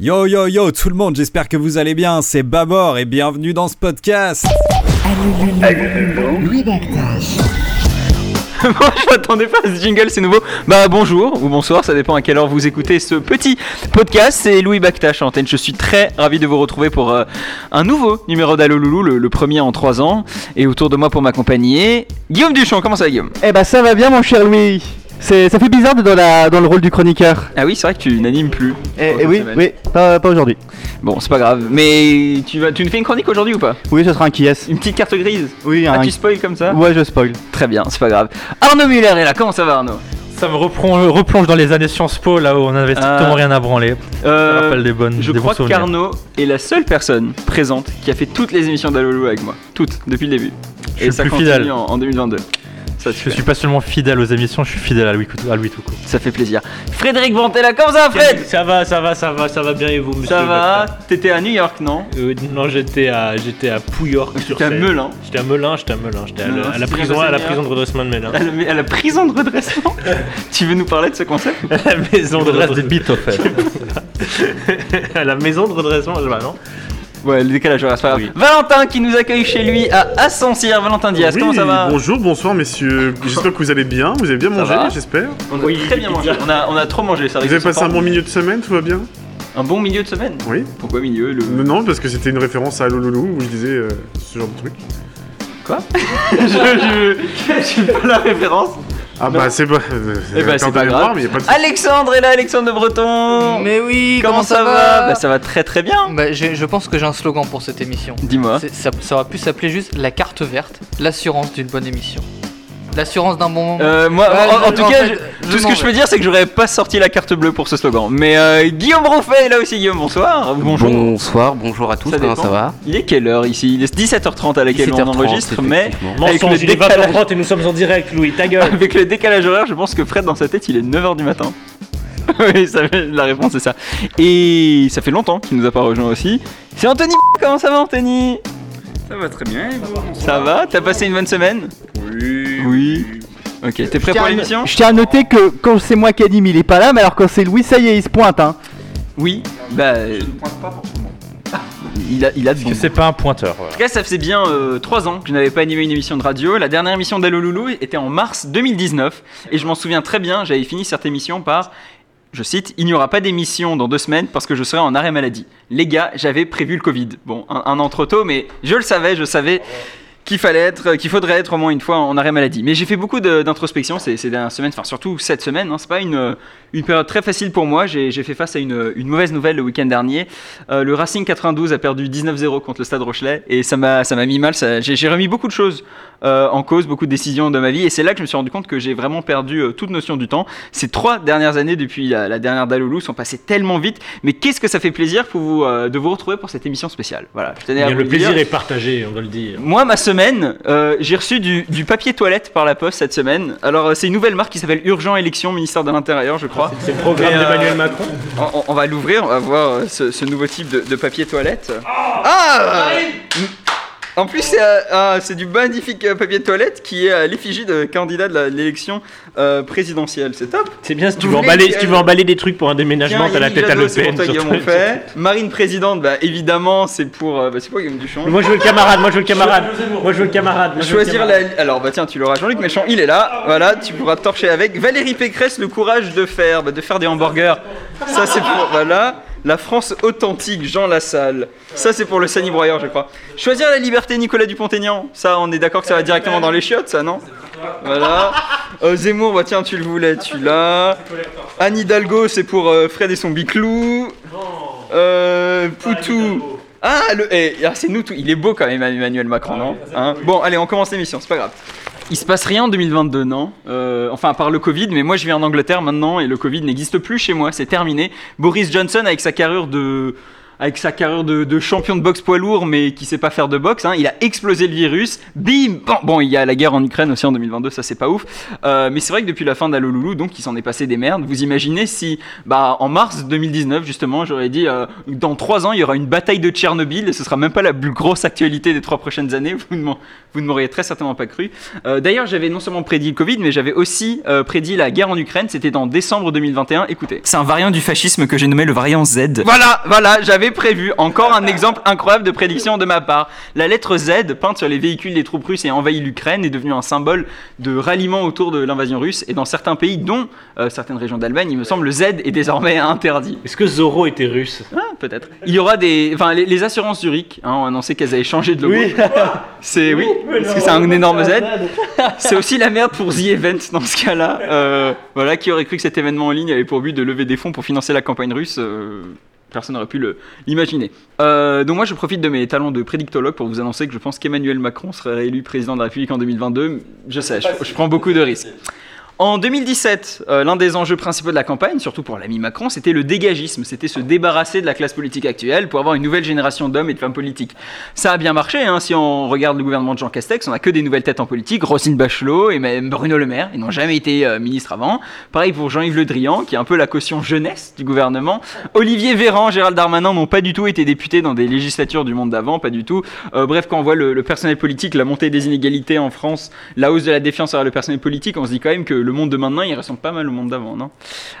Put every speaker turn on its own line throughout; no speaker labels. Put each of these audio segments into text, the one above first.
Yo yo yo tout le monde, j'espère que vous allez bien, c'est Babor et bienvenue dans ce podcast
Moi, je m'attendais pas à ce jingle, c'est nouveau. Bah bonjour ou bonsoir, ça dépend à quelle heure vous écoutez ce petit podcast. C'est Louis Bactache Antenne. Je suis très ravi de vous retrouver pour euh, un nouveau numéro d'Allo Loulou, le, le premier en 3 ans. Et autour de moi pour m'accompagner, Guillaume Duchamp. Comment ça va, Guillaume
Eh bah ça va bien mon cher Louis c'est, ça fait bizarre d'être dans, la, dans le rôle du chroniqueur.
Ah oui, c'est vrai que tu n'animes plus.
Eh,
Oh,
eh oui,
cette semaine.
oui, pas, pas aujourd'hui.
Bon, c'est pas grave. Mais tu vas, tu nous fais une chronique aujourd'hui ou pas
Oui, ce sera un qui est.
Une petite carte grise.
Oui,
Ah,
un...
tu spoil comme ça
Ouais, je spoil.
Très bien, c'est pas grave. Arnaud Muller est là. Comment ça va, Arnaud
Ça me replonge, replonge dans les années Sciences Po, là où on n'avait strictement
Ah.
rien à branler. Ça
Euh,
rappelle des bonnes,
Je
Mm, des bons
crois
souvenirs.
qu'Arnaud est la seule personne présente qui a fait toutes les émissions d'Alolo avec moi. Toutes, depuis le début.
Je
Et
suis
ça
le plus
continue
fidèle.
en, en 2022. Ça, tu
Je
fais.
suis pas seulement fidèle aux émissions, je suis fidèle à Louis, Coutou- à Louis Toucault.
ça fait plaisir. Frédéric Vantella, comment ça va, Fred
Ça va, ça va, ça va, ça va bien et vous, monsieur
Ça va
Bastard
T'étais à New York, non
Euh, Non, j'étais à, j'étais à Pouyork sur
T'étais à
scène.
Melun.
J'étais à Melun, j'étais à Melun, j'étais à,
Melun,
la- à
c'est
la
bien
prison,
passé, hein.
à la
Melun.
prison de redressement de Melun.
à la, à la prison de redressement Tu veux nous parler de ce concept
À la maison
On
de
reste des
redressement.
bites au fait.
à la maison de redressement, bah non.
Ouais, le décalage horaire, c'est pas grave.
Oui.
Valentin qui nous accueille chez lui à Ascensière. Valentin Diaz,
Oui,
comment ça va
Bonjour, bonsoir messieurs. J'espère que vous allez bien. Vous avez bien mangé,
va
j'espère.
On a très bien mangé. On a, on a trop mangé, ça
Vous
risque
avez
de se
passé un
prendre.
bon milieu de semaine, tout va bien
Un bon milieu de semaine
Oui.
Pourquoi milieu le...
Non, parce que c'était une référence à Lololou où je disais euh, ce genre de truc.
je, je, je suis pas la référence.
Ah
Non.
bah c'est pas. euh,
Eh bah,
attendez
c'est pas
de
grave.
voir, mais y a pas de souci.
Alexandre est là, Alexandre de Breton.
Mais oui,
comment, ça va Bah ça va très très bien.
Bah, j'ai- je pense que j'ai un slogan pour cette émission.
Dis-moi.
C'est- Ça, ça aurait pu s'appeler juste la carte verte, l'assurance d'une bonne émission. L'assurance d'un bon moment.
Euh, moi,
Ouais,
en, en
je-
tout
en fait,
cas, je-
je
tout ce
m'en
que je
vais.
peux dire, c'est que j'aurais pas sorti la carte bleue pour ce slogan. Mais euh, Guillaume Rouffet est là aussi. Guillaume, bonsoir. Bonjour.
Bonsoir, bonjour à tous,
Ça
comment
dépend.
ça va
Il est quelle heure ici Il est 17h30 à laquelle on
17h30,
enregistre, mais
effectivement.
Avec
Mensonge,
le
il est
décalage.
20h30 et nous sommes en direct, Louis, ta gueule
avec le décalage horaire, je pense que Fred dans sa tête, il est 9h du matin. oui, ça, fait- la réponse est ça. Et ça fait longtemps qu'il nous a pas rejoint aussi. C'est Anthony. Comment ça va, Anthony
Ça va très bien.
Ça va T'as passé une bonne semaine
Oui.
Oui. Ok, t'es prêt pour l'émission
Je tiens à noter que quand c'est moi qui anime, il est pas là, mais alors quand c'est Louis, ça y est, il se pointe. Hein.
Oui. Bah, euh,
Je ne pointe pas forcément.
il a, il a de
Parce
bons
que
goûts.
c'est pas un pointeur. voilà.
En tout cas, ça faisait bien 3 ans que je n'avais pas animé une émission de radio. La dernière émission d'Allo Loulou était en mars 2019. Et je m'en souviens très bien, j'avais fini cette émission par, je cite, Il n'y aura pas d'émission dans deux semaines parce que je serai en arrêt maladie. Les gars, j'avais prévu le Covid. Bon, un, un an trop tôt, mais je le savais, je savais qu'il fallait être, qu'il faudrait être au moins une fois en arrêt maladie. Mais j'ai fait beaucoup de- d'introspection ces, ces dernières semaines, enfin surtout cette semaine. hein. C'est pas une, une période très facile pour moi. J'ai j'ai fait face à une, une mauvaise nouvelle le week-end dernier. Euh, le Racing 92 a perdu 19-0 contre le Stade Rochelet et ça m'a ça m'a mis mal. ça- J'ai j'ai remis beaucoup de choses euh, en cause, beaucoup de décisions de ma vie et c'est là que je me suis rendu compte que j'ai vraiment perdu euh, toute notion du temps. Ces trois dernières années depuis la, la dernière Daloulou sont passées tellement vite. Mais qu'est-ce que ça fait plaisir pour vous euh, de vous retrouver pour cette émission spéciale. Voilà. Je tenais à
Bien,
vous
Le plaisir
dire.
est partagé, on doit le dire.
Moi, ma semaine, euh, j'ai reçu du, du papier toilette par la poste cette semaine. Alors, euh, c'est une nouvelle marque qui s'appelle Urgent Élection, ministère de l'Intérieur, je crois.
Ah, C'est le programme
Et, euh,
d'Emmanuel Macron
On, on- on va l'ouvrir, on va voir euh, ce, ce nouveau type de, de papier toilette. Ah, Mm. En plus, c'est euh, ah, c'est du magnifique euh, papier de toilette qui est à l'effigie de candidat de la- de l'élection euh, présidentielle. C'est top.
C'est bien si tu
Vous
veux
voulez
emballer,
que-
si tu veux emballer des trucs pour un
Tiens,
déménagement, t'as la
Yannick
tête à
Jadot,
Le
c'est pour
Pen.
toi,
surtout.
Guillaume Onfray. Marine présidente, bah évidemment, c'est pour, euh, bah, c'est pour Guillaume Duchamp.
Moi je veux le camarade, moi je veux le camarade, moi je veux le camarade. moi, je veux le
Choisir
camarade.
la. Alors, bah tiens, tu l'auras. Jean-Luc Méchant, il est là. Voilà, tu pourras te torcher avec. Valérie Pécresse, le courage de faire, bah, de faire des hamburgers. Ça, c'est pour. Voilà. La France authentique, Jean Lassalle. Ça, c'est pour le sanibroyeur, je crois. Choisir la liberté, Nicolas Dupont-Aignan. Ça, on est d'accord que ça va directement dans les chiottes, ça, non Voilà. Euh, Zemmour, bah tiens, tu le voulais, tu l'as. Anne Hidalgo, c'est pour euh, Fred et son biclou. Euh, Poutou. Ah, le, eh, ah, c'est nous tout. Il est beau quand même, Emmanuel Macron, non Hein Bon, allez, on commence l'émission, c'est pas grave. Il se passe rien en 2022, non Euh, Enfin, à part le Covid, mais moi je vis en Angleterre maintenant et le Covid n'existe plus chez moi, c'est terminé. Boris Johnson avec sa carrure de. avec sa carrure de, de champion de boxe poids lourd, mais qui sait pas faire de boxe. hein. Il a explosé le virus. Bim bon, bon, il y a la guerre en Ukraine aussi en 2022, ça c'est pas ouf. Euh, mais c'est vrai que depuis la fin d'Aloloulou, donc il s'en est passé des merdes. Vous imaginez si, bah, en mars 2019, justement, j'aurais dit, euh, dans trois ans, il y aura une bataille de Tchernobyl et ce sera même pas la plus grosse actualité des trois prochaines années. Vous ne m'en- vous ne m'auriez très certainement pas cru. Euh, D'ailleurs, j'avais non seulement prédit le Covid, mais j'avais aussi euh, prédit la guerre en Ukraine. C'était en décembre 2021. Écoutez, c'est un variant du fascisme que j'ai nommé le variant Z. Voilà, voilà, j'avais prévu. Encore un exemple incroyable de prédiction de ma part. La lettre Z, peinte sur les véhicules des troupes russes et envahie l'Ukraine, est devenue un symbole de ralliement autour de l'invasion russe. Et dans certains pays, dont euh, certaines régions d'Allemagne, il me semble, le Z est désormais interdit.
Est-ce que Zoro était russe
Ah, peut-être. Il y aura des. Enfin, les, les assurances Zurich hein, ont annoncé qu'elles avaient changé de logo. C'est oui, parce que c'est un énorme Z. C'est aussi la merde pour The Event dans ce cas-là. Euh, voilà, qui aurait cru que cet événement en ligne avait pour but de lever des fonds pour financer la campagne russe euh, Personne n'aurait pu le- l'imaginer. Euh, donc moi, je profite de mes talents de prédictologue pour vous annoncer que je pense qu'Emmanuel Macron serait réélu président de la République en 2022. Je sais, je, je prends beaucoup de risques. En 2017, euh, l'un des enjeux principaux de la campagne, surtout pour l'ami Macron, c'était le dégagisme, c'était se débarrasser de la classe politique actuelle pour avoir une nouvelle génération d'hommes et de femmes politiques. Ça a bien marché, hein, si on regarde le gouvernement de Jean Castex, on a que des nouvelles têtes en politique, Rosine Bachelot et même Bruno Le Maire, ils n'ont jamais été euh, ministres avant. Pareil pour Jean-Yves Le Drian, qui est un peu la caution jeunesse du gouvernement. Olivier Véran, Gérald Darmanin n'ont pas du tout été députés dans des législatures du monde d'avant, pas du tout. Euh, bref, quand on voit le, le personnel politique, la montée des inégalités en France, la hausse de la défiance envers le personnel politique, on se dit quand même que le monde de maintenant, il ressemble pas mal au monde d'avant, non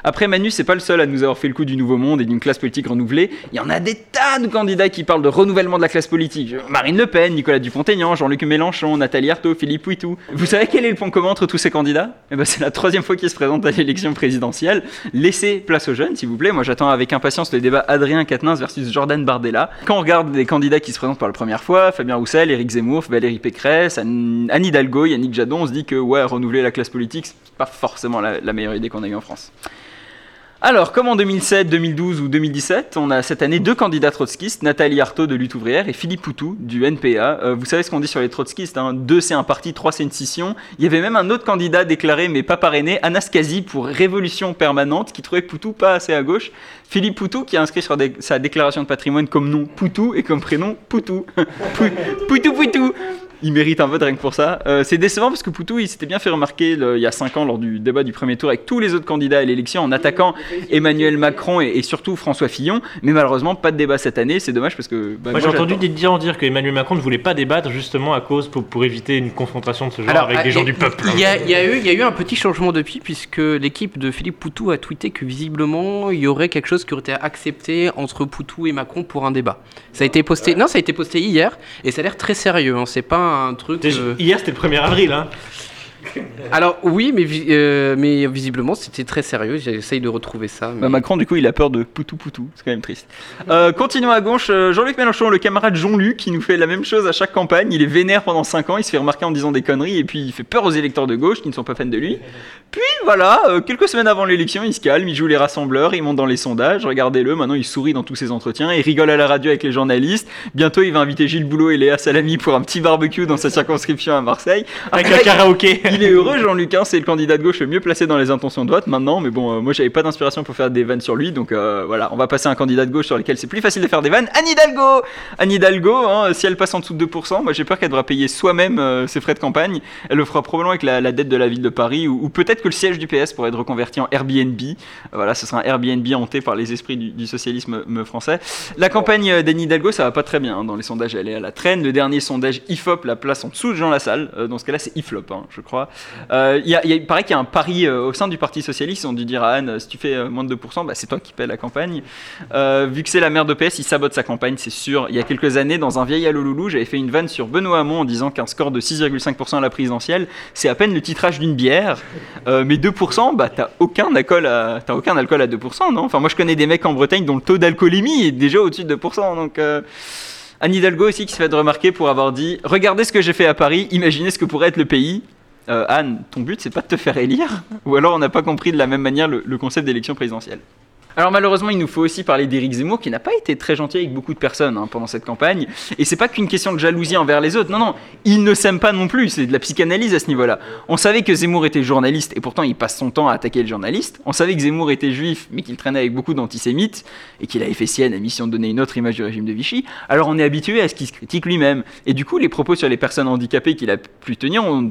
Après, Manu, c'est pas le seul à nous avoir fait le coup du nouveau monde et d'une classe politique renouvelée. Il y en a des tas de candidats qui parlent de renouvellement de la classe politique. Marine Le Pen, Nicolas Dupont-Aignan, Jean-Luc Mélenchon, Nathalie Arthaud, Philippe Poutou. Vous savez quel est le point commun entre tous ces candidats Eh ben, c'est la troisième fois qu'ils se présentent à l'élection présidentielle. Laissez place aux jeunes, s'il vous plaît. Moi, j'attends avec impatience le débat Adrien Quatennens versus Jordan Bardella. Quand on regarde des candidats qui se présentent pour la première fois, Fabien Roussel, Éric Zemmour, Valérie Pécresse, Anne Anne Hidalgo, Yannick Jadon, on se dit que ouais, renouveler la classe politique, c'est pas forcément la, la meilleure idée qu'on a eue en France. Alors, comme en 2007, 2012 ou 2017, on a cette année deux candidats trotskistes, Nathalie Arthaud de Lutte Ouvrière et Philippe Poutou du NPA. Euh, vous savez ce qu'on dit sur les trotskistes, hein, deux c'est un parti, trois c'est une scission. Il y avait même un autre candidat déclaré mais pas parrainé, Anaskasi pour Révolution Permanente, qui trouvait Poutou pas assez à gauche. Philippe Poutou qui a inscrit sur dé- sa déclaration de patrimoine comme nom Poutou et comme prénom Poutou. Pou- Poutou Poutou il mérite un vote rien que pour ça. Euh, c'est décevant parce que Poutou, il s'était bien fait remarquer le- il y a 5 ans lors du débat du premier tour avec tous les autres candidats à l'élection en attaquant Emmanuel Macron et, et surtout François Fillon. Mais malheureusement, pas de débat cette année. C'est dommage parce que. bah,
Moi j'ai entendu
j'attends.
des gens dire que Emmanuel Macron ne voulait pas débattre justement à cause pour, pour éviter une confrontation de ce genre avec des
ah,
gens
il-
du peuple.
Il y, a, il y a eu, il y a eu un petit changement depuis, puisque l'équipe de Philippe Poutou a tweeté que visiblement, il y aurait quelque chose qui aurait été accepté entre Poutou et Macron pour un débat. Ça a été posté, non, ça a été posté hier, et ça a l'air très sérieux, hein, c'est pas un truc...
Déjà,
euh,
Hier c'était le 1er avril. Hein.
Alors oui, mais, vi- euh, mais visiblement, c'était très sérieux, j'essaye de retrouver ça. mais-
Bah, Macron, du coup, il a peur de Poutou Poutou. C'est quand même triste. Euh, continuons à gauche. euh, Jean-Luc Mélenchon, le camarade Jean-Luc, qui nous fait la même chose à chaque campagne. Il est vénère pendant 5 ans. Il se fait remarquer en disant des conneries. Et puis, il fait peur aux électeurs de gauche qui ne sont pas fans de lui. Puis, voilà, euh, quelques semaines avant l'élection, il se calme. Il joue les rassembleurs. Il monte dans les sondages. Regardez-le. Maintenant, il sourit dans tous ses entretiens. Il rigole à la radio avec les journalistes. Bientôt, il va inviter Gilles Boulot et Léa Salami pour un petit barbecue dans sa circonscription à Marseille.
Avec
Après,
le karaoké.
il est heureux, Jean-Luc, hein, c'est le candidat de gauche le mieux placé dans les intentions de vote maintenant, mais bon, euh, moi j'avais pas d'inspiration pour faire des vannes sur lui, donc euh, voilà, on va passer à un candidat de gauche sur lequel c'est plus facile de faire des vannes. Anne Hidalgo Anne Hidalgo, hein, si elle passe en dessous de 2%, moi j'ai peur qu'elle devra payer soi-même euh, ses frais de campagne. Elle le fera probablement avec la, la dette de la ville de Paris, ou, ou peut-être que le siège du PS pourrait être reconverti en Airbnb. Euh, voilà, ce sera un Airbnb hanté par les esprits du, du socialisme euh, français. La campagne euh, d'Anne Hidalgo, ça va pas très bien. hein. Dans les sondages, elle est à la traîne. Le dernier sondage IFOP la place en dessous de Jean Lassalle. Euh, dans ce cas-là, c'est IFLOP, hein, je crois. Euh, il y a- il y a- il paraît qu'il y a un pari euh, au sein du Parti Socialiste. Ils ont dû dire à Anne, euh, si tu fais euh, moins de 2%, bah, c'est toi qui paie la campagne. Euh, vu que c'est la mère de PS, il sabote sa campagne, c'est sûr. Il y a quelques années, dans un vieil Allo Loulou, j'avais fait une vanne sur Benoît Hamon en disant qu'un score de 6,5% à la présidentielle, c'est à peine le titrage d'une bière. Euh, mais 2%, bah t'as aucun alcool à, t'as aucun alcool à 2%, non Enfin, moi je connais des mecs en Bretagne dont le taux d'alcoolémie est déjà au-dessus de 2%, donc. euh, Anne Hidalgo aussi qui se fait remarquer pour avoir dit Regardez ce que j'ai fait à Paris, imaginez ce que pourrait être le pays. Euh, Anne, ton but c'est pas de te faire élire Ou alors on n'a pas compris de la même manière le, le concept d'élection présidentielle. Alors malheureusement, il nous faut aussi parler d'Éric Zemmour qui n'a pas été très gentil avec beaucoup de personnes hein, pendant cette campagne. Et c'est pas qu'une question de jalousie envers les autres. Non, non, il ne s'aime pas non plus. C'est de la psychanalyse à ce niveau-là. On savait que Zemmour était journaliste et pourtant il passe son temps à attaquer le journaliste. On savait que Zemmour était juif mais qu'il traînait avec beaucoup d'antisémites et qu'il avait fait sienne la mission de donner une autre image du régime de Vichy. Alors on est habitué à ce qu'il se critique lui-même. Et du coup, les propos sur les personnes handicapées qu'il a pu tenir ont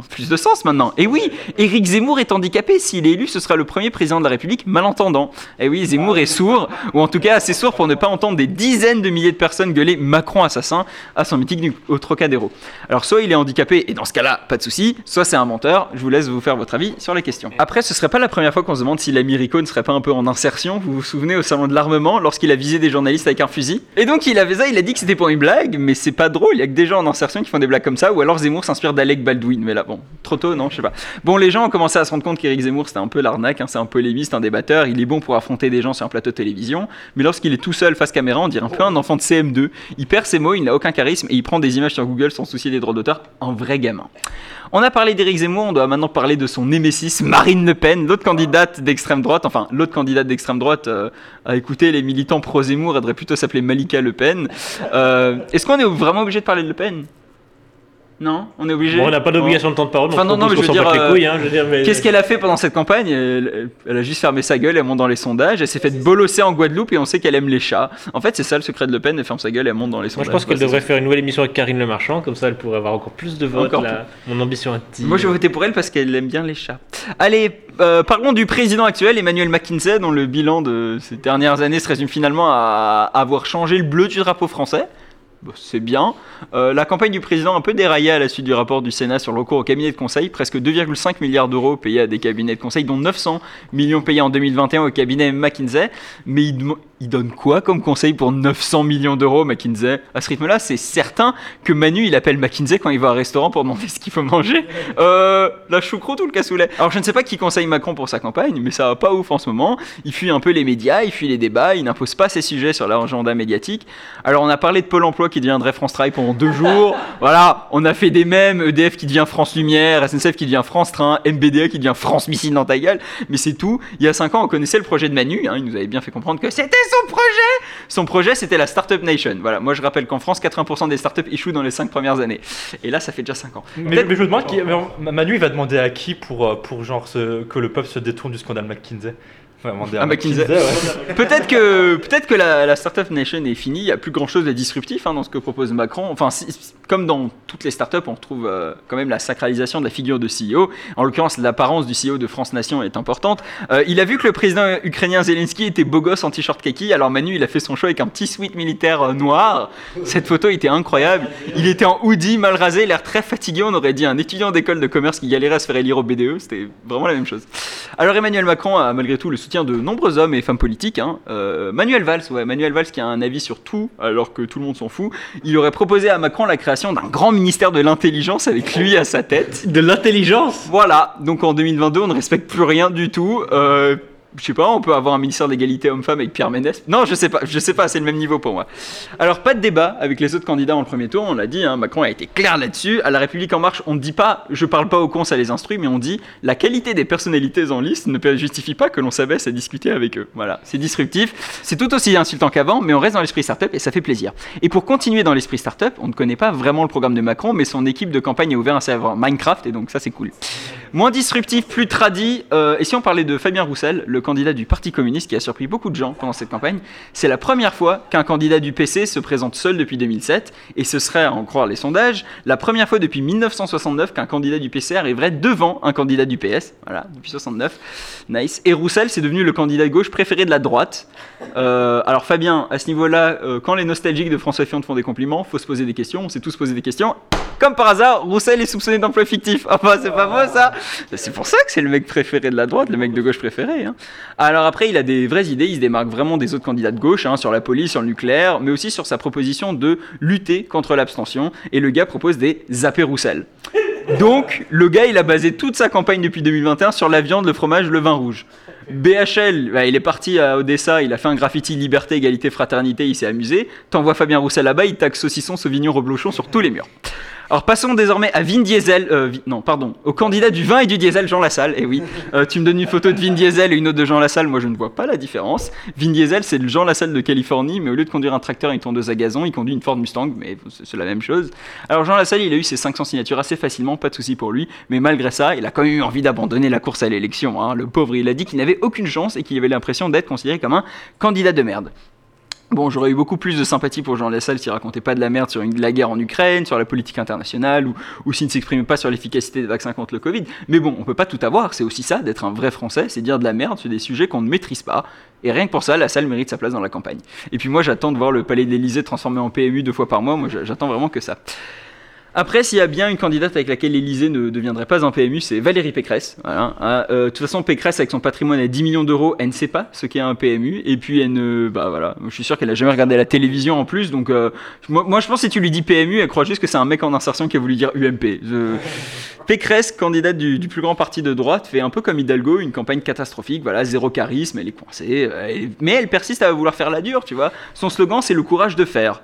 ont plus de sens maintenant. Et oui, Éric Zemmour est handicapé. S'il est élu, ce sera le premier président de la République malentendant. Et oui, Zemmour est sourd, ou en tout cas assez sourd pour ne pas entendre des dizaines de milliers de personnes gueuler Macron assassin à son mythique du, au Trocadéro. Alors soit il est handicapé, et dans ce cas-là, pas de souci, soit c'est un menteur. Je vous laisse vous faire votre avis sur la question. Après, ce serait pas la première fois qu'on se demande si l'ami Rico ne serait pas un peu en insertion. Vous vous souvenez au salon de l'armement, lorsqu'il a visé des journalistes avec un fusil Et donc il avait ça, il a dit que c'était pour une blague, mais c'est pas drôle, il y a que des gens en insertion qui font des blagues comme ça, ou alors Zemmour s'inspire d'Alec Baldwin, mais là bon, trop tôt, non, je sais pas. Bon, les gens ont commencé à se rendre compte qu'Éric Zemmour c'était un peu l'arnaque, hein, c'est un polémiste, un débatteur, il est bon pour affronter des gens sur un plateau de télévision, mais lorsqu'il est tout seul face caméra, on dirait un peu un enfant de CM2, il perd ses mots, il n'a aucun charisme et il prend des images sur Google sans soucier des droits d'auteur, un vrai gamin. On a parlé d'Éric Zemmour, on doit maintenant parler de son némésis Marine Le Pen, l'autre candidate d'extrême droite, enfin l'autre candidate d'extrême droite euh, à écouter les militants pro-Zemmour, elle devrait plutôt s'appeler Malika Le Pen. Euh, Est-ce qu'on est vraiment obligé de parler de Le Pen Non On est obligé
Bon, on n'a pas d'obligation de temps de parole,
Enfin,
donc
non, non,
on peut
mais je
s'en
veux
battre
dire, euh,
les couilles, hein, je veux dire, mais-
Qu'est-ce qu'elle a fait pendant cette campagne elle, elle a juste fermé sa gueule, elle monte dans les sondages, elle s'est faite bolosser en Guadeloupe et on sait qu'elle aime les chats. En fait, c'est ça le secret de Le Pen, elle ferme sa gueule, elle monte dans les
Moi,
sondages.
je pense qu'elle
Voilà,
devrait faire une nouvelle émission avec Karine Le Marchand, comme ça elle pourrait avoir encore plus de votes.
Encore
là. Mon ambition est
c'est- Moi, je vais voter pour elle parce qu'elle aime bien les chats. Allez, euh, parlons du président actuel, Emmanuel McKinsey, dont le bilan de ces dernières années se résume finalement à avoir changé le bleu du drapeau français. Bon, c'est bien. Euh, la campagne du président a un peu déraillé à la suite du rapport du Sénat sur le recours au cabinet de conseil. Presque 2,5 milliards d'euros payés à des cabinets de conseil, dont 900 millions payés en 2021 au cabinet McKinsey. Mais il, dem- il donne quoi comme conseil pour 900 millions d'euros, McKinsey À ce rythme-là, c'est certain que Manu, il appelle McKinsey quand il va au restaurant pour demander ce qu'il faut manger. Euh, la choucroute ou le cassoulet Alors, je ne sais pas qui conseille Macron pour sa campagne, mais ça va pas ouf en ce moment. Il fuit un peu les médias, il fuit les débats, il n'impose pas ses sujets sur l'agenda médiatique. Alors on a parlé de Pôle Emploi qui deviendrait France Travail pendant deux jours. voilà, on a fait des mêmes EDF qui devient France Lumière, SNCF qui devient France Train, MBDA E qui devient France Missile dans ta gueule. Mais c'est tout. Il y a cinq ans, on connaissait le projet de Manu. hein, il nous avait bien fait comprendre que c'était son projet. Son projet, c'était la Startup Nation. Voilà, moi je rappelle qu'en France, 80% des startups échouent dans les cinq premières années. Et là, ça fait déjà cinq ans.
Mais, mais je me demande, qui, mais on- Manu, il va demander à qui pour, euh, pour genre se- que le peuple se détourne du scandale McKinsey Enfin, demander à
Ah, McKinsey.
ouais.
Peut-être que, peut-être que la, la Startup Nation est finie, il n'y a plus grand-chose de disruptif hein, dans ce que propose Macron. Enfin, si- si- comme dans toutes les startups, on retrouve euh, quand même la sacralisation de la figure de CEO. En l'occurrence, l'apparence du CEO de France Nation est importante. Euh, il a vu que le président ukrainien Zelensky était beau gosse en t-shirt kaki, alors Manu, il a fait son choix avec un petit sweat militaire euh, noir. Cette photo était incroyable. Il était en hoodie, mal rasé, l'air très fatigué. On aurait dit un étudiant d'école de commerce qui galérait à se faire élire au BDE. C'était vraiment la même chose. Alors Emmanuel Macron a malgré tout le soutien de nombreux hommes et femmes politiques. hein. Euh, Manuel Valls, ouais, Manuel Valls qui a un avis sur tout, alors que tout le monde s'en fout. Il aurait proposé à Macron la création d'un grand ministère de l'intelligence avec lui à sa tête.
De l'intelligence
Voilà, donc en 2022, on ne respecte plus rien du tout. Euh, je sais pas, on peut avoir un ministère d'égalité homme-femme avec Pierre Ménès. Non, je sais pas, je sais pas, c'est le même niveau pour moi. Alors, pas de débat avec les autres candidats en le premier tour, on l'a dit, hein, Macron a été clair là-dessus. À La République En Marche, on ne dit pas je parle pas aux cons, ça les instruit, mais on dit la qualité des personnalités en liste ne justifie pas que l'on s'abaisse à discuter avec eux. Voilà, c'est disruptif, c'est tout aussi insultant qu'avant, mais on reste dans l'esprit startup et ça fait plaisir. Et pour continuer dans l'esprit startup, on ne connaît pas vraiment le programme de Macron, mais son équipe de campagne a ouvert un serveur Minecraft et donc ça c'est cool. Moins disruptif, plus tradit. euh, et si on parlait de Fabien Roussel, le candidat du Parti communiste qui a surpris beaucoup de gens pendant cette campagne, c'est la première fois qu'un candidat du PC se présente seul depuis 2007, et ce serait, à en croire les sondages, la première fois depuis 1969 qu'un candidat du PC arriverait devant un candidat du PS. Voilà, depuis 69. Nice. Et Roussel, c'est devenu le candidat de gauche préféré de la droite. Euh, alors Fabien, à ce niveau-là, euh, quand les nostalgiques de François Fillon te font des compliments, faut se poser des questions, on s'est tous posé des questions. Comme par hasard, Roussel est soupçonné d'emploi fictif. Enfin, c'est pas faux ça c'est pour ça que c'est le mec préféré de la droite, le mec de gauche préféré. hein. Alors après, il a des vraies idées, il se démarque vraiment des autres candidats de gauche, hein, sur la police, sur le nucléaire, mais aussi sur sa proposition de lutter contre l'abstention. Et le gars propose des zappés Roussel. Donc, le gars, il a basé toute sa campagne depuis 2021 sur la viande, le fromage, le vin rouge. BHL, bah, il est parti à Odessa, il a fait un graffiti liberté, égalité, fraternité, il s'est amusé. T'envoies Fabien Roussel là-bas, il taxe saucisson, sauvignon, reblochon sur tous les murs. Alors passons désormais à Vin Diesel, euh, Vi- non pardon, au candidat du vin et du diesel Jean Lassalle. Et oui, Euh, tu me donnes une photo de Vin Diesel et une autre de Jean Lassalle, moi je ne vois pas la différence. Vin Diesel c'est le Jean Lassalle de Californie, mais au lieu de conduire un tracteur et une tondeuse à gazon, il conduit une Ford Mustang, mais c'est c'est la même chose. Alors Jean Lassalle il a eu ses 500 signatures assez facilement, pas de souci pour lui, mais malgré ça il a quand même eu envie d'abandonner la course à l'élection. hein. Le pauvre il a dit qu'il n'avait aucune chance et qu'il avait l'impression d'être considéré comme un candidat de merde. Bon, j'aurais eu beaucoup plus de sympathie pour Jean Lassalle s'il racontait pas de la merde sur une- la guerre en Ukraine, sur la politique internationale, ou, ou s'il ne s'exprimait pas sur l'efficacité des vaccins contre le Covid. Mais bon, on peut pas tout avoir, c'est aussi ça, d'être un vrai Français, c'est dire de la merde sur des sujets qu'on ne maîtrise pas. Et rien que pour ça, Lassalle mérite sa place dans la campagne. Et puis moi, j'attends de voir le palais de l'Elysée transformé en PMU deux fois par mois, moi j'a- j'attends vraiment que ça. Après, s'il y a bien une candidate avec laquelle l'Elysée ne deviendrait pas un PMU, c'est Valérie Pécresse. Voilà. Ah, euh, de toute façon, Pécresse, avec son patrimoine à 10 millions d'euros, elle ne sait pas ce qu'est un PMU. Et puis, elle ne. Bah voilà, je suis sûr qu'elle a jamais regardé la télévision en plus. Donc, euh, moi, moi, je pense que si tu lui dis PMU, elle croit juste que c'est un mec en insertion qui a voulu dire UMP. Je- Pécresse, candidate du, du plus grand parti de droite, fait un peu comme Hidalgo, une campagne catastrophique. Voilà, zéro charisme, elle est coincée. euh, elle- Mais elle persiste à vouloir faire la dure, tu vois. Son slogan, c'est le courage de faire.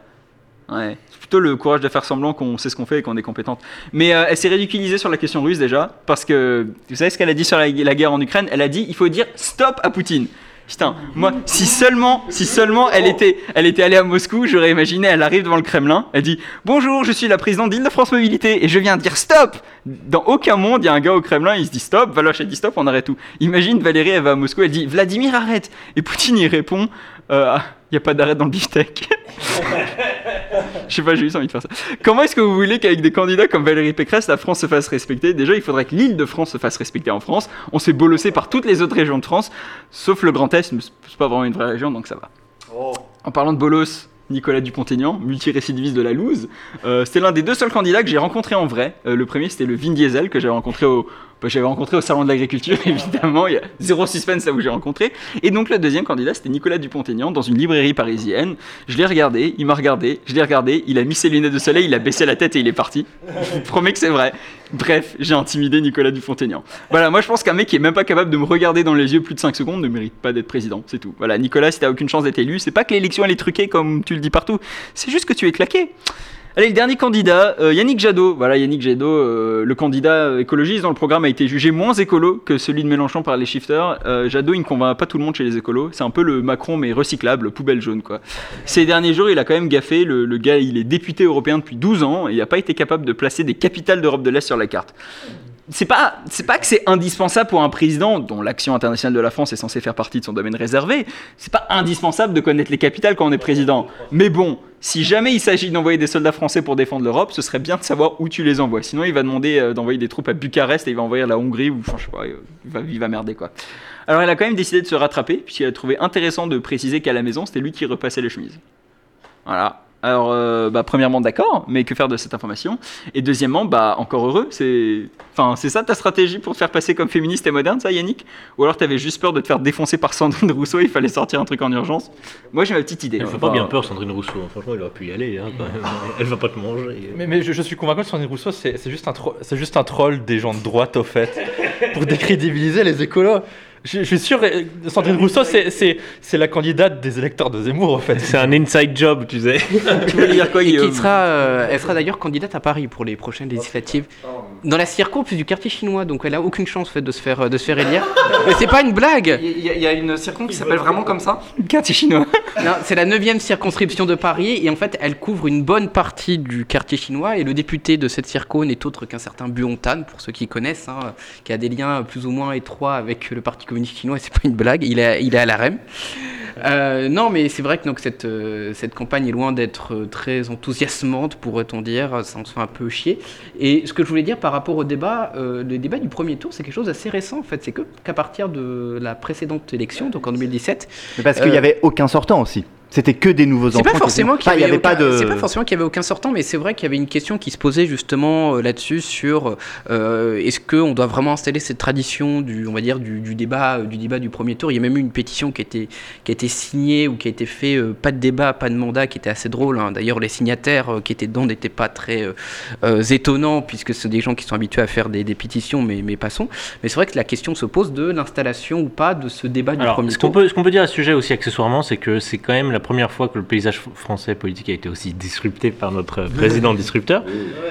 Ouais, c'est plutôt le courage de faire semblant qu'on sait ce qu'on fait et qu'on est compétente. Mais euh, elle s'est ridiculisée sur la question russe déjà, parce que vous savez ce qu'elle a dit sur la, la guerre en Ukraine Elle a dit il faut dire stop à Poutine. Putain, moi, si seulement, si seulement elle était, elle était allée à Moscou, j'aurais imaginé, elle arrive devant le Kremlin, elle dit Bonjour, je suis la présidente d'Île-de-France Mobilité et je viens dire stop Dans aucun monde, il y a un gars au Kremlin, il se dit stop, Valoche, elle dit stop, on arrête tout. Imagine Valérie, elle va à Moscou, elle dit Vladimir, arrête Et Poutine, il répond Euh, Il n'y a pas d'arrêt dans le beefsteak. Je sais pas, j'ai juste envie de faire ça. Comment est-ce que vous voulez qu'avec des candidats comme Valérie Pécresse, la France se fasse respecter Déjà, il faudrait que l'île de France se fasse respecter en France. On s'est bolosser par toutes les autres régions de France, sauf le Grand Est, mais c'est pas vraiment une vraie région, donc ça va. En parlant de bolos, Nicolas Dupont-Aignan, multirécidiviste de la Louse, euh, c'était l'un des deux seuls candidats que j'ai rencontré en vrai. Euh, le premier, c'était le Vin Diesel que j'avais rencontré au, bah, j'avais rencontré au salon de l'agriculture, évidemment. Il y a zéro suspense à où j'ai rencontré. Et donc le deuxième candidat, c'était Nicolas Dupont-Aignan dans une librairie parisienne. Je l'ai regardé, il m'a regardé, je l'ai regardé, il a mis ses lunettes de soleil, il a baissé la tête et il est parti. Je vous promets que c'est vrai. Bref, j'ai intimidé Nicolas Dupont-Aignan. Voilà, moi je pense qu'un mec qui est même pas capable de me regarder dans les yeux plus de 5 secondes ne mérite pas d'être président, c'est tout. Voilà, Nicolas, si t'as aucune chance d'être élu, c'est pas que l'élection elle est truquée comme tu le dis partout, c'est juste que tu es claqué. Allez, le dernier candidat, euh, Yannick Jadot. Voilà, Yannick Jadot, euh, le candidat écologiste dans le programme a été jugé moins écolo que celui de Mélenchon par les shifters. Euh, Jadot, il ne convainc pas tout le monde chez les écolos. C'est un peu le Macron, mais recyclable, poubelle jaune, quoi. Ces derniers jours, il a quand même gaffé. Le, le gars, il est député européen depuis 12 ans et il n'a pas été capable de placer des capitales d'Europe de l'Est sur la carte c'est pas c'est pas que c'est indispensable pour un président dont l'action internationale de la France est censée faire partie de son domaine réservé. C'est pas indispensable de connaître les capitales quand on est président. Mais bon, si jamais il s'agit d'envoyer des soldats français pour défendre l'Europe, ce serait bien de savoir où tu les envoies. Sinon, il va demander euh, d'envoyer des troupes à Bucarest et il va envoyer à la Hongrie ou enfin, je sais pas, euh, il va, il va merder quoi. Alors, il a quand même décidé de se rattraper puisqu'il a trouvé intéressant de préciser qu'à la maison, c'était lui qui repassait les chemises. Voilà. Alors, euh, bah, premièrement, d'accord, mais que faire de cette information Et deuxièmement, bah, encore heureux, c'est Enfin, c'est ça ta stratégie pour te faire passer comme féministe et moderne, ça, Yannick Ou alors t'avais juste peur de te faire défoncer par Sandrine Rousseau, il fallait sortir un truc en urgence Moi, j'ai ma petite idée.
Elle fait pas bien peur, Sandrine Rousseau. hein. Franchement, elle aurait pu y aller. hein, quand même. Elle va pas te manger.
Mais, mais je, je suis convaincu que Sandrine Rousseau, c'est c'est juste, un tro- c'est juste un troll des gens de droite, au fait, pour décrédibiliser les écolos. Je, je suis sûr, euh, Sandrine Rousseau, c'est- c'est c'est la candidate des électeurs de Zemmour, au fait.
C'est un inside job, tu sais.
Tu voulais dire quoi,
Et qui
Guillaume
sera, euh, elle sera d'ailleurs candidate à Paris pour les prochaines législatives. Dans la circo, plus du quartier chinois, donc elle a aucune chance en fait, de, se faire, euh, de se faire élire. Mais c'est pas une blague
Il y, a- il y a une circon qui s'appelle vraiment comme ça
quartier chinois
Non, C'est la 9 circonscription de Paris et en fait elle couvre une bonne partie du quartier chinois et le député de cette circo n'est autre qu'un certain Buontan, pour ceux qui connaissent, hein, qui a des liens plus ou moins étroits avec le Parti communiste chinois et c'est pas une blague, il est, il est à la REM. Euh, non, mais c'est vrai que donc, cette, euh, cette campagne est loin d'être euh, très enthousiasmante, pourrait-on dire. Ça en se fait un peu chier. Et ce que je voulais dire par rapport au débat, euh, le débat du premier tour, c'est quelque chose d'assez récent en fait. C'est que qu'à partir de la précédente élection, donc en 2017,
Mais parce qu'il n'y
Euh.
avait aucun sortant aussi. C'était que des nouveaux
c'est
enfants.
pas
qui-
forcément qu'il
Enfin,
y avait,
pas
aucun-
de.
c'est pas forcément qu'il y avait aucun sortant, mais c'est vrai qu'il y avait une question qui se posait justement euh, là-dessus sur euh, est-ce qu'on doit vraiment installer cette tradition du, on va dire, du, du débat, euh, du débat du premier tour. Il y a même eu une pétition qui a été, qui a été signée ou qui a été fait euh, pas de débat, pas de mandat, qui était assez drôle. hein. D'ailleurs, les signataires euh, qui étaient dedans n'étaient pas très euh, euh, étonnants puisque ce sont des gens qui sont habitués à faire des, des pétitions, mais, mais passons. Mais c'est vrai que la question se pose de l'installation ou pas de ce débat du
Alors,
premier
ce qu'on
tour.
peut, ce qu'on peut dire à ce sujet aussi accessoirement, c'est que c'est quand même la première fois que le paysage fr- français politique a été aussi disrupté par notre euh, président disrupteur.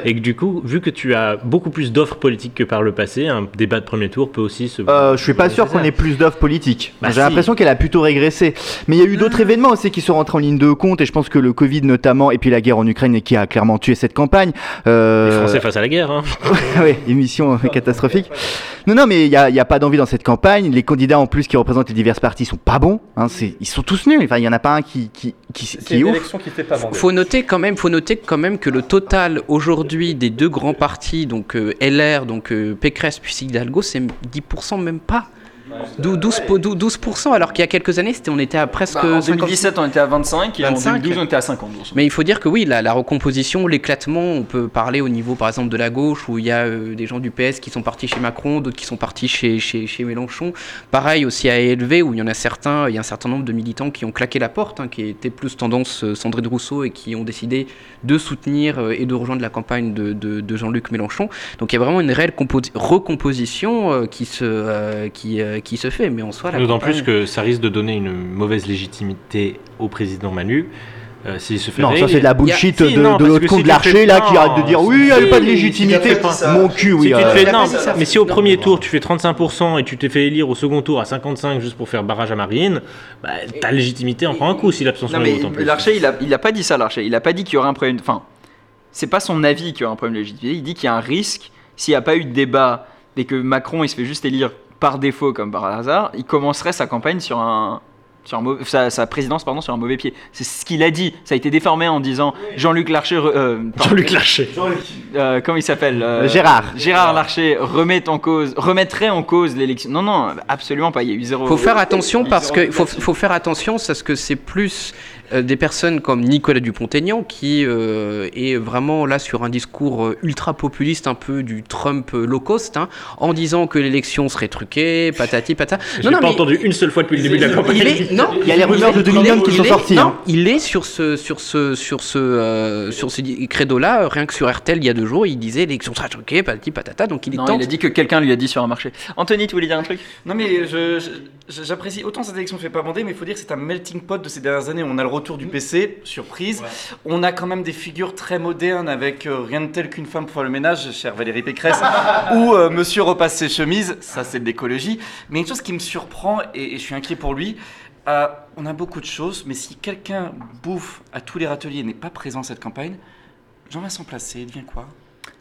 Et que du coup, vu que tu as beaucoup plus d'offres politiques que par le passé, un débat de premier tour peut aussi se.
Euh, je suis pas sûr qu'on ait plus d'offres politiques.
Bah
J'ai
si. Mmh.
l'impression qu'elle a plutôt régressé. Mais il y a eu d'autres événements aussi qui sont rentrés en ligne de compte et je pense que le Covid notamment et puis la guerre en Ukraine et qui a clairement tué cette campagne.
Les
Euh,
Français face à la guerre. Hein.
ouais, émission catastrophique. Non, non, mais il n'y a, il y a pas d'envie dans cette campagne. Les candidats en plus qui représentent les diverses parties sont pas bons. hein, c'est- ils sont tous nuls. Enfin, il n'y en a pas un qui, qui, qui, qui
C'est
est
une
ouf.
élection qui fait pas bander.
Faut noter quand même, faut noter quand même que le total aujourd'hui des deux grands partis, donc euh, LR, donc euh, Pécresse puis Hidalgo, c'est 10% même pas. Dou- 12, po- dou- 12%, alors qu'il y a quelques années, c'était- on était à presque
Bah, en
50.
2017, on était à 25 et
25.
en 2012, on était à 50.
Mais il faut dire que oui, la, la recomposition, l'éclatement, on peut parler au niveau par exemple de la gauche où il y a euh, des gens du PS qui sont partis chez Macron, d'autres qui sont partis chez, chez, chez Mélenchon. Pareil aussi à ELV où il y en a certains, il y a un certain nombre de militants qui ont claqué la porte, hein, qui étaient plus tendance euh, Sandrine Rousseau et qui ont décidé de soutenir euh, et de rejoindre la campagne de, de- de Jean-Luc Mélenchon. Donc il y a vraiment une réelle composi- recomposition euh, qui, se, euh, qui, euh, qui se fait. Mais en soi, la
D'autant
campagne-
plus que ça risque de donner une mauvaise légitimité au président Manu. euh, S'il se fait
Non, ça
réélire.
c'est de la bullshit
si,
de,
non,
de
parce
l'autre
que
con
si
de
tu
l'archer
fais-
là qui
non,
arrête de dire
si-
oui, elle a pas de
si, si tu
légitimité.
fais pas-
Mon cul,
Si
oui.
tu te
euh,
fais-
la
non,
crise, ça,
mais
c'est-
si au
non.
premier tour tu fais 35% et tu t'es fait élire au second tour à 55 juste pour faire barrage à Marine, bah, ta légitimité en prend un coup si l'abstention
Non,
est
mais
haute en plus.
l'archer, il a, il a pas dit ça, l'archer. Il a pas dit qu'il y aurait un problème. Enfin, c'est pas son avis qu'il y aurait un problème de légitimité. Il dit qu'il y a un risque s'il n'y a pas eu de débat et que Macron, il se fait juste élire par défaut comme par hasard, il commencerait sa campagne sur un. Sur un mauvais- sa, sa présidence pardon sur un mauvais pied c'est ce qu'il a dit ça a été déformé en disant Jean-Luc Larcher re- euh, pardon,
Jean-Luc Larcher.
euh, comment il s'appelle euh,
Gérard.
Gérard Larcher remet en cause remettrait en cause l'élection non non absolument pas il y a eu zéro
faut faire attention
il y a
parce
zéro
que faut, faut faire attention parce que c'est plus euh, des personnes comme Nicolas Dupont-Aignan qui euh, est vraiment là sur un discours euh, ultra populiste un peu du Trump euh, low cost hein, en disant que l'élection serait truquée patati patata
J'ai pas entendu une seule fois depuis le début de la campagne.
il est, non,
Il y a les rumeurs de
il est-
2009 qui
il
sont
est-
sorties,
Non,
hein.
il est sur ce, sur ce, sur ce, euh, sur ce credo-là. euh, Rien que sur RTL, il y a deux jours, il disait l'élection sera truquée, patati patata. Donc il est
Non,
temps.
il a dit que quelqu'un lui a dit sur un marché. Anthony, tu voulais dire un truc
Non mais je- je- j'apprécie autant cette élection fait pas bander, mais il faut dire que c'est un melting pot de ces dernières années. On a le retour
Mm.
du PC, surprise. On a quand même des figures très modernes avec euh, rien de tel qu'une femme pour faire le ménage, chère Valérie Pécresse, ou euh, Monsieur repasse ses chemises, ça c'est de l'écologie. Mais une chose qui me surprend, et, et je suis inquiet pour lui, euh, on a beaucoup de choses, mais si quelqu'un bouffe à tous les râteliers et n'est pas présent à cette campagne, Jean-Vincent Placé, il devient quoi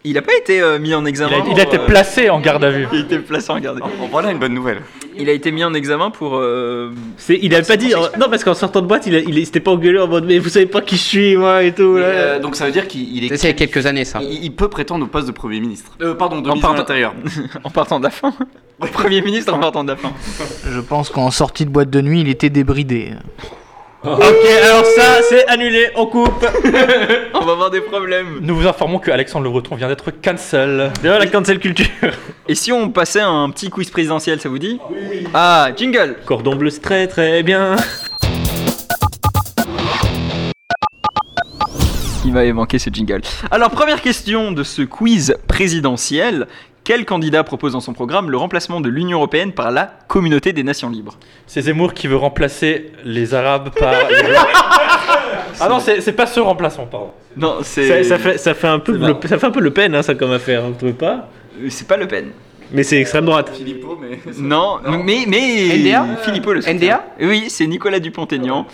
Il n'a pas été euh, mis en
Il
examen.
a, il a été
pour, euh,
placé en garde à vue.
Il a été placé en garde.
Voilà une bonne nouvelle.
Il a été mis en examen pour. euh,
C'est- il avait pas dit. euh, non, parce qu'en sortant de boîte, il, a- il, s'était pas engueulé en mode mais vous savez pas qui je suis, moi et tout.
Mais,
là.
euh, donc ça veut dire qu'il il est
Ça, C'est il y a quelques années ça.
Il, il peut prétendre au poste de Premier ministre. Euh, pardon, de
En
ministre de
partant-
l'Intérieur.
en partant de la fin. Premier ministre en partant de la fin.
Je pense qu'en sortie de boîte de nuit, il était débridé.
Ok, alors ça, c'est annulé, on coupe.
On va avoir des problèmes.
Nous vous informons que Alexandre Le Breton vient d'être cancel.
D'ailleurs, la cancel culture.
Et si on passait à un petit quiz présidentiel, ça vous dit Ah, jingle
Cordon bleu, c'est très très bien.
Il m'avait manqué ce jingle. Alors, première question de ce quiz présidentiel. Quel candidat propose dans son programme le remplacement de l'Union Européenne par la Communauté des Nations Libres
C'est Zemmour qui veut remplacer les Arabes par. ah non, c'est c'est pas ce remplaçant, pardon.
Non,
Ça,
c'est.
ça fait, ça, fait un peu
C'est
le,
marrant.
ça fait un peu le peine, hein, ça, comme affaire, hein, vous trouvez pas
C'est pas Le Pen.
Mais c'est extrême droite.
Filippo, mais.
Non, mais mais
NDA?
Philippot le soutient.
NDA?
Oui, c'est Nicolas Dupont-Aignan.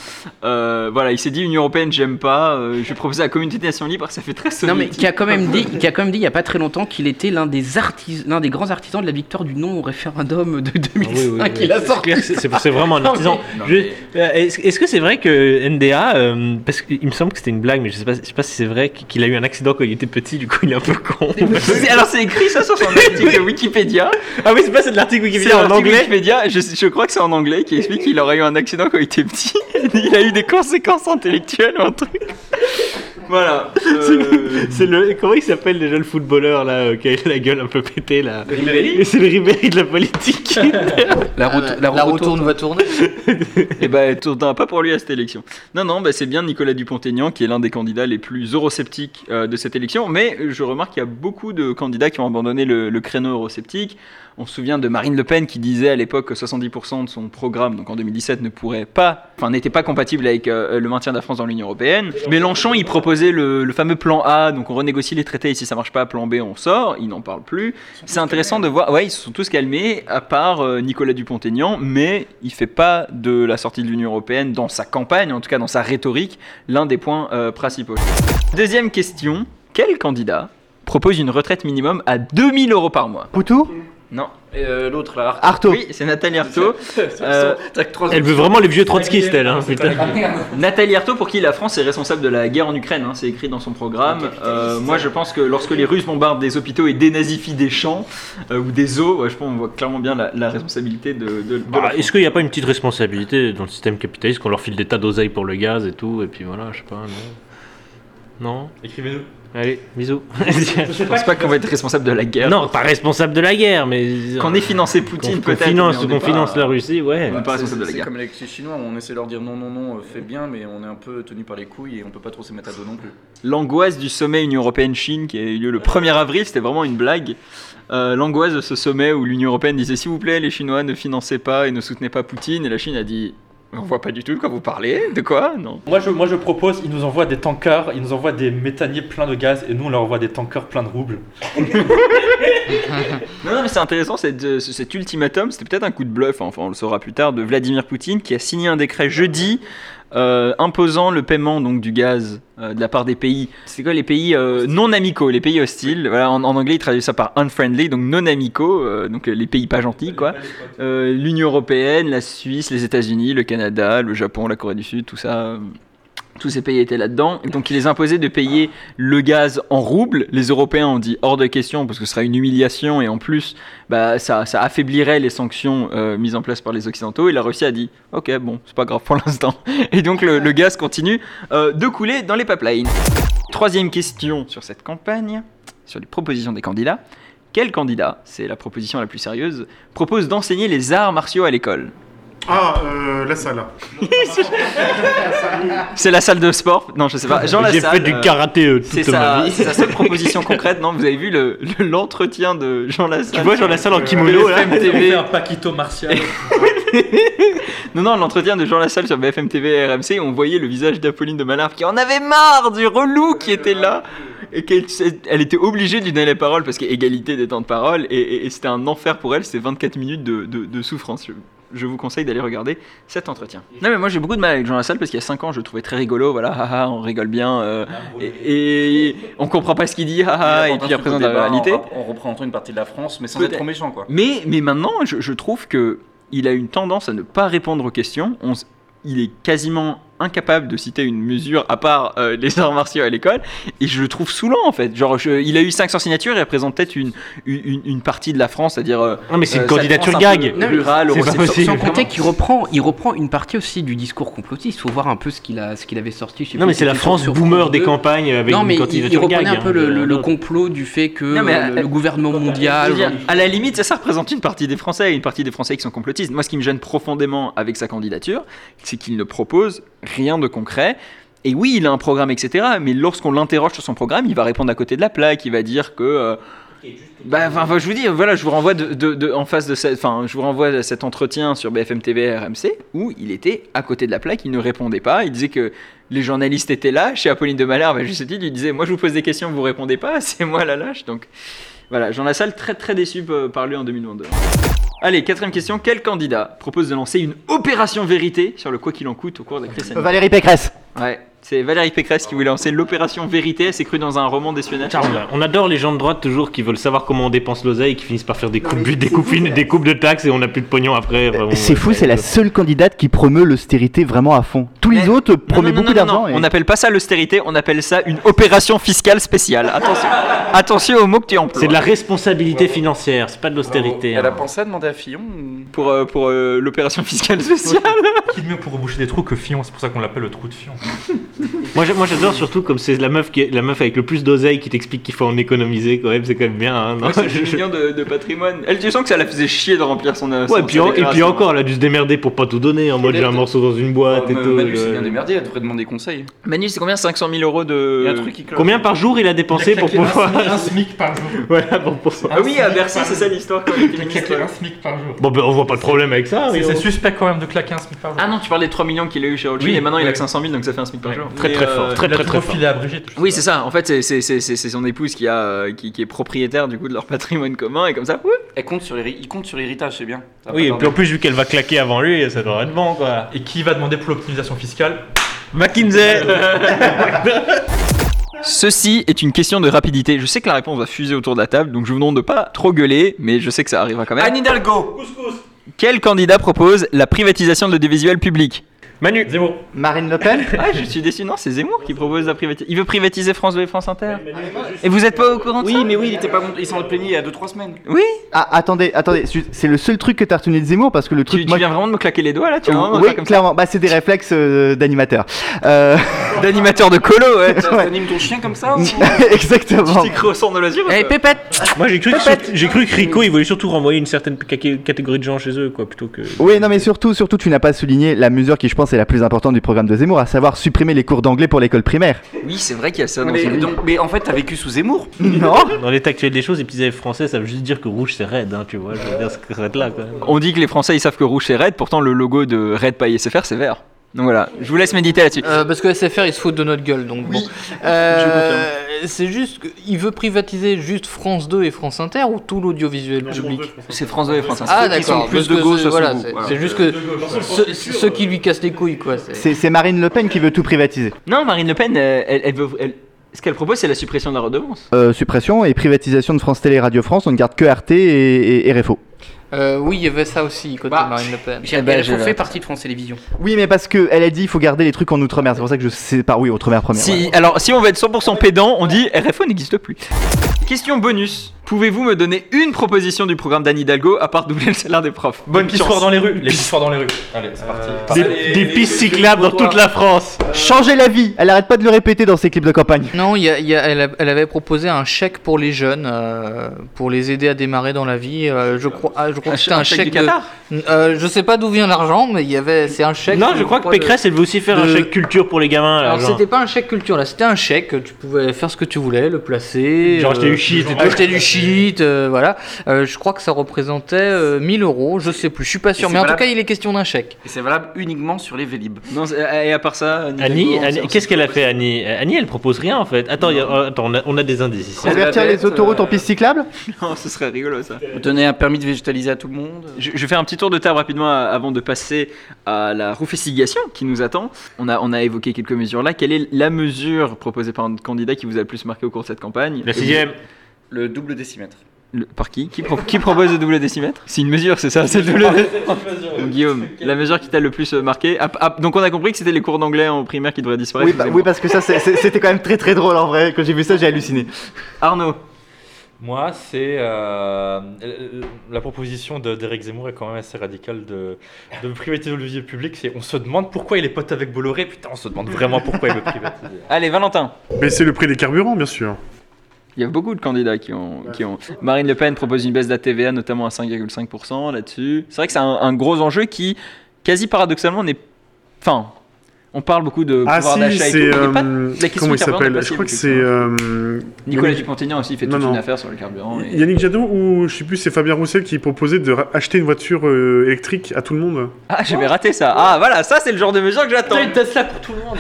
Euh, voilà, il s'est dit Union européenne, j'aime pas. euh, je vais proposer à la communauté des nations libres, ça fait très
Non mais
soviétique.
qui a quand même dit, qui a quand même dit il y a pas très longtemps qu'il était l'un des artisans, l'un des grands artisans de la victoire du non au référendum de
Ah
2005. Il a sorti.
C'est- C'est c'est vraiment un artisan.
mais-
Je- euh, Est-ce est-ce que c'est vrai que NDA, euh, parce qu'il me semble que c'était une blague, mais je sais pas, je sais pas si c'est vrai qu'il a eu un accident quand il était petit, du coup il est un peu con.
C'est- Alors c'est écrit ça sur son article de Wikipédia.
ah oui, c'est pas c'est de l'article
C'est
Wikipédia
un
en
article
anglais.
Wikipédia, je, je crois que c'est en anglais qui explique qu'il aurait eu un accident quand il était petit. il a eu des conséquences intellectuelles ou un truc. Voilà. euh,
C'est le comment il s'appelle déjà le footballeur là euh, qui a la gueule un peu pétée là. Ribéry. C'est le Ribéry de la politique.
La, route-
Bah,
la route-
retourne va tourner.
Et bah, tournera pas pour lui à cette élection. Non, non, bah, c'est bien Nicolas Dupont-Aignan qui est l'un des candidats les plus eurosceptiques euh, de cette élection. Mais je remarque qu'il y a beaucoup de candidats qui ont abandonné le, le créneau eurosceptique. On se souvient de Marine Le Pen qui disait à l'époque que 70% de son programme, donc en 2017, ne pourrait pas, enfin n'était pas compatible avec euh, le maintien de la France dans l'Union européenne. Mélenchon, il proposait le, le fameux plan A, donc on renégocie les traités et si ça marche pas, plan B, on sort. Il n'en parle plus. C'est intéressant de voir. Ouais, ils se sont tous calmés, à part euh, Nicolas Dupont-Aignan, mais il fait pas de la sortie de l'Union européenne dans sa campagne, en tout cas dans sa rhétorique, l'un des points euh, principaux. Deuxième question quel candidat propose une retraite minimum à 2000 euros par mois
Poutou
Non.
Euh, L'autre là,
Arto
Oui, c'est Nathalie Arthaud. Euh,
T'as que trois
Elle veut vraiment les vieux trotskistes, elle, hein, putain.
Nathalie Arthaud, pour qui la France est responsable de la guerre en Ukraine, hein, c'est écrit dans son programme. Euh, moi, je pense que lorsque les Russes bombardent des hôpitaux et dénazifient des champs euh, ou des eaux, ouais, je pense qu'on voit clairement bien la, la responsabilité de, de- de la
Bah,
France.
Est-ce qu'il n'y a pas une petite responsabilité dans le système capitaliste qu'on leur file des tas d'oseilles pour le gaz et tout, et puis voilà, je sais pas, non Non
Écrivez-nous.
Allez, bisous.
Je pense pas qu'on va être responsable de la guerre.
non, pas responsable de la guerre, mais.
Qu'on ait financé Poutine,
Qu'on- qu'on
peut-être.
finance,
mais on
qu'on
n'est pas-
finance la Russie, ouais.
On n'est pas responsable de la
C'est
guerre.
comme les Chinois, on essaie de leur dire non, non, non, euh, fais bien, mais on est un peu tenu par les couilles et on peut pas trop se mettre à dos non plus.
L'angoisse du sommet Union Européenne-Chine qui a eu lieu le 1er avril, c'était vraiment une blague. Euh, L'angoisse de ce sommet où l'Union Européenne disait s'il vous plaît les Chinois ne financez pas et ne soutenez pas Poutine et la Chine a dit on voit pas du tout de quoi vous parlez, de quoi Non.
Moi je, moi je propose, ils nous envoient des tankers, ils nous envoient des méthaniers pleins de gaz et nous on leur envoie des tankers pleins de roubles.
Non, non, mais c'est intéressant cette, euh, ce- cet ultimatum, c'était peut-être un coup de bluff, hein, enfin on le saura plus tard, de Vladimir Poutine qui a signé un décret jeudi euh, imposant le paiement donc du gaz euh, de la part des pays. C'est quoi les pays euh, non amicaux, les pays hostiles. Voilà, en, en anglais ils traduisent ça par unfriendly, donc non amicaux, euh, donc les pays pas gentils quoi. Euh, L'Union européenne, la Suisse, les États-Unis, le Canada, le Japon, la Corée du Sud, tout ça. euh, tous ces pays étaient là-dedans. Et Donc il les imposait de payer le gaz en roubles. Les Européens ont dit hors de question parce que ce serait une humiliation et en plus bah, ça, ça affaiblirait les sanctions euh, mises en place par les Occidentaux. Et la Russie a dit ok bon c'est pas grave pour l'instant. Et donc le, le gaz continue euh, de couler dans les pipelines. Troisième question sur cette campagne, sur les propositions des candidats. Quel candidat, c'est la proposition la plus sérieuse, propose d'enseigner les arts martiaux à l'école
Ah, euh, la salle là.
C'est la salle de sport Non, je sais pas. Jean
J'ai
Lassalle,
fait du
euh,
karaté euh,
C'est
toute ma
sa,
vie.
c'est sa seule proposition concrète, non Vous avez vu le- le- l'entretien de Jean Lassalle
Tu vois, j'en ai ça dans le kimono, là.
BFM
On fait
TV.
un paquito martial.
Non, non, l'entretien de Jean Lassalle sur BFM TV et RMC, on voyait le visage d'Apolline de Malherbe qui en avait marre du relou qui était là. Et qu'elle elle était obligée de lui donner la parole parce qu'égalité des temps de parole. Et, et- et c'était un enfer pour elle, c'était 24 minutes de, de- de souffrance. Je, je vous conseille d'aller regarder cet entretien. Non, mais moi j'ai beaucoup de mal avec Jean Lassalle parce qu'il y a 5 ans, je le trouvais très rigolo. Voilà, haha, on rigole bien. euh, et, et on comprend pas ce qu'il dit, haha, et puis Ah,
après
il représente la réalité.
On représente une partie de la France, mais sans
Peut-être.
être trop méchant quoi.
Mais, mais maintenant, je, je trouve que il a une tendance à ne pas répondre aux questions. On s- il est quasiment incapable de citer une mesure à part euh, les arts martiaux à l'école. Et je le trouve saoulant, en fait. Genre, je- il a eu 500 signatures et représente peut-être une, une, une- une partie de la France, c'est-à-dire... euh,
Non, mais c'est une
euh,
candidature
cette France un
gag.
peu Rurale,
C'est pas
eurocentrisme.
possible.
Sans
Sans
compter
Comptez qu'il reprend, il reprend une partie aussi du discours complotiste. Il faut voir un peu ce qu'il a, ce qu'il avait sorti. je sais
Non,
plus,
mais c'est la
c'était
France
sur- sur
boomer
France
des
deux.
campagnes avec
Non, mais
une
il, il
candidature
reprenait
gag.
un peu
hein,
le, le- le
l'autre.
complot du fait que
Non, mais,
euh, le,
euh,
le gouvernement
Je
mondial.
veux dire, à la limite, ça, ça représente une partie des Français et une partie des Français qui sont complotistes. Moi, ce qui me gêne profondément avec sa candidature, c'est qu'il ne propose rien de concret. Et oui, il a un programme, etc. Mais lorsqu'on l'interroge sur son programme, il va répondre à côté de la plaque, il va dire que. euh, bah, enfin, enfin, je vous dis, voilà, je vous renvoie de, de- de- en face de cette, enfin, je vous renvoie à cet entretien sur BFM TV et RMC où il était à côté de la plaque, il ne répondait pas, il disait que les journalistes étaient là, chez Apolline de Malherbe, à juste titre, il disait, moi je vous pose des questions, vous répondez pas, c'est moi la lâche, donc voilà, Jean Lassalle, très très déçu euh, par lui en 2022. Allez, quatrième question. Quel candidat propose de lancer une opération vérité sur le quoi qu'il en coûte au cours de la crise sanitaire
Euh, Valérie Pécresse.
Ouais, c'est Valérie Pécresse qui voulait lancer l'opération vérité. Elle s'est crue dans un roman d'espionnage.
Putain, on a- On adore les gens de droite toujours qui veulent savoir comment on dépense l'oseille et qui finissent par faire des coupes, des, coupes, des coupes de taxes et on n'a plus de pognon après. vraiment.
C'est fou, c'est la seule candidate qui promeut l'austérité vraiment à fond. Tous les
Mais-
autres
Non,
promet
non, non,
beaucoup
non, non,
d'argent.
non,
et-
On n'appelle pas ça l'austérité, on appelle ça une opération fiscale spéciale. Attention, attention aux mots que tu emploies.
C'est de la responsabilité financière, c'est pas de l'austérité.
Elle a
hein.
pensé à demander à Fillon ou-
pour, euh, pour euh, l'opération fiscale spéciale.
Qui de mieux pour reboucher des trous que Fillon C'est pour ça qu'on l'appelle le trou de Fillon.
Moi, j'a- moi, j'adore surtout comme c'est la meuf, qui est- la meuf avec le plus d'oseille qui t'explique qu'il faut en économiser quand même, c'est quand même bien. hein, non
Ouais, c'est
Je- je-
une union de, de patrimoine. Elle, tu sens que ça la faisait chier de remplir son. euh,
Ouais,
son-
puis
sa
en- et puis
déclaration.
encore, elle a dû se démerder pour pas tout donner. En mode, j'ai un morceau dans une boîte et
Euh,
tout.
Manu s'est
je-
bien démerdé, elle devrait demander conseil.
Manu, c'est combien 500 000 euros de.
Il y a un truc qui cloche.
Combien par jour il a dépensé pour
claqué un
pouvoir.
SMIC- Un SMIC par jour.
voilà, pour pouvoir-
Ah oui, à Bercy, c'est ça l'histoire quand il était
Il a
ministre.
claqué un SMIC par jour.
Bon, ben on voit pas de problème avec ça.
C'est
mais
c'est
on-
suspect quand même de claquer un SMIC par jour.
Ah non, tu parlais de 3 millions qu'il a eu chez Rothschild
Oui,
et maintenant il a
oui.
que 500 000 donc ça fait un SMIC par jour.
Très,
Mais,
très
euh,
fort, très
Il a
très
tout
très fort.
refilé à Brigitte. je sais
Oui,
pas.
c'est ça. En fait, c'est- c'est c'est- c'est- c'est son épouse qui, a, euh, qui, qui est propriétaire du coup de leur patrimoine commun et comme ça. ouh.
Elle compte sur l'héri- Il compte sur l'héritage, c'est bien. Ça va
Oui, et
pas
puis en plus, vu qu'elle va claquer avant lui, ça devrait être bon quoi.
Et qui va demander pour l'optimisation fiscale
McKinsey
Ceci est une question de rapidité. Je sais que la réponse va fuser autour de la table, donc je vous demande de pas trop gueuler, mais je sais que ça arrivera quand même.
Anne Hidalgo
Quel candidat propose la privatisation de l'audiovisuel public
Manu
Zemmour.
Marine Le Pen
Ah, je suis déçu. Non, c'est Zemmour qui propose la privatisation. Il veut privatiser France 2 et France Inter. Et vous êtes pas au courant de ça
Oui, mais oui, il était pas bon- il s'en plaignait il y a 2-3 semaines.
Oui
Ah, attendez, attendez, c'est le seul truc que t'as retenu de Zemmour parce que le
tu,
truc.
tu
moi-
viens vraiment de me claquer les doigts là Tu vois, vraiment,
oui,
faire comme ça
clairement, bah, c'est des réflexes euh, d'animateur. Euh,
D'animateur de colo, ouais.
Tu animes ton chien comme
Oh.
ça ou-
Exactement.
Petit croissant dans l'azur.
Eh,
ça.
pépette
Moi j'ai cru, que, j'ai cru que Rico il voulait surtout renvoyer une certaine ca- catégorie de gens chez eux quoi plutôt que.
Oui, non, mais surtout, surtout, tu n'as pas souligné la mesure qui, je pense, est la plus importante du programme de Zemmour, à savoir supprimer les cours d'anglais pour l'école primaire.
Oui, c'est vrai qu'il y a ça dans
mais,
son-
donc- mais en fait, t'as vécu sous Zemmour
Non
Dans l'état actuel des choses, les petits élèves français ça veut juste dire que rouge c'est raide, hein, tu vois. Je veux dire ce que ça va être là quoi.
On dit que les Français ils savent que rouge c'est raide, pourtant le logo de Red Paille SFR c'est vert. Donc voilà, je vous laisse méditer là-dessus.
Euh, parce que SFR ils se foutent de notre gueule donc bon. Euh, c'est juste qu'il veut privatiser juste France 2 et France Inter ou tout l'audiovisuel public
C'est France 2 et France 1.
Ah
Ceux qui
d'accord,
sont plus
parce
de
que
gauche,
c'est-
ça,
voilà,
c'est vous.
c'est
Voilà.
c'est juste que ceux, ceux
euh,
qui lui cassent les couilles quoi.
Euh.
c'est-
C'est c'est Marine Le Pen qui veut tout privatiser.
Non, Marine Le Pen, euh, elle, elle veut- elle- ce qu'elle propose c'est la suppression de la redevance.
Euh, suppression et privatisation de France Télé et Radio France, on ne garde que RT et, et RFO.
Euh, oui, il y avait ça aussi côté
Bah,
Marine Le Pen.
J'ai
Eh ben,
elle
je-
fait partie de France Télévisions.
Oui, mais parce que elle a dit il faut garder les trucs en Outre-mer, c'est pour ça que je sépare, oui, Outre-mer première.
Si,
ouais.
Alors si on veut être 100% pédant, on dit RFO n'existe plus. Question bonus. Pouvez-vous me donner une proposition du programme d'Anne Hidalgo à part doubler le salaire des profs
Bonne petite soirée dans les rues. Les petites soirs dans les rues. Allez, c'est parti.
Des, des pistes cyclables dans toute la France
Changer la vie Elle arrête pas de le répéter dans ses clips de campagne.
Non, il y a- il y a- elle, a- elle avait proposé un chèque pour les jeunes, euh, pour les aider à démarrer dans la vie. euh, je crois, ah, je crois que c'était un, chèque,
du
de-
Qatar
Euh, je sais pas d'où vient l'argent, mais il y avait, c'est un chèque.
Non, je crois que
de-
Pécresse elle veut aussi faire un
de-
chèque culture pour les gamins là.
Alors
genre.
c'était pas un chèque culture là, c'était un chèque. Tu pouvais faire ce que tu voulais, le placer.
Genre
euh,
acheter du shit et tout.
Acheter du shit, euh, voilà. Euh, je crois que ça représentait euh, 1000 euros, je sais plus, je suis pas sûr,
c'est
mais en
valable.
tout cas il est question d'un chèque.
Et c'est valable uniquement sur les Vélib.
Non, c'est- et à part ça, Anne
Annie,
Hidalgo, on
Annie-
sait- on
qu'est-ce
sait
qu'elle a
pas.
fait Annie Annie elle propose rien en fait. Attends, il y a- euh, attends on, a, on a des indices ici.
Convertir les
bête,
autoroutes
euh,
en pistes cyclables
Non, ce serait rigolo ça.
Donner un permis de végétaliser à tout le monde
Je, je vais faire un petit tour de table rapidement euh, avant de passer à la roufestigation qui nous attend. On a, on a évoqué quelques mesures là. Quelle est la mesure proposée par un candidat qui vous a le plus marqué au cours de cette campagne
La sixième.
Le double décimètre.
Le- Par qui qui, pro- qui propose le double décimètre C'est une mesure, c'est ça C'est le double décimètre. Guillaume, la mesure qui t'a le plus euh, marqué. Ah, ah, donc on a compris que c'était les cours d'anglais en primaire qui devraient disparaître.
oui, bah- oui, parce que ça, c'est- c'est- c'était quand même très très drôle en vrai. Quand j'ai vu ça, j'ai halluciné.
Arnaud,
Moi, c'est. euh, euh, la proposition de- d'Éric Zemmour est quand même assez radicale de, de privatiser le levier public. C'est, on se demande pourquoi il est pote avec Bolloré. Putain, on se demande vraiment pourquoi il veut privatiser.
allez Valentin.
Baisser le prix des carburants, bien sûr.
Il y a beaucoup de candidats qui ont, qui ont. Marine Le Pen propose une baisse de la TVA, notamment à 5,5% là-dessus. C'est vrai que c'est un, un gros enjeu qui, quasi paradoxalement, n'est. Enfin, on parle beaucoup de pouvoir
Ah si,
d'achat et tout.
c'est...
mais
euh,
pas- la question
comment il
du carburant n'est pas
s'appelle
si
Je crois
évoquée,
que c'est...
ça.
euh,
Nicolas
Yannick-
Dupont-Aignan aussi fait
Non,
toute
non.
une affaire sur le carburant. et-
Yannick Jadot ou je sais plus, c'est Fabien Roussel qui proposait de ra- acheter une voiture euh, électrique à tout le monde.
Ah, j'avais raté ça. Ah, voilà, ça c'est le genre de mesure que j'attends.
Tesla pour tout le monde.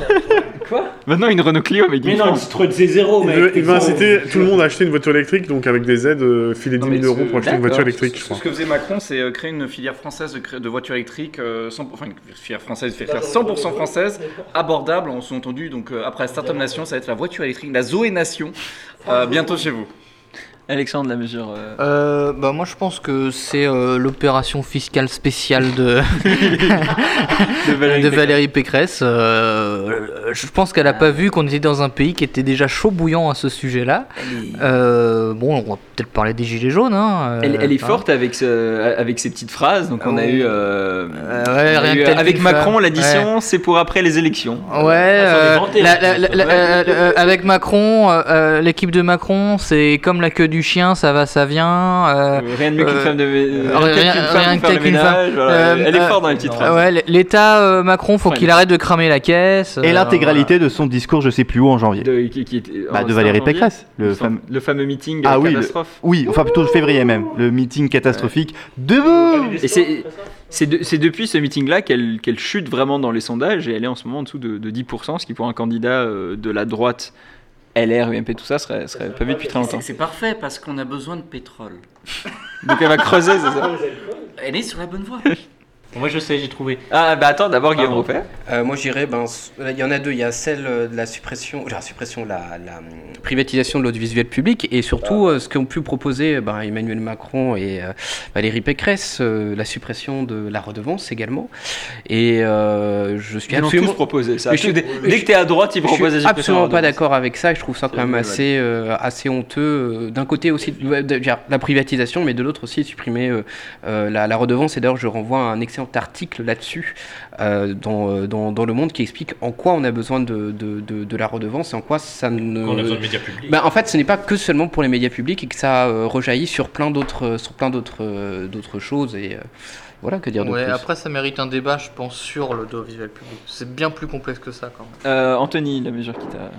Maintenant, une Renault Clio avec
Mais
une
non, c'est trop de zéro,
Il
mec.
veut, il veut inciter tout le monde à acheter une voiture électrique, donc avec des aides, euh, filer 10 000 euros pour acheter une voiture électrique, je
Ce,
crois.
ce que faisait Macron, c'est euh, créer une filière française de, cré- de voitures électriques, euh, 100 enfin une filière française, une filière 100% française, abordable, on s'est entendu. Donc euh, après la Startup Nation, ça va être la voiture électrique, la Zoé Nation, euh, bientôt chez vous.
Alexandre, la mesure. euh,
Euh, bah moi je pense que c'est euh, l'opération fiscale spéciale de,
de Valérie
de
Pécresse.
Valérie Pécresse. Euh, je pense qu'elle a pas vu qu'on était dans un pays qui était déjà chaud bouillant à ce sujet-là. Euh, bon, on va peut-être parler des gilets jaunes. Hein, euh,
Elle, elle est
hein.
forte avec, ce- avec ses petites phrases. Donc, on a
Oh.
eu. euh,
Euh,
on a
ouais, rien
eu,
que
euh,
tel
avec
qu'une
Macron,
femme.
l'addition, c'est pour après les hein, élections.
Ouais, euh, la- la- la- la- euh, euh, avec Macron, euh, euh, l'équipe de Macron, c'est comme la queue du chien, ça va, ça vient. euh,
Euh, Rien de mieux qu'une
euh,
femme de. euh,
rien-
qu'une femme
rien
pour
que
faire le
qu'une femme.
ménage, voilà.
Euh,
Elle est
euh,
forte dans les petites
Ah
phrases.
ouais, l- l'État euh, Macron, faut
Ouais.
qu'il arrête de cramer la caisse.
Et
euh,
l'intégralité de son discours, je sais plus où, en janvier.
De, qui- qui était-
Bah,
en-
de
c'était
Valérie
en janvier
Pécresse, le
Il me semble.
fameux.
le fameux meeting
Ah
euh,
oui, le-
catastrophe.
Oui, enfin plutôt février même, le meeting catastrophique de.
Et c'est c'est de- c'est depuis ce meeting-là qu'elle qu'elle chute vraiment dans les sondages et elle est en ce moment en dessous de, de 10%, ce qui pour un candidat euh, de la droite, LR, UMP, tout ça, serait, serait pas vu depuis très longtemps.
C'est parfait parce qu'on a besoin de pétrole.
Donc elle va creuser, c'est ça
Elle est sur la bonne voie.
Moi, je sais, j'ai trouvé.
Ah bah attends, d'abord Guillaume
Pardon.
Roffet.
Euh, moi, j'irais, ben, s- euh, il y en a deux. Il y a celle euh, de la suppression, la suppression, la, la, hum, privatisation de l'audiovisuel public, et surtout euh, ce qu'ont pu proposer euh, ben, Emmanuel Macron et euh, Valérie Pécresse, euh, la suppression de la redevance également. Et euh, je suis
Ils l'ont tous
absolument
proposé ça.
Mais je suis-
Dès,
mais
dès
je-
que t'es à droite, ils
je suis
proposent des
absolument pas d'accord avec ça. et Je trouve ça
C'est
quand même
vrai,
assez, euh, assez honteux. euh, D'un côté aussi de- de- de- la privatisation, mais de l'autre aussi supprimer euh, euh, la, la redevance. Et d'ailleurs, je renvoie à un excellent article là-dessus euh, dans, euh, dans, dans Le Monde qui explique en quoi on a besoin de, de, de, de la redevance et en quoi ça ne.
On a besoin de médias publics.
Bah, en fait, ce n'est pas que seulement pour les médias publics et que ça euh, rejaillit sur plein d'autres euh, sur plein d'autres euh, d'autres choses et euh, voilà que dire de
Ouais,
plus.
après ça mérite un débat, je pense, sur l'audiovisuel public. C'est bien plus complexe que ça quand même.
Euh, Anthony, la mesure qui t'a...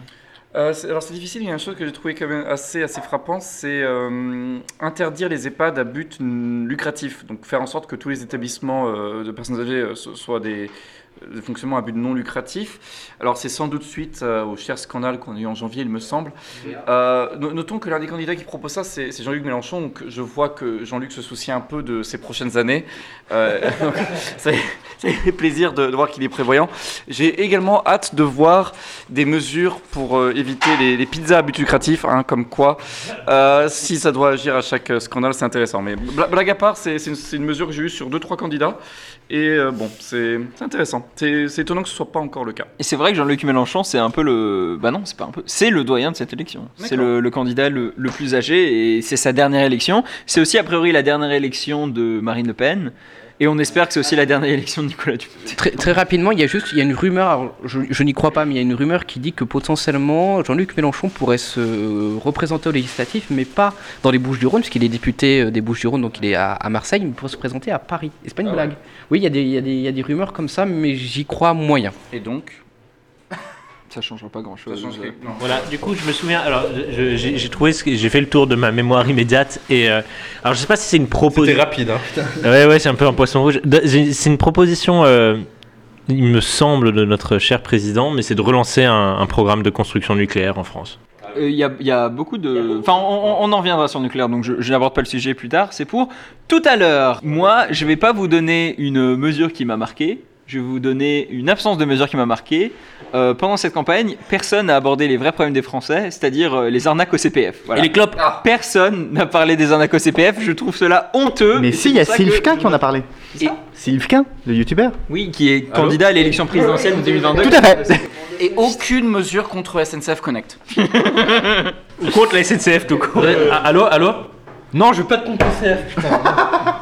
Euh, c'est- alors c'est difficile, il y a une chose que j'ai trouvé quand même assez, assez frappant, c'est euh, interdire les EHPAD à but mm, lucratif. Donc faire en sorte que tous les établissements euh, de personnes âgées euh, so- soient des, des fonctionnements à but non lucratif. Alors c'est sans doute suite euh, au cher scandale qu'on a eu en janvier, il me semble. Euh, no- notons que l'un des candidats qui propose ça, c'est c'est Jean-Luc Mélenchon. Donc je vois que Jean-Luc se soucie un peu de ses prochaines années. Euh, donc, ça ça fait plaisir de, de voir qu'il est prévoyant. J'ai également hâte de voir des mesures pour euh, éviter les, les pizzas à but lucratif, hein, comme quoi, euh, si ça doit agir à chaque euh, scandale, c'est intéressant. Mais bla- blague à part, c'est c'est une, c'est une mesure que j'ai eue sur 2-3 candidats, et euh, bon, c'est c'est intéressant. C'est c'est étonnant que ce soit pas encore le cas.
Et c'est vrai que Jean-Luc Mélenchon, c'est un peu le... Bah non, c'est pas un peu... C'est le doyen de cette élection. C'est le, le candidat le, le plus âgé et c'est sa dernière élection. C'est aussi a priori la dernière élection de Marine Le Pen. Et on espère que c'est aussi la dernière élection de Nicolas Dupont.
Très, très rapidement, il y a juste il y a une rumeur, alors, je, je n'y crois pas, mais il y a une rumeur qui dit que potentiellement Jean-Luc Mélenchon pourrait se euh, représenter au législatif, mais pas dans les Bouches-du-Rhône, puisqu'il est député euh, des Bouches-du-Rhône, donc il est à, à Marseille, mais pourrait se présenter à Paris. Et C'est pas une
Ah ouais.
blague. Oui, il y, a des, il, y a des, il y a des rumeurs comme ça, mais j'y crois moyen.
Et donc,
Ça changera pas
ça
grand-chose.
change quelque- non.
Voilà, du coup, je me souviens. Alors, je- j'ai j'ai trouvé ce que j'ai fait le tour de ma mémoire immédiate et euh, alors je sais pas si c'est une
C'était
proposition.
rapide, hein.
Ouais, ouais, c'est un peu un poisson rouge. De- j'ai- C'est une proposition, euh, il me semble, de notre cher président, mais c'est de relancer un, un programme de construction nucléaire en France.
Euh, Il y, a, il y a beaucoup de. Enfin, on, on- on en reviendra sur le nucléaire, donc je, je n'aborde pas le sujet plus tard. C'est pour tout à l'heure. Moi, je vais pas vous donner une mesure qui m'a marqué. Je vais vous donner une absence de mesure qui m'a marqué. Euh, pendant cette campagne, personne n'a abordé les vrais problèmes des Français, c'est-à-dire euh, les arnaques au CPF. Voilà.
Et les clopes
Ah.
Personne n'a parlé des arnaques au CPF. Je trouve cela honteux.
Mais
Et
si,
c'est
il y a
pour ça que
Sylvquin
je-
qui en a parlé.
Et-
Sylvquin, le youtubeur.
Oui, qui est candidat à l'élection présidentielle de 2022.
Tout à fait.
Et aucune mesure contre SNCF Connect.
Ou contre la SNCF tout court.
Ah, Allô, allô Non, je veux pas de compte PCF.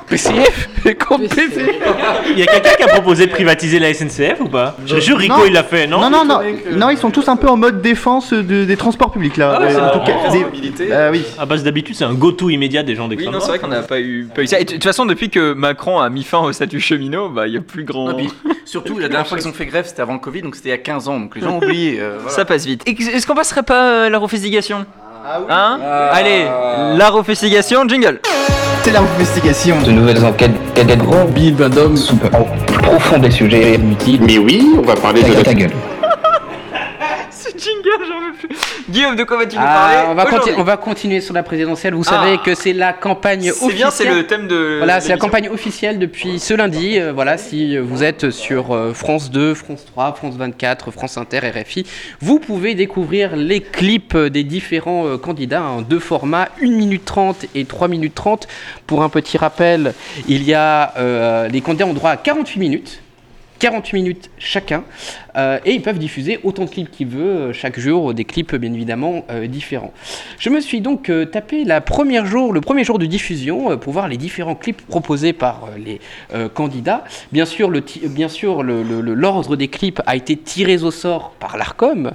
PCF
Il y a quelqu'un qui a proposé de privatiser la SNCF ou pas Je jure, Rico,
Non.
il l'a fait, non
Non, non, non. Non, ils sont tous un peu en mode défense de- des transports publics là. Euh, en tout cas, des- Ah oui.
À base d'habitude, c'est un go-to immédiat des gens
Oui,
d'extrême
non, c'est vrai qu'on n'a pas eu, pas eu ça. Et de toute façon, depuis que Macron a mis fin au statut cheminot, bah, il y a plus grand.
Et puis, surtout, la dernière fois qu'ils ont fait grève, c'était avant le Covid, donc c'était il y a 15 ans, donc les gens ont oublié. euh, voilà.
Ça passe vite. Est-ce qu'on passerait pas à la refestigation
Ah oui.
Hein Allez, la refestigation, jingle
C'est la investigation.
De nouvelles enquêtes cadettes remplies d'un homme en profond des sujets inutiles. Mais oui, on va parler de ta gueule.
Ce jingle j'en veux plus. Guillaume, de quoi vas-tu nous
Ah,
parler
on, va conti-
aujourd'hui
on va continuer sur la présidentielle. Vous
Ah.
savez que c'est la campagne
C'est bien,
officielle.
c'est le thème de
Voilà, c'est la
l'émission.
campagne officielle depuis ce lundi. Euh, voilà, si vous êtes sur euh, France 2, France 3, France 24, France Inter, RFI, vous pouvez découvrir les clips des différents euh, candidats en deux formats, 1 minute 30 et 3 minutes 30. Pour un petit rappel, il y a euh, les candidats ont droit à 48 minutes. 48 minutes chacun euh, et ils peuvent diffuser autant de clips qu'ils veulent euh, chaque jour, des clips bien évidemment euh, différents. Je me suis donc euh, tapé la première jour, le premier jour de diffusion euh, pour voir les différents clips proposés par euh, les euh, candidats. Bien sûr, le ti- bien sûr, le- le- le- l'ordre des clips a été tiré au sort par l'Arcom,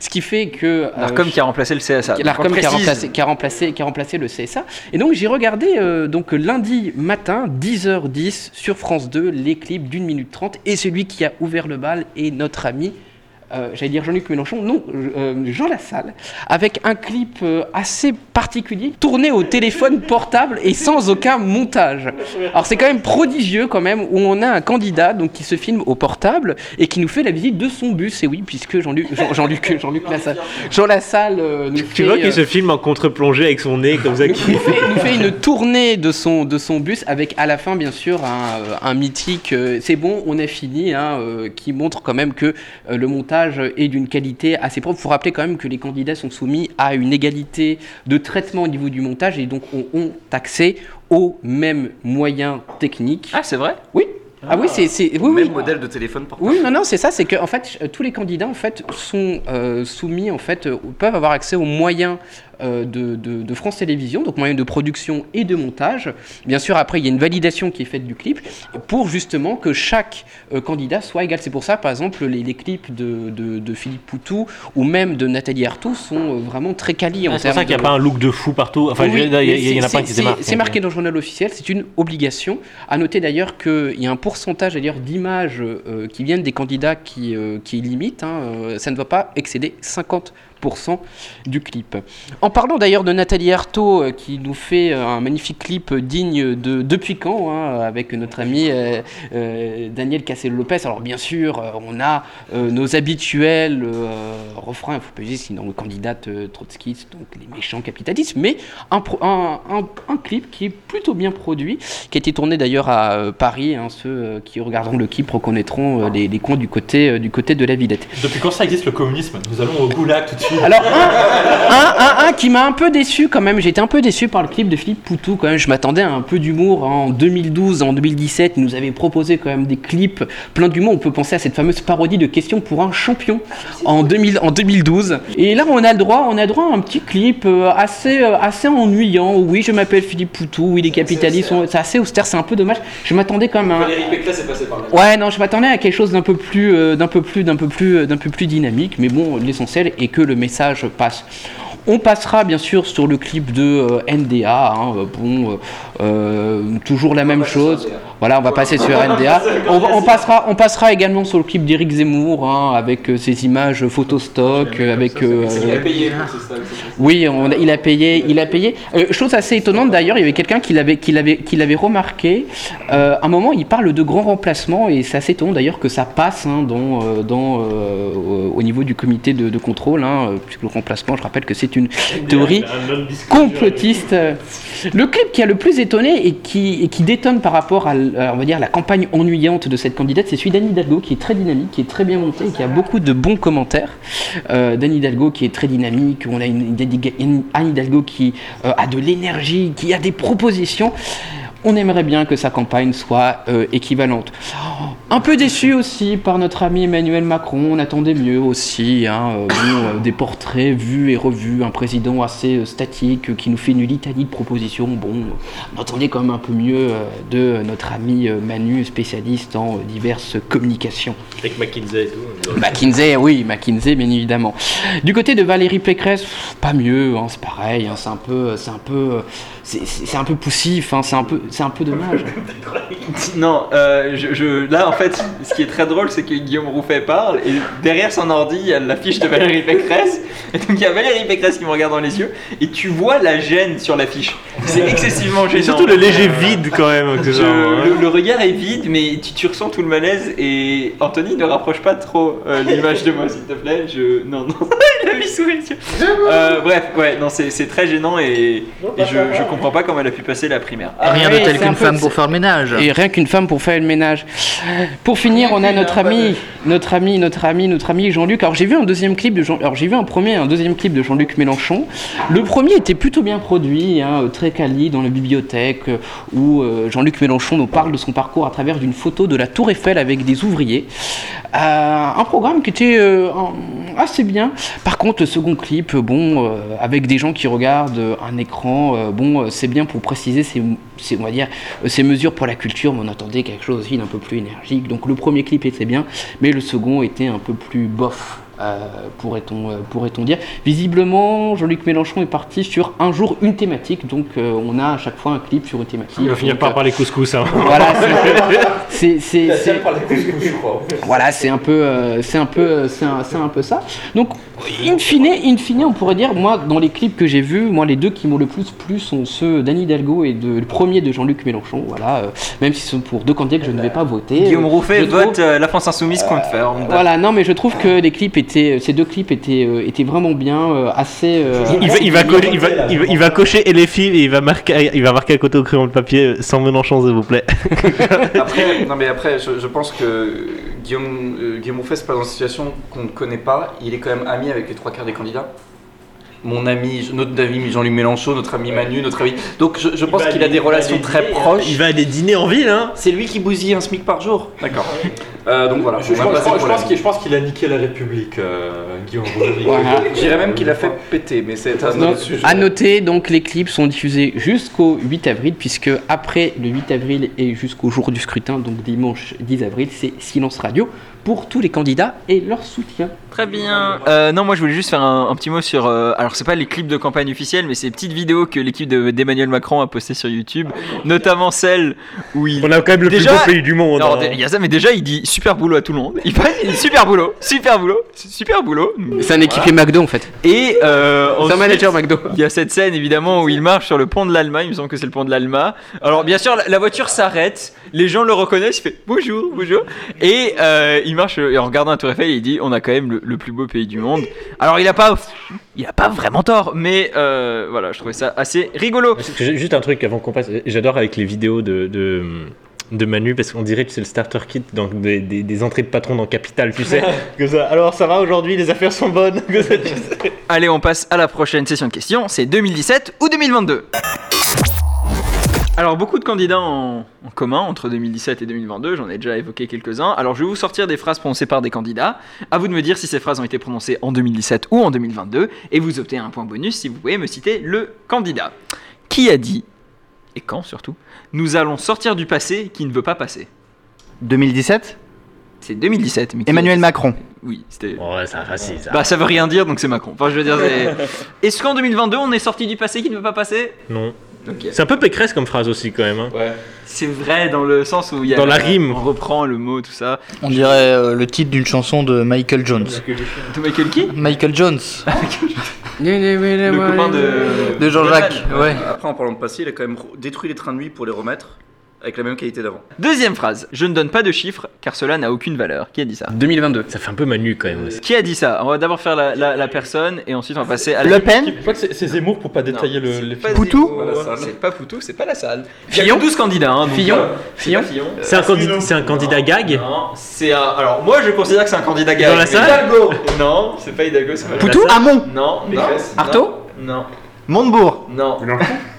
ce qui fait que euh,
L'ARCOM qui a remplacé le CSA.
L'ARCOM
Donc, on
qui a,
précise.
remplacé, qui a remplacé- qui a remplacé le CSA. Et donc j'ai regardé euh, donc lundi matin, 10h10, sur France 2, les clips d'une minute 30. Et celui qui a ouvert le bal est notre ami, euh, j'allais dire Jean-Luc Mélenchon, non, euh, Jean Lassalle, avec un clip euh, assez particulier, tourné au téléphone portable et sans aucun montage. Alors c'est quand même prodigieux quand même, où on a un candidat donc, qui se filme au portable et qui nous fait la visite de son bus. Et oui, puisque Jean-Luc Jean Jean-Luc- Jean-Luc Lassalle, Jean Lassalle euh, nous
Tu
fait,
vois
euh,
qu'il se filme en contre-plongée avec son nez comme ça qui.
il nous fait une tournée de son, de son bus avec à la fin bien sûr un, euh, un mythique euh, c'est bon on a fini hein, euh, qui montre quand même que euh, le montage est d'une qualité assez propre. Il faut rappeler quand même que les candidats sont soumis à une égalité de traitement au niveau du montage et donc ont, ont accès aux mêmes moyens techniques.
Ah c'est vrai
Oui. Ah, oui c'est c'est- oui,
Même
oui.
modèle de téléphone portable.
Oui, non, non, c'est ça, c'est que en fait, ch- tous les candidats en fait sont euh, soumis, en fait, euh, peuvent avoir accès aux moyens euh, de, de- de France Télévisions, donc moyens de production et de montage. Bien sûr, après, il y a une validation qui est faite du clip pour justement que chaque euh, candidat soit égal. C'est pour ça, par exemple, les, les clips de, de- de Philippe Poutou ou même de Nathalie Arthaud sont euh, vraiment très quali en
Ah,
termes
C'est pour ça qu'il n'y a
de-
pas un look de fou partout. Enfin,
oui,
je veux dire, il y, a-
mais
il y en a
c'est-
pas qui
c'est-
se démarquent.
C'est marqué dans le journal officiel, c'est une obligation. À noter d'ailleurs qu'il y a un pourcentage d'ailleurs d'images euh, qui viennent des candidats qui, euh, qui limitent. hein, euh, ça ne doit pas excéder 50% du clip. En parlant d'ailleurs de Nathalie Arthaud euh, qui nous fait euh, un magnifique clip digne de Depuis quand hein, avec notre ami euh, euh, Daniel Cassel-Lopez. Alors bien sûr, euh, on a euh, nos habituels euh, refrains, il faut pas user sinon le candidat euh, trotskiste, donc les méchants capitalistes, mais un, pro- un, un- un clip qui est plutôt bien produit, qui a été tourné d'ailleurs à euh, Paris. hein, ceux euh, qui regarderont le clip reconnaîtront euh, les, les coins du côté, euh, du côté de la Villette.
Depuis quand ça existe le communisme Nous allons au goulag tout de suite.
Alors, un, un, un qui m'a un peu déçu quand même. J'étais un peu déçu par le clip de Philippe Poutou quand même. Je m'attendais à un peu d'humour. hein. En 2012, en 2017, il nous avait proposé quand même des clips plein d'humour. On peut penser à cette fameuse parodie de Question pour un champion en, 2000, en 2012. Et là, on a le droit, on a droit à un petit clip euh, assez, euh, assez ennuyant. Oui, je m'appelle Philippe Poutou. Oui, les capitalistes sont. C'est assez austère. C'est un peu dommage. Je m'attendais quand même à. un-
Pécresse est passé par là.
Ouais, non, je m'attendais à quelque chose d'un peu plus, euh, d'un peu plus, d'un peu plus, euh, d'un peu plus dynamique. Mais bon, l'essentiel est que le message passe. On passera bien sûr sur le clip de euh, NDA. hein, euh, bon, euh, euh, toujours la même chose. Voilà, on va passer sur NDA. On, va- on passera, on passera également sur le clip d'Éric Zemmour hein, avec euh, ses images photostock, euh, avec. euh, oui, on a- il a payé, il a payé. Euh, chose assez étonnante d'ailleurs, il y avait quelqu'un qui l'avait, qui l'avait, qui l'avait remarqué. Euh, à un moment, il parle de grand remplacement et c'est assez étonnant d'ailleurs que ça passe hein, dans, euh, dans, euh, au- au niveau du comité de, de contrôle, hein, euh, puisque le remplacement, je rappelle que c'est une théorie complotiste. euh. Le clip qui a le plus étonné et qui, et qui détonne par rapport à, l- à, on va dire, la campagne ennuyante de cette candidate, c'est celui d'Anne Hidalgo qui est très dynamique, qui est très bien monté et qui a beaucoup de bons commentaires. Euh, d'Anne Hidalgo qui est très dynamique, on a une, une- Anne Hidalgo qui euh, a de l'énergie, qui a des propositions. On aimerait bien que sa campagne soit euh, équivalente. Un peu déçu aussi par notre ami Emmanuel Macron, on attendait mieux aussi, hein, euh, bon, euh, des portraits vus et revus, un président assez euh, statique euh, qui nous fait une litanie de propositions. Bon, euh, on attendait quand même un peu mieux euh, de euh, notre ami euh, Manu, spécialiste en euh, diverses communications.
Avec McKinsey et tout.
McKinsey, oui, McKinsey, bien évidemment. Du côté de Valérie Pécresse, pff, pas mieux, hein, c'est pareil, hein, c'est un peu, c'est un peu, euh, c'est- c'est c'est un peu poussif, hein, c'est un peu, c'est-
C'est un peu dommage.
Non, euh, je, je- là en fait, ce qui est très drôle, c'est que Guillaume Rouffet parle et derrière son ordi, il y a l'affiche de Valérie Pécresse. Et donc il y a Valérie Pécresse qui me regarde dans les yeux et tu vois la gêne sur l'affiche. C'est excessivement gênant.
Et surtout le léger vide quand même. que
Je-
ça, hein.
le, le regard est vide, mais tu, tu ressens tout le malaise. Et Anthony, ne rapproche pas trop euh, l'image de moi, s'il te plaît. Je... Non, non, il a mis sourire. Euh, bref, ouais, non, c'est c'est très gênant et, et je, je comprends pas comment elle a pu passer la primaire.
Rien de tel qu'une femme pour
faire
le ménage.
Et rien qu'une femme pour faire le ménage. Pour finir, on a notre ami, notre ami, notre ami, notre ami Jean-Luc. Alors j'ai vu un deuxième clip de Jean, alors j'ai vu un premier, et un deuxième clip de Jean-Luc Mélenchon. Le premier était plutôt bien produit, hein, très quali dans la bibliothèque euh, où euh, Jean-Luc Mélenchon nous parle de son parcours à travers d'une photo de la Tour Eiffel avec des ouvriers. Euh, un programme qui était euh, en- assez bien. Par contre, le second clip, bon, euh, avec des gens qui regardent euh, un écran, euh, bon, euh, c'est bien pour préciser ces, ces- on va dire, euh, ces mesures pour la culture, mais on attendait quelque chose aussi d'un peu plus énergique. Donc le premier clip était bien, mais le second était un peu plus bof. euh, pourrait-on euh, pourrait-on dire visiblement Jean-Luc Mélenchon est parti sur un jour une thématique donc euh, on a à chaque fois un clip sur une thématique
Il va finir
Donc,
par
euh,
parler couscous. Hein.
voilà, c'est- c'est c'est- c'est- voilà, c'est un peu, euh, c'est un peu, euh, c'est un, c'est un peu ça. Donc, in fine, in fine, on pourrait dire, moi, dans les clips que j'ai vus, moi, les deux qui m'ont le plus plu sont ceux d'Anne Hidalgo et de, le premier de Jean-Luc Mélenchon. Voilà, euh, même si ce sont pour deux candidats que je ne vais pas voter.
Guillaume
euh,
Rouffet
je trouve-
vote euh, La France Insoumise contre faire.
Voilà, non, mais je trouve que les clips étaient, ces deux clips étaient, euh, étaient vraiment bien, euh, assez. euh,
Il va, il, va cocher, il, va, il va- il va cocher et les fils et il va marquer, il va marquer à côté au crayon de papier euh, sans Mélenchon, s'il vous plaît.
Après, non mais après, je, je pense que Guillaume, euh, Guillaume Rouffet, c'est pas dans une situation qu'on ne connaît pas. Il est quand même ami avec les trois quarts des candidats. Mon ami, notre ami Jean-Luc Mélenchon, notre ami Manu, notre ami. Donc je, je pense
va
qu'il a
aller-
des
il va
relations
aller
très
dîner, hein.
proches.
Il va aller dîner en ville, hein.
C'est lui qui bousille un SMIC par jour. D'accord. Euh, donc voilà.
Je,
on
je
va
pense,
passer
je
pour
pense
la-
qu'il, je pense qu'il a niqué la République, euh, Guillaume Rouffet.
Voilà. J'irais même qu'il a fait péter, mais c'est un
Donc,
autre sujet.
à noter, donc les clips sont diffusés jusqu'au 8 avril, puisque après le 8 avril et jusqu'au jour du scrutin, donc dimanche 10 avril, c'est silence radio pour tous les candidats et leur soutien.
Très bien. Euh, non, moi je voulais juste faire un, un petit mot sur. euh, alors, c'est pas les clips de campagne officielle, mais c'est les petites vidéos que l'équipe de- d'Emmanuel Macron a postées sur YouTube, notamment celle où il.
On a quand même le plus beau pays du monde,
Alors,
hein.
il y a ça, mais déjà il dit super boulot à tout le monde. Il passe, il dit super boulot, super boulot, super boulot.
C'est un équipier McDo en fait.
Et euh,
C'est un manager McDo.
Il y a cette scène évidemment où il marche sur le pont de l'Allemagne, il me semble que c'est le pont de l'Alma. Alors bien sûr, la, la voiture s'arrête, les gens le reconnaissent, il fait bonjour, bonjour. Et euh, il marche euh, et en regardant la Tour Eiffel, il dit on a quand même le, le plus beau pays du monde. Alors il a pas, il a pas vraiment tort, mais euh, voilà, je trouvais ça assez rigolo.
Ju- Juste un truc avant qu'on passe, j'adore avec les vidéos de, de, de Manu parce qu'on dirait que c'est le starter kit dans des, des- des entrées de patron dans Capital, tu sais. Comme ça, Alors ça va aujourd'hui, les affaires sont bonnes. Comme ça, tu sais.
Allez, on passe à la prochaine session de questions. C'est 2017 ou 2022 Alors, beaucoup de candidats en, en commun entre 2017 et 2022. J'en ai déjà évoqué quelques-uns. Alors, je vais vous sortir des phrases prononcées par des candidats. À vous de me dire si ces phrases ont été prononcées en 2017 ou en 2022. Et vous obtenez un point bonus si vous pouvez me citer le candidat. Qui a dit, et quand surtout, nous allons sortir du passé qui ne veut pas passer
2017
C'est 2017. Mais qui a
Emmanuel
dit-
Macron.
Oui, c'était.
Ouais, c'est facile ça.
Bah, ça veut rien dire donc c'est Macron. Enfin, je veux dire, c'est- Est-ce qu'en 2022 on est sorti du passé qui ne veut pas passer
Non.
Ok.
C'est un peu Pécresse comme phrase aussi quand même. hein.
C'est vrai dans le sens où il y a
Dans la rime.
on reprend le mot tout ça.
On dirait euh, le titre d'une chanson de Michael Jones.
De Michael qui
Michael Jones.
Le copain
de,
de Jean-Jacques,
Jordan.
ouais.
Après, en parlant de passé, il a quand même détruit les trains de nuit pour les remettre avec la même qualité d'avant.
Deuxième phrase. Je ne donne pas de chiffres car cela n'a aucune valeur. Qui a dit ça
2022.
Ça fait un peu Manu quand même aussi.
Qui a dit ça On va d'abord faire la, la- la personne et ensuite on va passer à la...
Le Pen Je crois que c'est, c'est Zemmour pour pas détailler le, les
Pas
Poutou
Zemmour, C'est pas Poutou, c'est pas la salle. Il y a que 12 candidats. hein, donc,
Fillon
euh, c'est pas Fillon.
C'est un, candid- c'est un candidat gag
Non, c'est un. Alors moi je considère que c'est un candidat gage.
Dans la
Mais
salle
Hidalgo Non, c'est pas Hidalgo, c'est pas
Poutou Ah.
La salle.
Hamon
Non, non.
Pécresse
Artaud Non.
Montebourg
Non.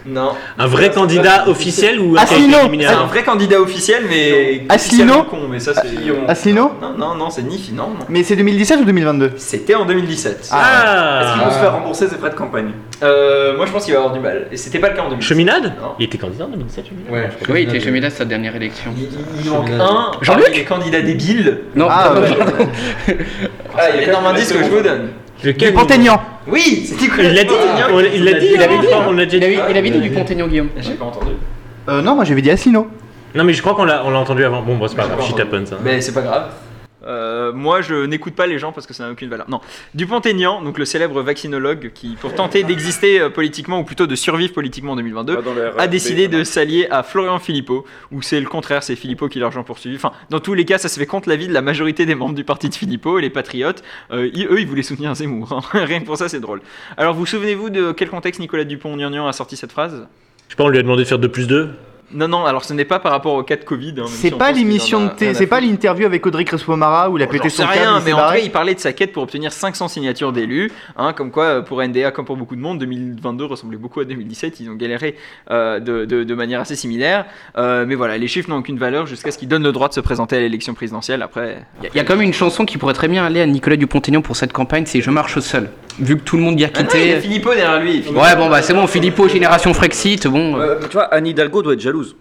Non.
Un vrai candidat officiel ou
Asselineau.
un candidat
C'est
préliminaire
un vrai candidat officiel, mais.
Asselineau
officiellement con, mais ça c'est.
Asselineau
Non, non, non, c'est ni fi- non, non.
Mais c'est 2017 ou 2022
C'était en 2017.
Ah.
Est-ce
Est-ce
qu'il
qu'ils
va
vont
se
se
faire
faire rembourser ses frais de campagne
Euh, moi je pense qu'il va avoir du mal. Et c'était pas le cas en 2017.
Cheminade
Non.
Il était candidat en 2017, Cheminade
Ouais,
Oui, il était jamais là sa dernière élection.
Il manque un.
Jean-Luc
parmi les candidats débiles.
Non,
Ah,
pardon,
euh,
ouais.
pardon.
Ah, il y a énorme indice que je vous donne.
Lequel
Pontaignan
Oui, c'était
Ah, Il l'a dit, hein, on- il l'a dit,
Il avait
on l'a
dit,
déjà
il avait dit du Pontaignan Guillaume.
J'ai pas entendu.
Euh, non, moi j'avais dit Asselineau.
Non, mais je crois qu'on l'a on l'a entendu avant. Bon, bon c'est pas grave, shit happens. hein.
Mais c'est pas grave. Euh, moi, je n'écoute pas les gens parce que ça n'a aucune valeur. Non. Dupont-Aignan, donc le célèbre vaccinologue qui, pour tenter d'exister euh, politiquement ou plutôt de survivre politiquement en 2022, a décidé de s'allier à Florian Philippot, ou c'est le contraire, c'est Philippot qui l'argent poursuivi. Enfin, dans tous les cas, ça se fait contre l'avis de la majorité des membres du parti de Philippot et les patriotes. Euh, ils- eux, ils voulaient soutenir Zemmour. hein. Rien que pour ça, c'est drôle. Alors, vous souvenez-vous de quel contexte Nicolas Dupont-Aignan a sorti cette phrase
Je sais pas, on lui a demandé de faire 2 plus 2.
Non, non, alors ce n'est pas par rapport au cas de Covid. hein, même
C'est
si on
pas
pense qu'il en
l'émission
a
de
rien à Oh,
T, c'est pas l'interview avec Audrey Crespo-Mara où il a pété
J'en
son
sais
câble.
rien,
il s'est
mais en tout
barré.
cas, il parlait de sa quête pour obtenir 500 signatures d'élus. hein, comme quoi, euh, pour NDA, comme pour beaucoup de monde, 2022 ressemblait beaucoup à 2017. Ils ont galéré euh, de, de- de manière assez similaire. Euh, mais voilà, les chiffres n'ont aucune valeur jusqu'à ce qu'ils donnent le droit de se présenter à l'élection présidentielle. Après,
Il y a quand même une chanson qui pourrait très bien aller à Nicolas Dupont-Aignan pour cette campagne, c'est Je marche seul. Vu que tout le monde y a
Ah non, il y
quitté.
a Philippot derrière lui. Philippot.
Ouais, bon, bah c'est bon, Philippot, génération Frexit, bon. euh,
tu vois, Anne Hidalgo doit être jalouse.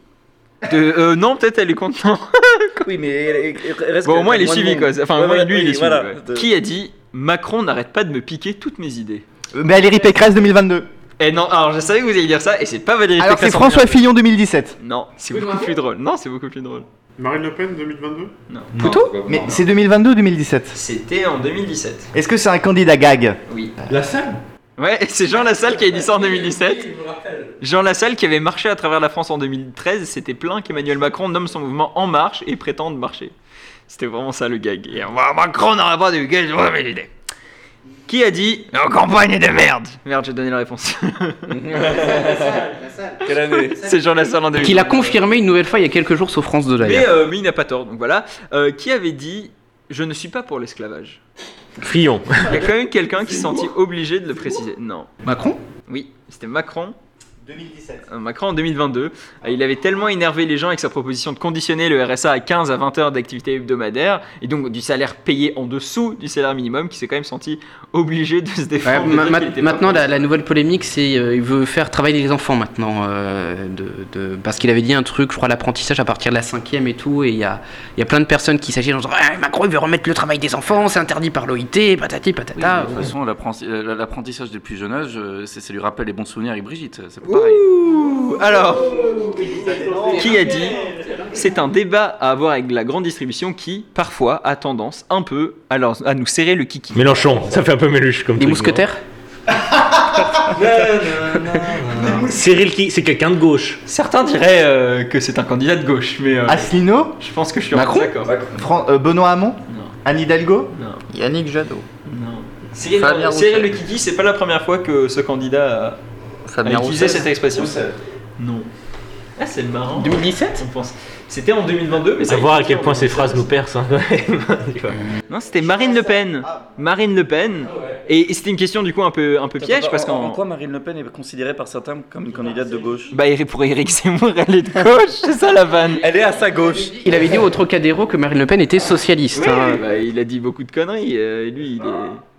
De- euh, non, peut-être elle est contente.
oui, mais elle- elle- elle reste
bon,
quand
au moins,
même
il est
loin de
suivi.
monde.
Quoi. Enfin, au
Ouais,
moins,
voilà,
lui, il
oui,
est suivi.
voilà.
ouais.
De-
Qui a dit Macron n'arrête pas de me piquer toutes mes idées
Mais Valérie Pécresse 2022.
Et non, alors je savais que vous alliez dire ça, et c'est pas Valérie
Alors c'est
Pécresse en
François
bien.
Fillon 2017.
Non, c'est beaucoup plus drôle. Non, c'est beaucoup plus drôle.
Marine Le Pen 2022
Non.
Plutôt
Non,
Mais
non.
c'est 2022 ou 2017
C'était en 2017.
Est-ce que c'est un candidat gag
Oui.
La salle
Ouais, et c'est Jean Lassalle qui a dit ça en 2017. Jean Lassalle qui avait marché à travers la France en 2013, s'était plaint qu'Emmanuel Macron nomme son mouvement En Marche et prétende marcher. C'était vraiment ça le gag. Et, euh, Macron n'aura pas de gag, j'aurais mes idées. Qui a dit En campagne est de merde Merde, j'ai donné la réponse.
Quelle année
C'est Jean Lassalle en 2017.
Qu'il a confirmé une nouvelle fois il y a quelques jours sur France 2
Mais,
d'ailleurs.
euh, mais il n'a pas tort, donc voilà. Euh, qui avait dit Je ne suis pas pour l'esclavage
Frion.
Il y a quand même quelqu'un qui se sentit obligé de le préciser. Non.
Macron
Oui, c'était Macron. 2017. Macron en 2022. Euh, il avait tellement énervé les gens avec sa proposition de conditionner le RSA à 15 à 20 heures d'activité hebdomadaire et donc du salaire payé en dessous du salaire minimum qu'il s'est quand même senti obligé de se
Ouais,
défendre. de
ma-
dire
ma-
qu'il était pas
maintenant,
pour.
la, la nouvelle polémique, c'est euh, il veut faire travailler les enfants maintenant, euh, de, de- parce qu'il avait dit un truc, je crois, l'apprentissage à partir de la cinquième et tout, et il y a, il y a plein de personnes qui s'agissent en disant Ah, Macron, il veut remettre le travail des enfants, c'est interdit par l'OIT, patati patata.
De toute façon, l'apprenti- euh, l'apprentissage dès le plus jeune âge, euh, c'est ça lui rappelle les bons souvenirs avec Brigitte. C'est pas pareil.
Alors, qui a dit C'est un débat à avoir avec la grande distribution qui, parfois, a tendance un peu à, leur- à nous serrer le kiki.
Mélenchon, ça fait un peu méluche comme
Les
truc,
mousquetaires
non Cyril qui C'est quelqu'un de gauche.
Certains diraient euh, que c'est un candidat de gauche, mais euh,
Asselineau
je pense que je suis
Macron
d'accord.
Fran- euh, Benoît Hamon Anne Hidalgo
Non.
Yannick Jadot.
Non. Cyril,
Fabien
non, Cyril le kiki, c'est pas la première fois que ce candidat a,
Fabien
a utilisé
Roussel.
cette expression. Non. Ah, c'est marrant. 2017 On pense. C'était en 2022, mais ça a
Savoir à
été
quel point ces phrases nous percent. hein.
Non, c'était Marine Le Pen. Marine Le Pen. Et et c'était une question du coup un peu, un peu piège parce
En, en
qu'en.
quoi Marine Le Pen est considérée par certains comme une candidate de gauche
Bah, Eric- pour Eric Zemmour, elle est de gauche, c'est ça la vanne.
Elle est à sa gauche.
Il avait dit au Trocadéro que Marine Le Pen était socialiste.
Oui,
hein.
oui, bah, il a dit beaucoup de conneries. euh, et lui, il est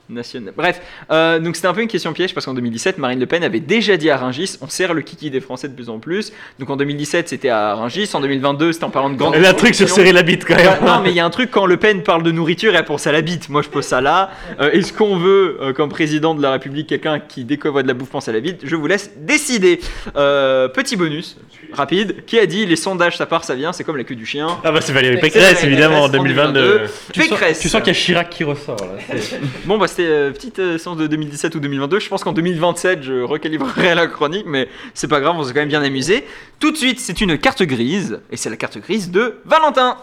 national. Bref, euh, donc c'était un peu une question piège parce qu'en 2017, Marine Le Pen avait déjà dit à Rungis on serre le kiki des Français de plus en plus. Donc en 2017, c'était à Rungis. En 2022, c'était en parlant de grande.
Elle a un truc sur serrer la bite quand même.
Ouais, Bah, non, mais il y a un truc quand Le Pen parle de nourriture, elle pense à la bite. Moi, je pose ça là. Euh, Est-ce qu'on veut, euh, comme président de la République, quelqu'un qui, dès qu'on voit de la bouffe, pense à la bite Je vous laisse décider. Euh, petit bonus, rapide. Qui a dit les sondages, ça part, ça vient C'est comme la queue du chien.
Ah bah c'est Valérie Pécresse évidemment en 2022.
Tu sens,
Pécresse.
tu sens qu'il y a Chirac qui ressort là. C'est-
Bon, bah, c'était euh, petite euh, séance de 2017 ou 2022. Je pense qu'en 2027, je recalibrerai la chronique, mais c'est pas grave, on s'est quand même bien amusé. Tout de suite, c'est une carte grise, et c'est la carte grise de Valentin.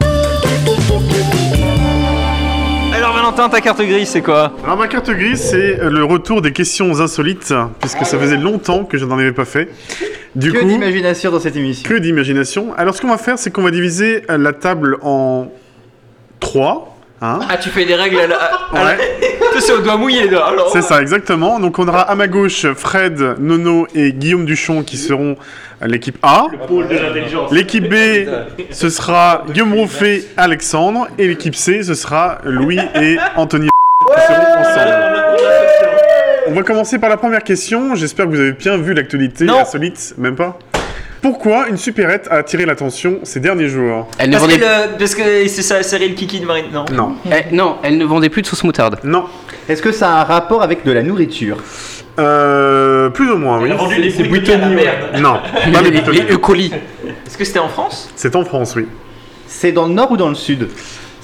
Alors, Valentin, ta carte grise, c'est quoi
Alors ma carte grise, c'est euh, le retour des questions insolites, puisque ça faisait longtemps que je n'en avais pas fait. Du
Que
coup,
d'imagination dans cette émission.
que d'imagination. Alors ce qu'on va faire, c'est qu'on va diviser euh, la table en 3. Hein
Ah, tu fais des règles à la. à la-
Ouais.
Tu sais, on doit mouiller, là. Alors,
C'est ça, exactement. Donc on aura à ma gauche Fred, Nono et Guillaume Duchon qui seront l'équipe A.
Pôle de l'intelligence.
L'équipe B, ce sera Guillaume Rouffet, Alexandre. Et l'équipe C, ce sera Louis et Anthony. qui
Euh,
seront ensemble. On va commencer par la première question. J'espère que vous avez bien vu l'actualité
Non.
insolite, même pas. Pourquoi une supérette a attiré l'attention ces derniers jours
Elle ne
Parce que,
vendait...
le- parce que c'est ça, serrer le kiki de Marine. Non.
Non.
Eh, non, elle ne vendait plus de sauce moutarde.
Non.
Est-ce que ça a un rapport avec de la nourriture
Euh, plus ou moins, oui.
Elle a vendu des C'est- c'est bouillies à la Buitoni, merde. ouais.
Non,
Les-
pas les
les-
Buitoni.
E.
les E-coli. Est-ce que c'était en France
C'est en France, oui.
C'est dans le nord ou dans le sud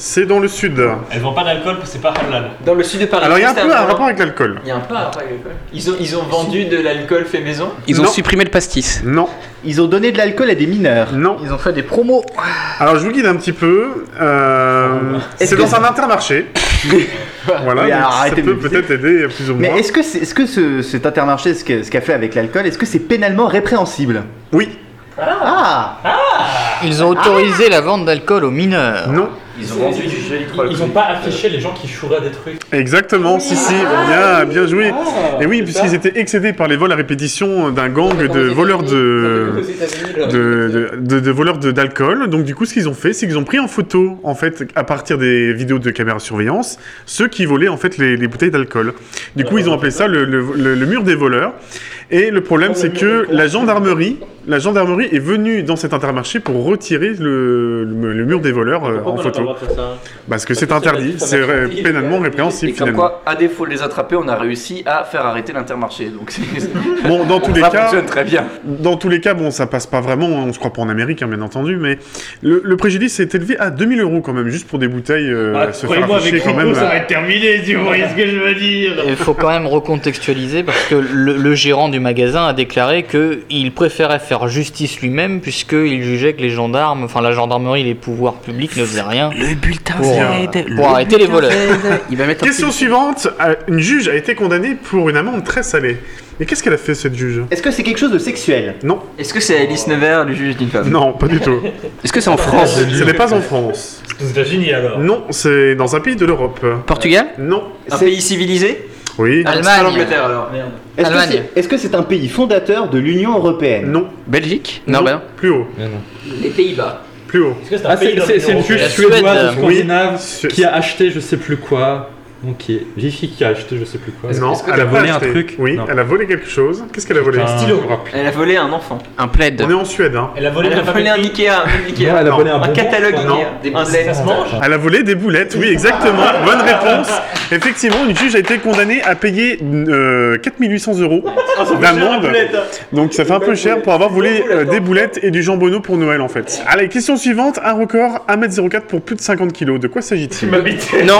C'est dans le sud.
Elles vendent pas d'alcool parce que c'est pas halal.
Dans le sud de Paris.
Alors, il y a un
juste
peu un
avant-
rapport avec l'alcool.
Il y a un peu un rapport avec l'alcool. Ils ont, ils ont vendu de l'alcool fait maison
Ils ont Non. supprimé
le pastis.
Non.
Ils ont donné de l'alcool à des mineurs.
Non.
Ils ont fait des promos.
Alors, je vous guide un petit peu. Euh,
Est-ce
c'est
que-
dans un intermarché.
Oui,
voilà, donc
alors,
ça
arrêtez de
peut
me pisser.
peut-être aider euh, plus ou moins.
Mais est-ce que, c'est- est-ce que ce- cet intermarché, ce que- ce qu'a fait avec l'alcool, est-ce que c'est pénalement répréhensible
Oui.
Ah,
Ils ont autorisé la vente d'alcool aux mineurs.
Non.
Ils ont vendu du joli Ils ont pas affiché les gens qui chouraient des trucs.
Exactement, si, si, bien, bien joué.
Ah,
Et oui,
c'est
puisqu'ils
ça.
étaient excédés par les vols à répétition d'un gang de voleurs de, de, de- de voleurs de- d'alcool. Donc, du coup, ce qu'ils ont fait, c'est qu'ils ont pris en photo, en fait, à partir des vidéos de caméras de surveillance, ceux qui volaient, en fait, les, les bouteilles d'alcool. Du coup, ils ont appelé ça le, le- le- le mur des voleurs. Et le problème, c'est que la gendarmerie, la gendarmerie est venue dans cet intermarché pour retirer le, le- le mur des voleurs euh, en photo. Parce que c'est interdit, c'est ré- pénalement répréhensible,
Et comme
finalement.
quoi, à défaut de les attraper, on a réussi à faire arrêter l'intermarché. Donc c'est-
Bon, dans tous les
ça
cas,
fonctionne très bien.
Dans tous les cas, bon, ça passe pas vraiment. hein, On se croit pas en Amérique, hein, bien entendu, mais le, le préjudice est élevé à 2000 euros quand même, juste pour des bouteilles. euh,
Bah,
se faire
Croyez-moi,
afficher
avec
quand même.
Rico, ça va être terminé, si vous voyez ce que je veux dire.
Il faut quand même recontextualiser parce que le, le gérant du magasin a déclaré que il préférait faire justice lui-même puisqu'il jugeait que les gendarmes, enfin la gendarmerie, les pouvoirs publics ne faisaient rien.
Le bulletin
pour, euh,
Z,
pour
le
arrêter les
bulletin
voleurs.
Z. Il va mettre un
Question
petit-
suivante euh, une juge a été condamnée pour une amende très salée. Mais qu'est-ce qu'elle a fait cette juge
Est-ce que c'est quelque chose de sexuel
Non.
Est-ce que c'est Alice Nevers, le juge d'une femme
Non, pas du tout.
Est-ce que c'est en France
Ce n'est pas en France.
C'est aux États-Unis alors.
Non, c'est dans un pays de l'Europe.
Portugal
Non.
Un pays civilisé
Oui.
Ah, c'est pas l'Angleterre alors. Merde.
Est-ce que
Allemagne.
c'est est-ce que c'est un pays fondateur de l'Union européenne
Non.
Belgique
Non,
ben.
Plus haut.
Les Pays-Bas.
Plus haut.
Est-ce que c'est un
Ah,
pays
c'est
dans
c'est-
l'Union
c'est une juge
européenne
suédoise ou
euh, Oui.
scandinave
Su-
qui a acheté je sais plus quoi. Donc qui est une fille qui a acheté je sais plus quoi.
Non,
Est-ce que
elle
t'as
a
volé un
acheté.
truc
Oui,
Non.
elle a volé quelque chose. Qu'est-ce qu'elle a volé
Putain. Un stylo.
Elle a volé un enfant.
Un plaid.
On est en Suède, hein.
Elle a volé
Elle a
la
volé un Ikea. Un, meuble Ikea.
Non, elle a volé un
un
bonbon,
catalogue
je crois.
Ikea.
Non.
un
Ça se
set.
mange
Elle a volé des boulettes, oui, exactement. Bonne réponse. Effectivement, une juge a été condamnée à payer euh, 4800 euros d'amende. Donc ça fait un peu cher pour avoir volé euh, des boulettes et du jambonneau pour Noël, en fait. Allez, question suivante. Un record 1m04 pour plus de 50 kilos. De quoi s'agit-il
Non, le, non,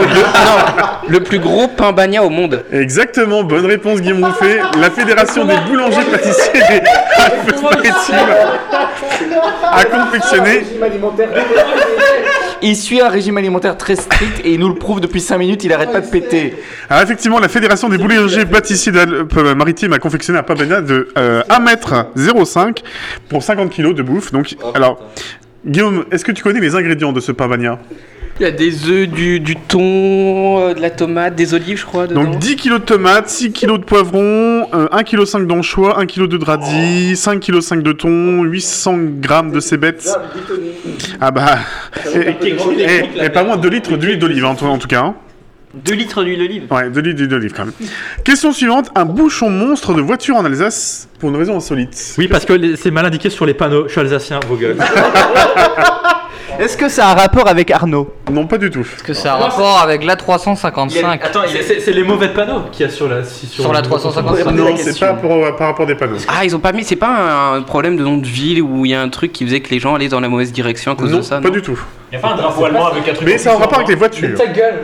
le plus gros pain bagna au monde.
Exactement, bonne réponse Guillaume Rouffet. La fédération des boulangers pâtissiers des a confectionné
Il suit un régime alimentaire très strict et il nous le prouve depuis 5 minutes, il arrête pas de péter.
Alors Ah, effectivement, la Fédération des boulangers pâtissiers d'Alpes-Maritimes euh, a confectionné un pain bagna de euh, 1m05 pour 50 kg de bouffe. Donc, alors, Guillaume, est-ce que tu connais les ingrédients de ce pain bagna
Il y a des œufs, du, du thon, euh, de la tomate, des olives, je crois. Dedans.
Donc 10 kg de tomates, 6 kg de poivrons, euh, 1 kg d'anchois, 1 kg de radis, 5 kg de thon, 800 g de cébettes. Ah bah, et, et- et pas moins de 2 litres d'huile d'olive en, tout- en tout cas. hein.
2 litres d'huile d'olive.
Ouais, de l'huile d'huile d'olive quand même. Question suivante, un bouchon monstre de voiture en Alsace pour une raison insolite.
Oui parce que les- c'est mal indiqué sur les panneaux. Je suis alsacien, vos gueules.
Est-ce que ça a un rapport avec Arnaud
Non, pas du tout.
Est-ce que c'est un rapport avec la 355
Attends, il
C'est-
est-
C'est c'est les mauvais panneaux qu'il y a sur la si-
Sur la
le-
355.
Non, c'est pas pour, euh, par rapport des panneaux.
Ah, ils ont pas mis. C'est pas un problème de nom de ville où il y a un truc qui faisait que les gens allaient dans la mauvaise direction à cause
Non,
de ça.
pas du tout.
Il a pas un drapeau allemand avec un truc. hein.
Mais c'est en rapport avec les
Mais
voitures.
ta gueule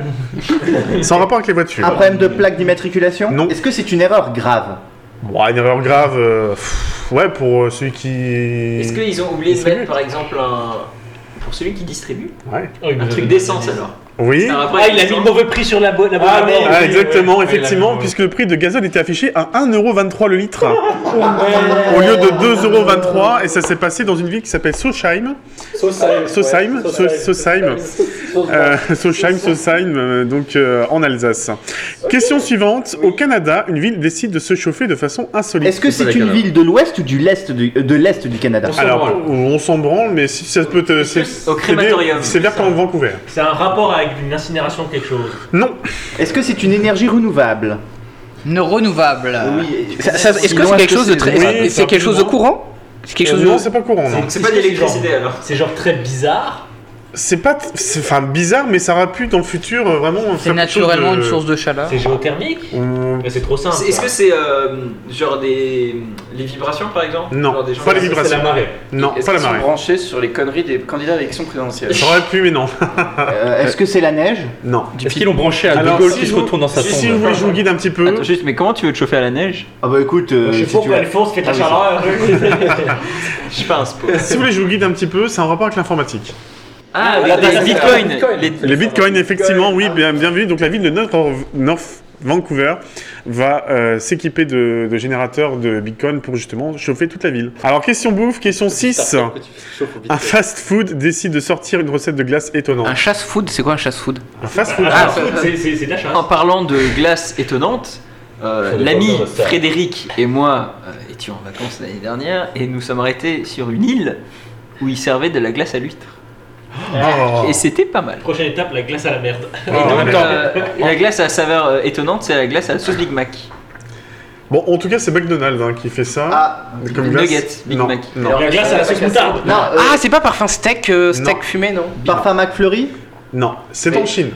C'est en rapport avec
Un
les voitures.
problème de plaque d'immatriculation
Non.
Est-ce que c'est une erreur grave
Bon, une erreur grave. euh, pff, ouais, pour euh, celui qui.
Est-ce qu'ils ont oublié de
C'est
mettre
mieux.
par exemple un. Pour celui qui distribue
Ouais.
Un truc d'essence alors.
Oui.
Ça va pas
Ah, il
être
a mis le
d'essence.
mauvais prix sur la bonne. la bonne
Ah,
amende.
oui,
Ah, exactement,
ouais,
effectivement,
ouais.
puisque le prix de gazole était affiché à 1,23€ le litre au lieu de 2,23€ et ça s'est passé dans une ville qui s'appelle Sochheim.
Sausheim.
Sochheim,
ouais,
So- Sochheim, Euh, Sochheim, Sochheim, euh, donc euh, en Alsace. Question suivante, au Canada, une ville décide de se chauffer de façon insolite.
Est-ce que c'est une ville de l'ouest ou du l'est du, euh, de l'est du Canada
s'en
Alors,
branle.
on s'en branle, mais si ça peut te... c'est-
Au
c'est bien-
crématorium.
C'est vers qu'en Vancouver.
C'est un rapport avec une incinération de quelque chose.
Non,
Est-ce que c'est une énergie renouvelable Euh,
Ne renouvelable.
Oui.
Ça- ça- Est-ce que
Sinon,
c'est quelque chose de très.
Oui,
c'est- C'est quelque chose de courant C'est quelque chose
non,
de.
c'est pas courant. non.
C'est pas d'électricité alors.
C'est genre très bizarre.
C'est pas. c'est- Enfin, bizarre, mais ça aura pu dans le futur euh, vraiment.
C'est naturellement une source de chaleur. C'est
géothermique Mais c'est trop simple.
C'est- Est-ce
ça.
que c'est euh, genre des les vibrations par exemple
Non,
Genre des gens-
pas les vibrations. Non,
Est-ce
pas la
qu'ils sont
marée.
branchés sur les conneries des candidats à l'élection présidentielle
J'aurais pu, mais non.
Euh, Est-ce que c'est la neige
Non.
Est-ce qu'ils l'ont branché à
Alors,
De Gaulle
si
qui
je
se
vous-
retourne dans sa
si-
tombe
si je vous voulez, je vous guide un petit peu.
Attends, juste, mais comment tu veux te chauffer à la neige
Ah bah écoute, euh,
Je suis
si
pour
tu
qu'on
veux-
le fonce, faites la
Ah oui, ça-
chaleur.
euh,
Je suis pas un sport.
si vous voulez, je vous guide un petit peu. C'est un rapport avec l'informatique.
Ah,
La
les, les
data
bitcoins. Les-
Les bitcoins, effectivement, oui, bien, bien vu. Donc la ville de North, North Vancouver va euh, s'équiper de, de générateurs de bitcoin pour justement chauffer toute la ville. Alors question bouffe, question 6.
Ah,
Un fast food décide de sortir une recette de glace étonnante.
Un chasse food, c'est quoi un chasse food
Euh.
Un fast food.
Ah,
c'est- c'est- c'est de la chasse.
En parlant de glace étonnante, euh,
Ça dépend
l'ami
de la salle.
Frédéric et moi euh, étions en vacances l'année dernière et nous sommes arrêtés sur une île où il servait de la glace à l'huître.
Oh.
Ah. Et c'était pas mal.
Prochaine étape, la glace à la merde.
Oh.
Et donc, euh, la glace à saveur euh, étonnante, c'est la glace à la sauce Big Mac.
Bon, en tout cas, c'est McDonald's hein, qui fait ça. comme glace.
Ah, Nuggets, Big
non,
Mac.
non.
Alors, La glace à la sauce moutarde.
Non, euh,
Ah, c'est pas parfum steak, euh, steak
Non.
fumé, non
Parfum McFlurry
Non, c'est en Chine.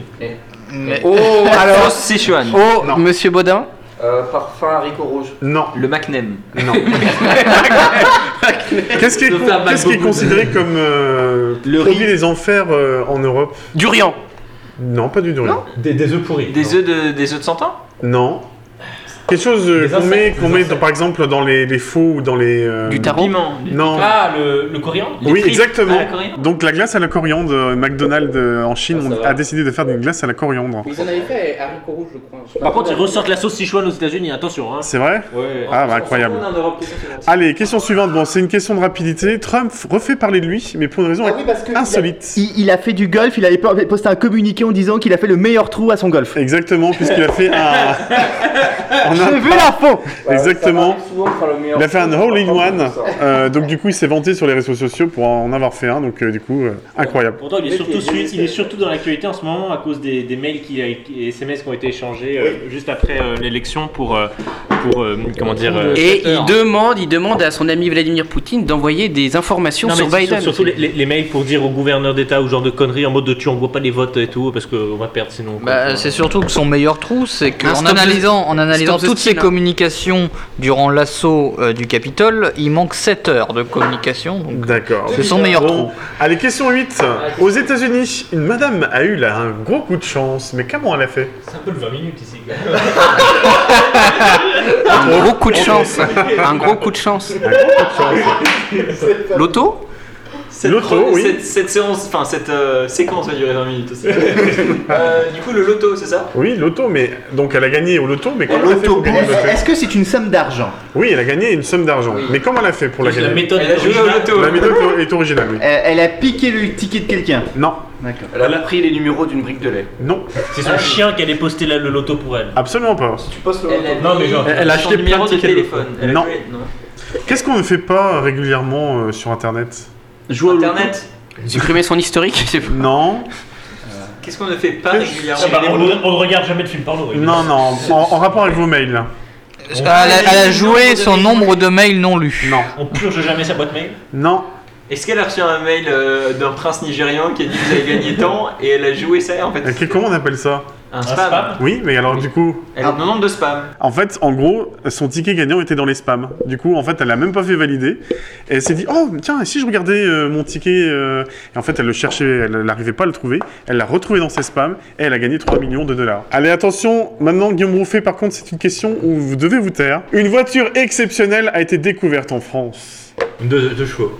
Oh, alors.
Sauce Sichuan.
Oh, monsieur Baudin
Parfum haricot rouge.
Non.
Le McNem.
Non. Qu'est-ce qui est,
Sauf un
qu'est-ce qui est
McDo.
considéré comme euh,
Le
produit
riz.
des enfers euh, en Europe
Durian
Non, pas du durian.
Des, des œufs pourris.
Des œufs de, des œufs de 100 ans
Non. Quelque chose euh,
Des
qu'on met,
insectes,
qu'on
des
met
insectes.
dans- par exemple dans les, les faux ou dans les. euh,
Du tarot
Piment. du-
Non.
Ah, le, le coriandre
les
oui,
tripes
exactement.
à la coriandre. Ah,
Donc la glace à la coriandre, euh, McDonald's euh, en Chine on a décidé de faire une glace à la coriandre.
Ils en avaient fait haricot rouge, je crois.
Par contre, ils ressortent la sauce Sichuan aux États-Unis, attention. Hein.
C'est vrai
Ouais.
Ah bah incroyable.
On est en Europe, qu'est-ce que c'est
Allez, question suivante. Bon, c'est une question de rapidité. Trump refait parler de lui, mais pour une
Ah
raison insolite.
Il, il a fait du golf, il avait posté un communiqué en disant qu'il a fait le meilleur trou à son golf.
Exactement, puisqu'il a fait un. on a-
J'ai vu l'info
Exactement. Il a fait un hole in one. Euh, donc du coup, il s'est vanté sur les réseaux sociaux pour en avoir fait un. Donc euh, du coup, euh, incroyable.
Pourtant, il est surtout, su- il est surtout dans l'actualité en ce moment à cause des, des mails qui, et SMS qui ont été échangés euh, juste après euh, l'élection pour, euh, pour euh, comment dire. euh,
Et il demande, il demande à son ami Vladimir Poutine d'envoyer des informations
Non, mais
sur
sur-
Biden.
surtout les, les- les mails pour dire au gouverneur d'État ou genre de conneries en mode de, tu envoies pas les votes et tout parce qu'on va perdre sinon. euh, quoi.
Bah, c'est surtout que son meilleur trou, c'est
Un
qu'en
stop the-
analysant, en analysant
stop the
toutes ces
steal, hein.
communications durant l'assaut euh, du Capitole, il manque 7 heures de communication. donc
D'accord.
C'est son meilleur
Bon,
trou.
allez, question 8. Aux États-Unis, une madame a eu là un gros coup de chance, mais comment elle a fait
C'est un peu le 20 minutes ici.
Un gros coup de chance. Ah, Un gros coup de chance. L'auto
Cette,
L'auto,
pro-
oui.
cette, cette séance, enfin cette euh, séquence va durer 20 minutes aussi. Euh, du coup, le loto, c'est ça
Oui, l'auto, mais donc elle a gagné au loto, mais comment elle a fait pour gagner le loto
Est-ce que c'est une somme d'argent
Oui, elle a gagné une somme d'argent, mais comment elle a fait pour la
La
gagner
méthode
Elle a
est
joué au
originale.
loto.
La méthode est originale, oui.
Euh, Elle a piqué le ticket de quelqu'un.
Non,
D'accord.
Elle a pris les numéros d'une brique de lait.
non,
C'est son chien qui allait poster la- le loto pour elle.
absolument pas.
Non, mais genre,
elle a acheté
son numéro
plein de
de
tickets de
téléphone. Elle a
Non.
joué- non.
Qu'est-ce qu'on ne fait pas régulièrement euh, sur Internet
Internet,
Supprimer son historique c'est-
Non,
qu'est-ce qu'on ne fait pas régulièrement
Ah bah, on, ne- on ne regarde jamais de film porno.
non, non, en, en rapport avec vos mails.
Elle a, elle a joué son nombre de mails non lus.
Non,
On purge jamais sa boîte mail.
non,
Est-ce qu'elle a reçu un mail euh, d'un prince nigérian qui a dit vous avez gagné tant et elle a joué ça en fait
Euh, comment on appelle ça
Un
Un
spam.
spam.
Oui, mais alors du coup,
Elle a un nombre de spam.
En fait, en gros, son ticket gagnant était dans les spams. Du coup, en fait, elle l'a même pas fait valider. Et elle s'est dit, oh, tiens, et si je regardais euh, mon ticket euh... Et en fait, elle le cherchait, elle n'arrivait pas à le trouver. Elle l'a retrouvé dans ses spams et elle a gagné 3 millions de dollars. Allez, attention, maintenant, Guillaume Rouffet, par contre, c'est une question où vous devez vous taire. Une voiture exceptionnelle a été découverte en France.
Deux, deux chevaux.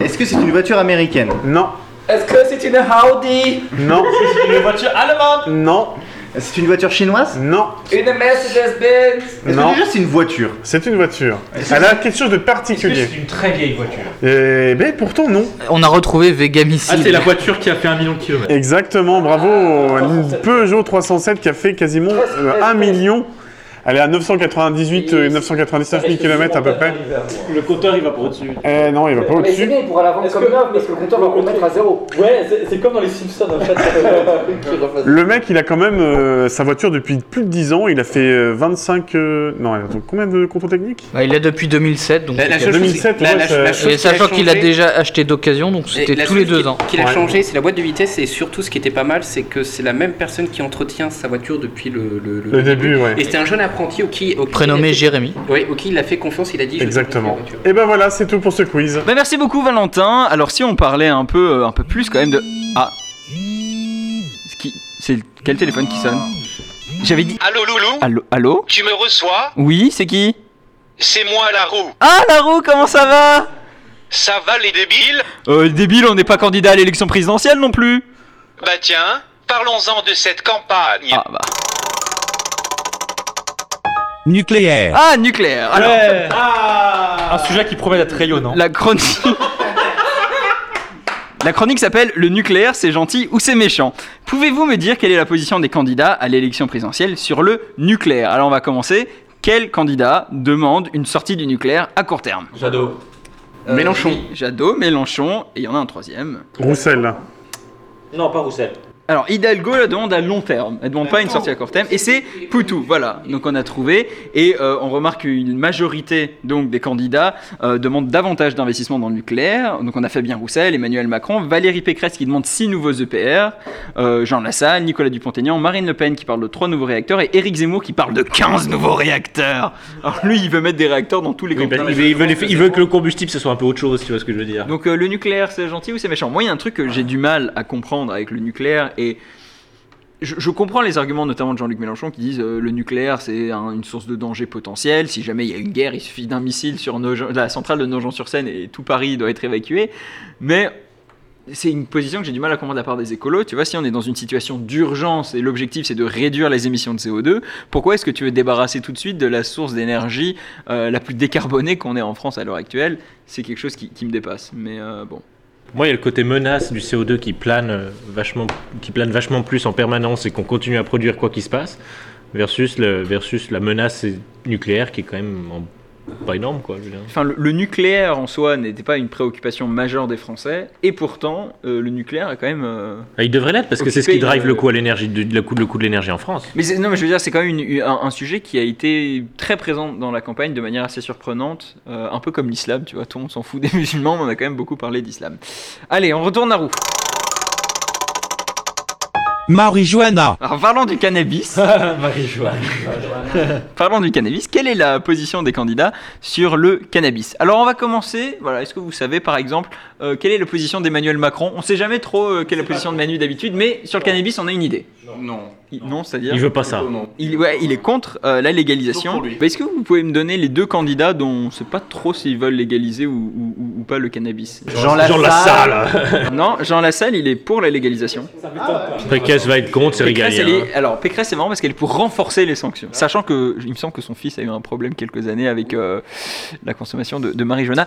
Est-ce que c'est une voiture américaine
Non,
Est-ce que c'est une Audi
non,
Une voiture allemande.
non,
C'est une voiture chinoise
non,
Une Mercedes-Benz
Est-ce
Non.
que déjà c'est une voiture
c'est une voiture. Elle a quelque chose de particulier.
C'est une très vieille voiture.
Et ben, pourtant, non.
On a retrouvé Vegamicide.
Ah, c'est la voiture qui a fait un million de kilomètres.
Exactement, bravo. Une Peugeot 307 qui a fait quasiment euh, 1 million Elle est à 998 et 999 000 km à peu près.
Le compteur il va pas au-dessus.
Eh non, il va pas
Mais
au-dessus.
il pourra la vendre comme neuve parce que le compteur va remettre à zéro. Ouais, c'est- c'est comme dans les Simpsons en fait.
Le mec, il a quand même euh, sa voiture depuis plus de 10 ans. Il a fait euh, 25. euh, Non, attends, combien de contrôles techniques
Bah, il est depuis 2007, donc.
La- la
c'est
chose-
2007, la- ouais, la- ça- la chose
Et
qui a
sachant qu'il a
changé-
déjà acheté d'occasion, donc
Et
c'était
la
tous les
chose
deux
qui-
ans.
Qui l'a changé, c'est la boîte de vitesse et surtout ce qui était pas mal, c'est que c'est la même personne qui entretient sa voiture depuis le, le,
Le début, ouais.
Et c'était un jeune apprenti au qui. auquel
Prénommé
il a fait-
Jérémy.
Oui, au qui il a fait confiance, il a dit. je-
Exactement. Et ben voilà, c'est tout pour ce quiz.
Bah, merci beaucoup Valentin. Alors si on parlait un peu, euh, un peu plus quand même de... Ah. Ce qui- C'est le- quel téléphone qui sonne J'avais dit...
Allô Loulou
Allô, allô
Tu me reçois
Oui, c'est qui
C'est moi la roue.
Ah la roue, comment ça va
Ça va les débiles
Euh, débile, on n'est pas candidat à l'élection présidentielle non plus
Bah tiens, parlons-en de cette campagne.
Ah bah.
Nucléaire.
Ah, nucléaire Alors,
Ouais. Eh. Un sujet qui promet d'être rayonnant.
La chronique. La chronique s'appelle Le nucléaire, c'est gentil ou c'est méchant. Pouvez-vous me dire quelle est la position des candidats à l'élection présidentielle sur le nucléaire Alors on va commencer. Quel candidat demande une sortie du nucléaire à court terme
Jadot.
Mélenchon. Jadot, Mélenchon, et il y en a un troisième.
Roussel.
Non, pas Roussel.
Alors Hidalgo la demande à long terme, elle demande pas une sortie à court terme, et c'est Poutou, voilà. Donc on a trouvé, et euh, on remarque qu'une majorité donc des candidats euh, demandent davantage d'investissement dans le nucléaire. Donc on a Fabien Roussel, Emmanuel Macron, Valérie Pécresse qui demande 6 nouveaux EPR, euh, Jean Lassalle, Nicolas Dupont-Aignan, Marine Le Pen qui parle de 3 nouveaux réacteurs, et Éric Zemmour qui parle de 15 nouveaux réacteurs. Alors lui il veut mettre des réacteurs dans tous les
Oui, bah,
continents.
il, veut, il veut les- il veut que le combustible ce soit un peu autre chose, tu vois ce que je veux dire.
Donc euh, le nucléaire, c'est gentil ou c'est méchant Moi, il y a un truc que j'ai du mal à comprendre avec le nucléaire et je, je comprends les arguments notamment de Jean-Luc Mélenchon qui disent euh, le nucléaire c'est un- une source de danger potentiel, si jamais il y a une guerre, il suffit d'un missile sur Nogent- la centrale de Nogent-sur-Seine et tout Paris doit être évacué. Mais c'est une position que j'ai du mal à comprendre de la part des écolos. Tu vois, si on est dans une situation d'urgence et l'objectif c'est de réduire les émissions de CO2, pourquoi est-ce que tu veux te débarrasser tout de suite de la source d'énergie euh, la plus décarbonée qu'on ait en France à l'heure actuelle C'est quelque chose qui, qui me dépasse. Mais euh, bon.
Moi, il y a le côté menace du CO2 qui plane, euh, vachement, qui plane vachement plus en permanence et qu'on continue à produire quoi qu'il se passe, versus, le, versus la menace euh, nucléaire qui est quand même en- pas énorme, quoi. je veux dire.
Enfin, le, le nucléaire en soi n'était pas une préoccupation majeure des Français, et pourtant, euh, le nucléaire est quand même. euh,
Ah, il devrait l'être parce que c'est ce qui
Occupé,
drive
euh,
le coût à l'énergie, de- de la coût- le coût de l'énergie en France.
Mais c'est- non, mais je veux dire, c'est quand même une- un, un sujet qui a été très présent dans la campagne de manière assez surprenante, euh, un peu comme l'islam, tu vois. Tout le monde s'en fout des musulmans, mais on a quand même beaucoup parlé d'islam. Allez, on retourne à roue.
Marijuana.
Alors, parlons du cannabis. Parlons du cannabis. Quelle est la position des candidats sur le cannabis Alors, on va commencer. Voilà, est-ce que vous savez, par exemple, euh, quelle est la position d'Emmanuel Macron On sait jamais trop euh, quelle est la position de Manu d'habitude, mais sur le cannabis, on a une idée.
Non.
Il- Non, c'est-à-dire
Il veut pas ça.
Il, ouais, il est contre euh, la légalisation. Bah, Est-ce que vous pouvez me donner les deux candidats dont on sait pas trop s'ils veulent légaliser ou, ou- ou- ou pas le cannabis
Jean Jean Lassalle. Lassalle.
non, Jean Lassalle, il est pour la légalisation.
Pécresse va être contre, c'est
Pécresse,
régalien.
elle est- alors Pécresse c'est marrant parce qu'elle est pour renforcer les sanctions, sachant que il me semble que son fils a eu un problème quelques années avec euh, la consommation de, de marijuana.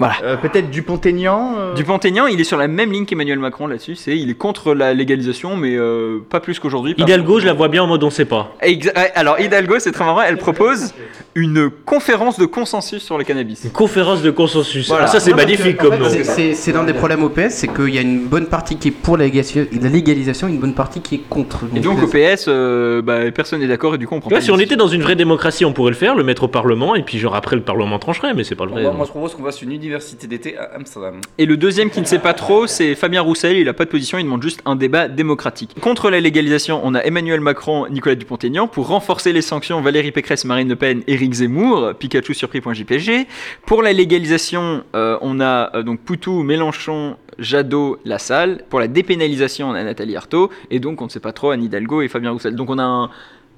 Voilà.
Euh, Peut-être Dupont-Aignan euh,
Dupont-Aignan, il est sur la même ligne qu'Emmanuel Macron là-dessus, c'est il est contre la légalisation, mais euh, pas plus qu'aujourd'hui. pas-
Hidalgo, je la vois bien en mode on sait pas.
Exa- ouais, Alors Hidalgo, c'est très marrant, elle propose une conférence de consensus sur le cannabis. Une
conférence de consensus. Ah,
Voilà.
ça, c'est magnifique comme nom.
C'est- C'est c'est l'un des problèmes au PS, c'est qu'il y a une bonne partie qui est pour la légalisation, la légalisation, une bonne partie qui est contre.
Et donc au PS, euh, bah, personne n'est d'accord et du coup on prend
Tu vois,
pas
si on
une
était dans une vraie démocratie, on pourrait le faire, le mettre au Parlement, et puis genre après le Parlement trancherait, mais c'est pas le vrai. hein.
Moi, moi, je propose qu'on va sur une université d'été à Amsterdam.
Et le deuxième qui ne sait pas trop, c'est Fabien Roussel. Il n'a pas de position, il demande juste un débat démocratique. Contre la légalisation, on a Emmanuel Macron, Nicolas Dupont-Aignan. Pour renforcer les sanctions, Valérie Pécresse, Marine Le Pen, Éric Zemmour, Pikachu surpris.jpg. Pour la légalisation, euh, on a euh, donc Poutou, Mélenchon, Jadot, Lassalle. Pour la dépénalisation, on a Nathalie Arthaud. Et donc, on ne sait pas trop, Anne Hidalgo et Fabien Roussel. Donc, on a un.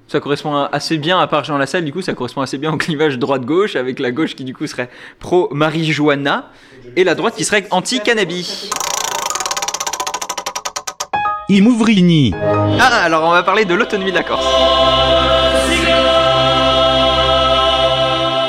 Ça correspond à- assez bien, à part Jean Lassalle, du coup, ça correspond assez bien au clivage droite-gauche, avec la gauche qui, du coup, serait pro-marijuana et la droite qui serait anti-cannabis.
Imouvrini.
Ah, alors on va parler de l'autonomie de la Corse.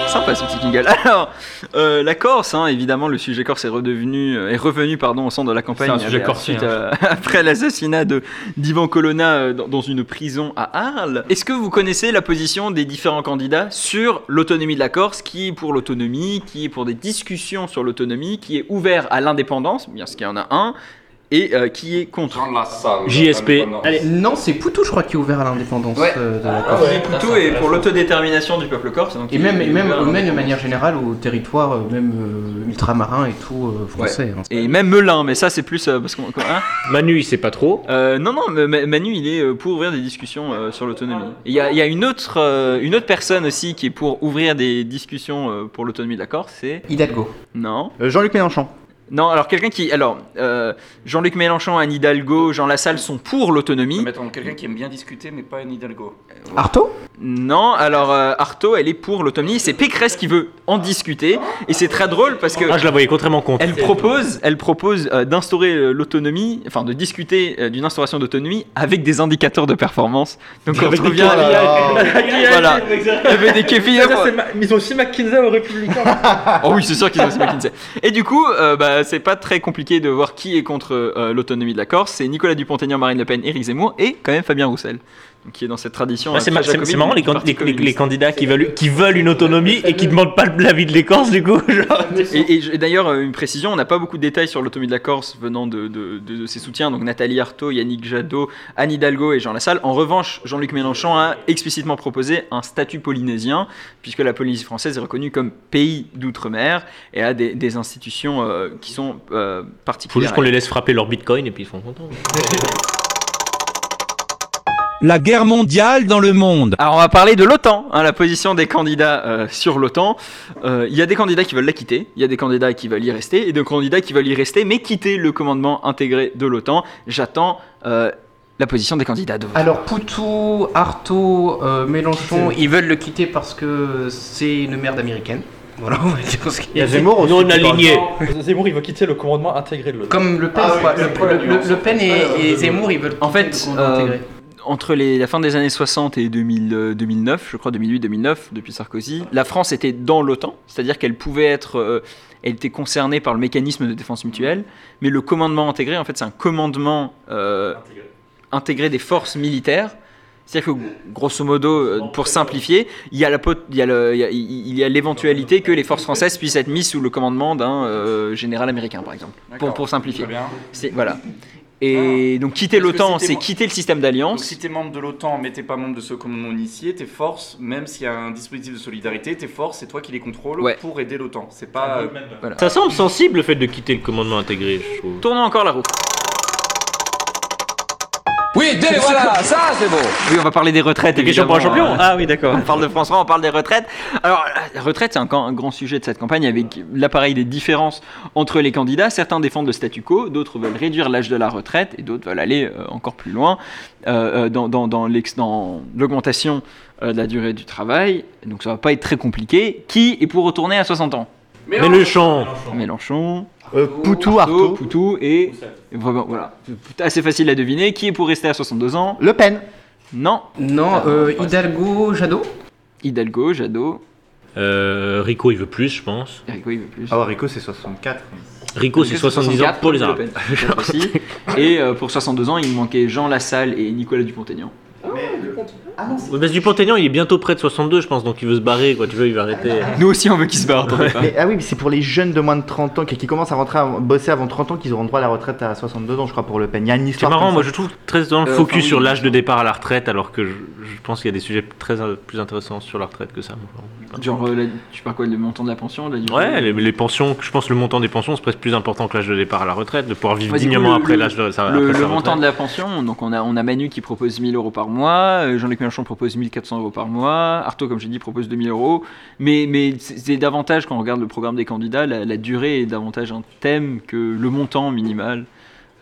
Sympa ce petit jingle. Alors, euh, la Corse, hein, évidemment, le sujet Corse est redevenu, euh, est revenu, pardon, au centre de la campagne.
C'est un sujet
euh,
corsé,
suite à-
hein.
après l'assassinat de d'Ivan Colonna euh, dans, dans une prison à Arles. Est-ce que vous connaissez la position des différents candidats sur l'autonomie de la Corse, qui est pour l'autonomie, qui est pour des discussions sur l'autonomie, qui est ouvert à l'indépendance, bien ce qu'il y en a un, et euh, qui est contre
JSP.
Allez.
Non, c'est Poutou, je crois, qui est ouvert à l'indépendance euh, de la
Ah,
Corse.
Poutou est pour l'autodétermination du peuple corse. donc
Et
il-
même, et
il est
même,
ouvert à
même de
l'indépendance.
manière générale au territoire, euh, même euh, ultramarin et tout, euh, français.
Ouais.
hein.
Et même Melun, mais ça c'est plus euh, parce qu'on. quoi, hein Euh,
Manu, il sait pas trop.
non, non, mais- mais Manu, il est euh, pour ouvrir des discussions euh, sur l'autonomie. Et Il y a, il y a une, autre, euh, une autre personne aussi qui est pour ouvrir des discussions euh, pour l'autonomie de la Corse, c'est.
Hidalgo.
Non.
Euh, Jean-Luc Mélenchon.
Non, alors quelqu'un qui. Alors, euh, Jean-Luc Mélenchon, Anne Hidalgo, Jean Lassalle sont pour l'autonomie.
Attends, quelqu'un qui aime bien discuter, mais pas Anne Hidalgo.
Arto Non, alors euh, Arto, elle est pour l'autonomie. C'est Pécresse qui veut en discuter. Et c'est très drôle parce que.
Ah, je la voyais contrairement contre.
Elle propose, elle propose euh, d'instaurer euh, l'autonomie, enfin de discuter euh, d'une instauration d'autonomie avec des indicateurs de performance. Donc on
Avec des
retrouve bien.
KPI.
Voilà. Avec des KPI.
C'est-à-dire, c'est ma- mais Ils ont aussi McKinsey aux Républicains.
Oh oui, c'est sûr qu'ils ont aussi McKinsey. Et du coup, euh, bah, c'est pas très compliqué de voir qui est contre euh, l'autonomie de la Corse. C'est Nicolas Dupont-Aignan, Marine Le Pen, Éric Zemmour et quand même Fabien Roussel, donc, qui est dans cette tradition.
Ah, c'est
euh,
mar-
très
c'est- c'est
jacobine
marrant
du
les, can-
Parti
les- les-
communiste.
les candidats qui veulent, qui veulent une autonomie et qui demandent pas l'avis de l'Écorce du coup. genre.
Et, et je- et d'ailleurs, euh, une précision, on n'a pas beaucoup de détails sur l'autonomie de la Corse venant de, de- de- de ses soutiens, donc Nathalie Arthaud, Yannick Jadot, Anne Hidalgo et Jean Lassalle. En revanche, Jean-Luc Mélenchon a explicitement proposé un statut polynésien, puisque la Polynésie française est reconnue comme pays d'outre-mer et a des, des institutions euh, qui sont euh, particulières.
Faut juste qu'on les laisse frapper leur bitcoin et puis ils seront contents.
La guerre mondiale dans le monde. Alors on va parler de l'OTAN, hein, la position des candidats euh, sur l'OTAN. Euh, Il y a des candidats qui veulent la quitter, il y a des candidats qui veulent y rester, et des candidats qui veulent y rester mais quitter le commandement intégré de l'OTAN. J'attends euh, la position des candidats de
Alors Poutou, Artaud, euh, Mélenchon,
C'est-
ils veulent le quitter parce que c'est une merde américaine. Voilà, on va dire ce qu'il y a.
Zemmour, il va quitter le commandement intégré de l'OTAN.
Comme Le
Ah
Pen, quoi. Le- le- le- Le Pen et
hein.
et Zemmour, ils veulent
En
quitter
fait,
le commandement
euh,
intégré.
entre les- la fin des années 60 et 2000, euh, 2009, je crois 2008-2009, depuis Sarkozy, la France était dans l'OTAN, c'est-à-dire qu'elle pouvait être, euh, elle était concernée par le mécanisme de défense mutuelle, mais le commandement intégré, en fait, c'est un commandement euh, intégré des forces militaires. C'est-à-dire que, grosso modo, euh, pour simplifier, il y a la pot- il y a le- il y a- il y a l'éventualité que les forces françaises puissent être mises sous le commandement d'un euh, général américain, par exemple, pour,
D'accord,
pour simplifier.
très bien. Ah.
C'est- Voilà. Et donc quitter
Parce que
l'OTAN,
c'était
c'est
mo-
quitter le système
Donc
d'alliance.
si t'es membre de l'OTAN, mais t'es pas membre de ce commandement initié, tes forces, même s'il y a un dispositif de solidarité, tes forces, c'est toi qui les contrôles
Ouais.
pour aider l'OTAN. C'est pas. euh,
Voilà.
Ça semble sensible le fait de quitter le commandement intégré, je trouve.
Tournons encore la roue.
Oui, dès- voilà, ça,
c'est beau. Oui, on va parler des retraites.
Des questions pour un
évidemment.
champion.
Ah oui, d'accord. On parle de François, on parle des retraites. Alors, la retraite, c'est encore un grand sujet de cette campagne avec l'appareil des différences entre les candidats. Certains défendent le statu quo, d'autres veulent réduire l'âge de la retraite et d'autres veulent aller euh, encore plus loin euh, euh, dans, dans- dans l'ex- dans l'augmentation euh, de la durée du travail. Donc, ça va pas être très compliqué. Qui est pour retourner à 60 ans
Mélenchon.
Mélenchon.
Euh,
Poutou, Poutou et. Voilà, voilà. Assez facile à deviner. Qui est pour rester à 62 ans
Le Pen.
Non.
Non, euh, Hidalgo, Jadot
Hidalgo, Jadot.
Euh, Rico, il veut plus, je pense.
Rico, il veut plus.
Ah ouais, Rico, c'est 64.
Rico, c'est 70 ans pour les Arabes.
Aussi. Et euh, pour 62 ans, il me manquait Jean Lassalle et Nicolas Dupont-Aignan.
Oui, parce que Dupont-Aignan, il est bientôt près de 62, je pense, donc il veut se barrer, quoi. Tu veux, il va arrêter.
Nous aussi, on veut qu'il se barre.
Mais- ah oui, mais c'est pour les jeunes de moins de 30 ans qui, qui commencent à rentrer à bosser avant 30 ans qu'ils auront droit à la retraite à 62 ans, je crois, pour Le Pen. Il y a une
C'est
histoire.
marrant,
comme
moi
ça.
je trouve très souvent le
Euh,
focus
enfin, oui.
sur l'âge de départ à la retraite, alors que je, je pense qu'il y a des sujets très euh, plus intéressants sur la retraite que ça.
Genre, euh, la- tu parles quoi Le montant de la pension la durée
Ouais, les, les pensions, je pense que le montant des pensions c'est presque plus important que l'âge de départ à la retraite, de pouvoir vivre
Ouais, du coup, le-
dignement après
le-
l'âge de sa
le,
après sa
le montant
retraite.
de la pension, donc on a, on a Manu qui propose 1000 euros par mois, euh, Jean-Luc Mélenchon propose 1400 euros par mois, Artaud, comme j'ai dit, propose 2000 euros. Mais, mais c'est c'est davantage, quand on regarde le programme des candidats, la, la durée est davantage un thème que le montant minimal,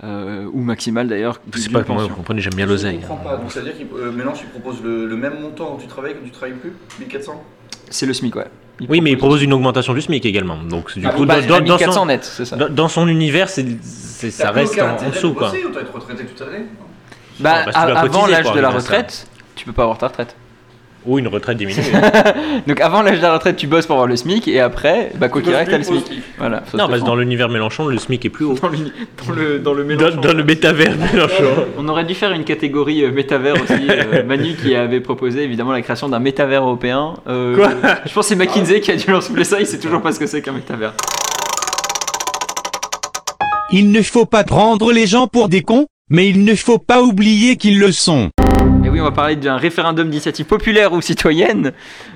euh, ou maximal d'ailleurs.
Je sais
d'une
pas comment vous
pension.
comprenez, j'aime bien l'oseille. hein.
comprends pas. Donc c'est-à-dire que euh, Mélenchon il propose le, le même montant quand tu travailles que quand tu travailles plus 1400
C'est le SMIC, ouais.
oui, mais il propose une augmentation du SMIC également. Donc, du
Ah,
coup,
bah,
dans, dans-
à
dans
1400
son,
net, c'est ça.
Dans, dans son univers, c'est, c'est- ça
T'as plus
reste
aucun
en, en
intérêt de
dessous. Quoi.
bosser, ou dois être retraité toute l'année
Bah,
Ah, bah, tu
a-
dois
avant
cotiser
l'âge
pour
de la
arriver à ça.
retraite, tu peux pas avoir ta retraite.
Ou une retraite diminuée.
Donc avant l'âge de la retraite, tu bosses pour avoir le SMIC et après, bah, quoi qu'il arrive, t'as le SMIC. Voilà, ça,
non,
c'est
parce que
bon.
dans l'univers Mélenchon, le SMIC est plus haut.
Dans, le, dans le
Dans, le métavers Mélenchon.
On aurait dû faire une catégorie euh, métavers aussi. euh, Manu qui avait proposé évidemment la création d'un métavers européen. Euh,
Quoi
Je pense que c'est McKinsey qui a dû leur souffler ça, il sait toujours pas ce que c'est qu'un métavers.
Il ne faut pas prendre les gens pour des cons, mais il ne faut pas oublier qu'ils le sont.
Et oui, on va parler d'un référendum d'initiative populaire ou citoyenne,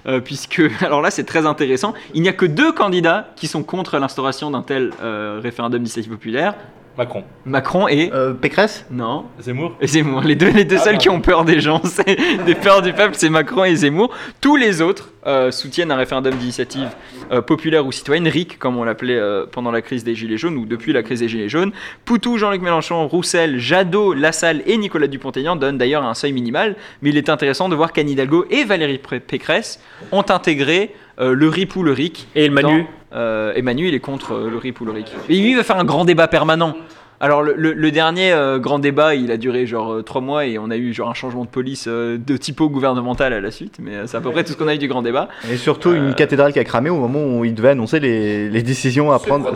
euh, puisque, alors là, c'est très intéressant, il n'y a que deux candidats qui sont contre l'instauration d'un tel euh, référendum d'initiative populaire.
Macron.
Macron et...
Euh,
Pécresse
Non.
Zemmour
Et Zemmour. Les deux, les deux
Euh, Ah
seuls
bah.
qui ont peur des gens, c'est des peurs du peuple, c'est Macron et Zemmour. Tous les autres euh, soutiennent un référendum d'initiative euh, populaire ou citoyenne, RIC, comme on l'appelait euh, pendant la crise des Gilets jaunes ou depuis la crise des Gilets jaunes. Poutou, Jean-Luc Mélenchon, Roussel, Jadot, Lassalle et Nicolas Dupont-Aignan donnent d'ailleurs un seuil minimal, mais il est intéressant de voir qu'Anne Hidalgo et Valérie Pré- Pécresse ont intégré euh, le RIP ou le RIC. Et le Manu euh, Et Manu, il est contre euh, le RIP ou le RIC. Et lui, il va faire un grand débat permanent. Alors le, le- le dernier euh, grand débat, il a duré genre euh, trois mois et on a eu genre un changement de police euh, de typo gouvernemental à la suite, mais euh, c'est à peu près tout ce qu'on a eu du grand débat.
Et surtout une cathédrale qui a cramé au moment où il devait annoncer les, les décisions à prendre.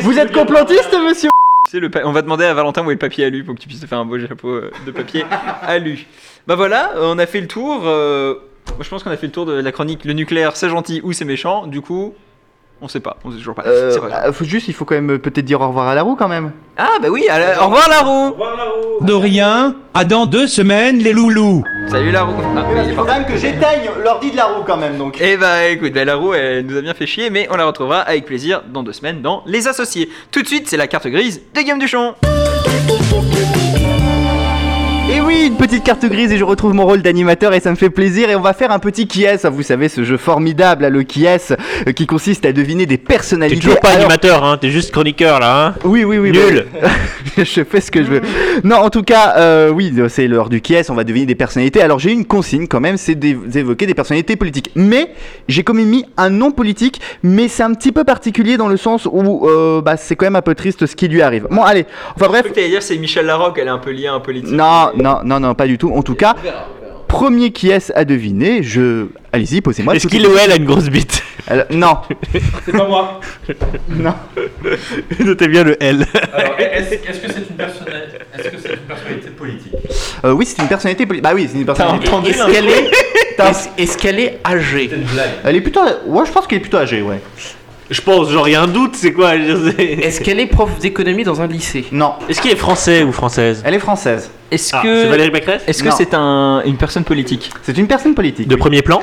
Vous êtes complotiste, monsieur On va demander à Valentin où est le papier alu pour que tu puisses te faire un beau chapeau euh, de papier alu. Bah voilà, euh, on a fait le tour. euh, moi, je pense qu'on a fait le tour de la chronique le nucléaire, c'est gentil ou c'est méchant. Du coup, on sait pas, on sait toujours pas.
Euh,
C'est vrai.
bah, faut juste, il faut quand même peut-être dire au revoir à la roue quand même.
Ah bah oui, à la- au revoir la roue
De rien, à dans deux semaines les loulous.
Salut la roue Ah, il est
Il faut
parti.
quand même que j'éteigne l'ordi de la roue quand même donc.
Eh bah écoute, bah, la roue elle nous a bien fait chier, mais on la retrouvera avec plaisir dans deux semaines dans Les Associés. Tout de suite, c'est la carte grise de Guillaume Duchon.
Et oui, une petite carte grise et je retrouve mon rôle d'animateur et ça me fait plaisir et on va faire un petit qui est. Vous savez ce jeu formidable, là, le qui est, euh, qui consiste à deviner des personnalités.
T'es toujours pas
Alors-
animateur, hein, t'es juste chroniqueur là. Hein.
Oui, oui, oui.
Nul.
bah, je fais ce que je veux. Non, en tout cas, euh, oui, c'est l'heure du qui est, on va deviner des personnalités. Alors j'ai une consigne quand même, c'est d'é- d'évoquer des personnalités politiques. Mais j'ai quand même mis un nom politique, mais c'est un petit peu particulier dans le sens où euh, bah, c'est quand même un peu triste ce qui lui arrive. Bon, allez, enfin bref.
Je crois que t'allais dire c'est Michel Larocque, elle est un peu liée à un politique.
Non, non, non, non, pas du tout. En tout cas, premier qui est à deviner, je. Allez-y, posez-moi.
Est-ce
toutes les
qu'il ou elle a
questions.
une grosse bite
Alors, Non.
C'est pas moi.
Non.
Notez bien le L.
Alors, est-ce est-ce que c'est une personnalité, est-ce que c'est une personnalité politique
Euh, oui, c'est une personnalité. poli- Bah oui, c'est une personnalité.
entendu
Est-ce
l'info
qu'elle est-
Est-ce est-ce qu'elle est âgée
Elle est plutôt. Ouais, je pense qu'elle est plutôt âgée, ouais.
Je pense, genre, il y a un doute, c'est quoi Est-ce
qu'elle est prof d'économie dans un lycée
Non.
Est-ce qu'il est français ou française
Elle est française.
Est-ce
Ah,
que
c'est Valérie Pécresse
Est-ce que
Non.
c'est un- une personne politique
C'est une personne politique.
De premier plan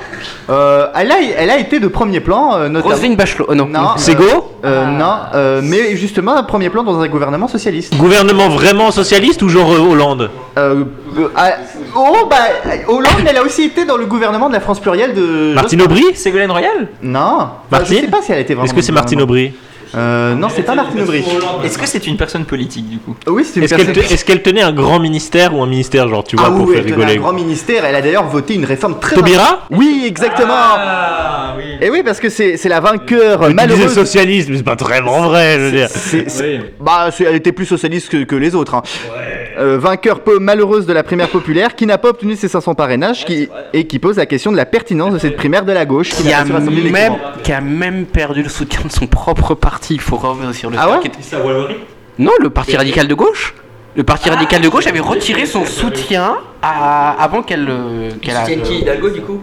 Euh, elle, a, elle a été de premier plan, euh, notamment.
Roselyne
Bachelot,
non.
Ah, bah
Ségo
euh,
Ah.
Non, euh, mais justement, un premier plan dans un gouvernement socialiste.
Gouvernement vraiment socialiste ou genre euh, Hollande
Euh, euh, ah, oh, bah, euh, Hollande, elle a aussi été dans le gouvernement de la France plurielle de.
Martine Aubry
Ségolène Royal
Non. Bah, je
Martine
sais pas si elle a été vraiment.
Est-ce que c'est
dans le
Martine
gouvernement.
Aubry
Euh, non, c'est pas Martine Aubry. Euh,
Est-ce que c'est une personne politique du coup
Oui, c'est une
Est-ce qu'elle
personne-
te- est-ce qu'elle tenait un grand ministère ou un ministère, genre, tu vois,
Ah
pour
oui,
faire
elle tenait
rigoler
un grand ministère. Elle a d'ailleurs voté une réforme très.
Taubira
Oui, exactement. Et oui, parce que c'est c'est la vainqueur euh,
Tu disais
malheureuse.
socialiste, mais c'est pas vraiment vrai, je veux dire.
C'est- c'est- Bah, c'est- elle était plus socialiste que, que les autres. hein. Euh, vainqueur peu malheureuse de la primaire populaire, qui n'a pas obtenu ses 500 parrainages, qui, et qui pose la question de la pertinence de cette primaire de la gauche.
qui
n'a
a,
pas su rassembler les
même,
courants.
qui a même perdu le soutien de son propre parti. Il faut revenir sur le
Ah
fait
ouais
qu'il était- Non, le parti radical de gauche. Le parti radical de gauche avait retiré son soutien à- avant qu'elle. euh, qu'elle a-
Hidalgo du coup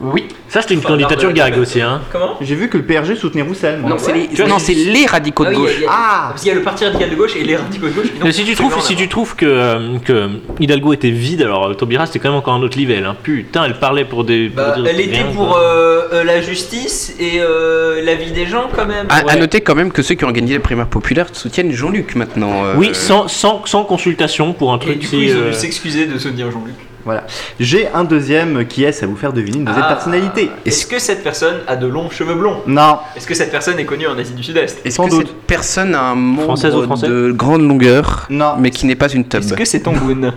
Oui.
Ça, c'était une candidature gag aussi, hein.
Comment
J'ai vu que le PRG soutenait Roussel. moi.
Non, c'est les, non, c'est les radicaux
Ah
de
oui, il y a-
gauche.
il y a- Parce qu'il y a le parti radical de gauche et les radicaux de gauche. et donc-
Mais si tu trouves, si tu trouves que, euh, que Hidalgo était vide, alors euh, Taubira c'était quand même encore un autre level. Hein. Putain, elle parlait pour des. pour
Bah,
dire
elle était
rien,
pour
quoi.
euh, euh, la justice et euh, la vie des gens quand même.
À, à noter quand même que ceux qui ont gagné les primaires populaires soutiennent Jean-Luc maintenant. euh,
Oui, sans, sans, sans consultation pour un
Et
truc
du coup,
si.
ils ont
euh,
dû s'excuser de soutenir Jean-Luc.
Voilà. J'ai un deuxième qui est à vous faire deviner une deuxième
Ah.
personnalité.
Est-ce que cette personne a de longs cheveux blonds
Non.
Est-ce que cette personne est connue en Asie du Sud-Est
Est-ce que cette personne a un
Française ou
membre
français
de grande longueur,
Non.
mais qui n'est pas une tub Est-ce
que c'est Tangoun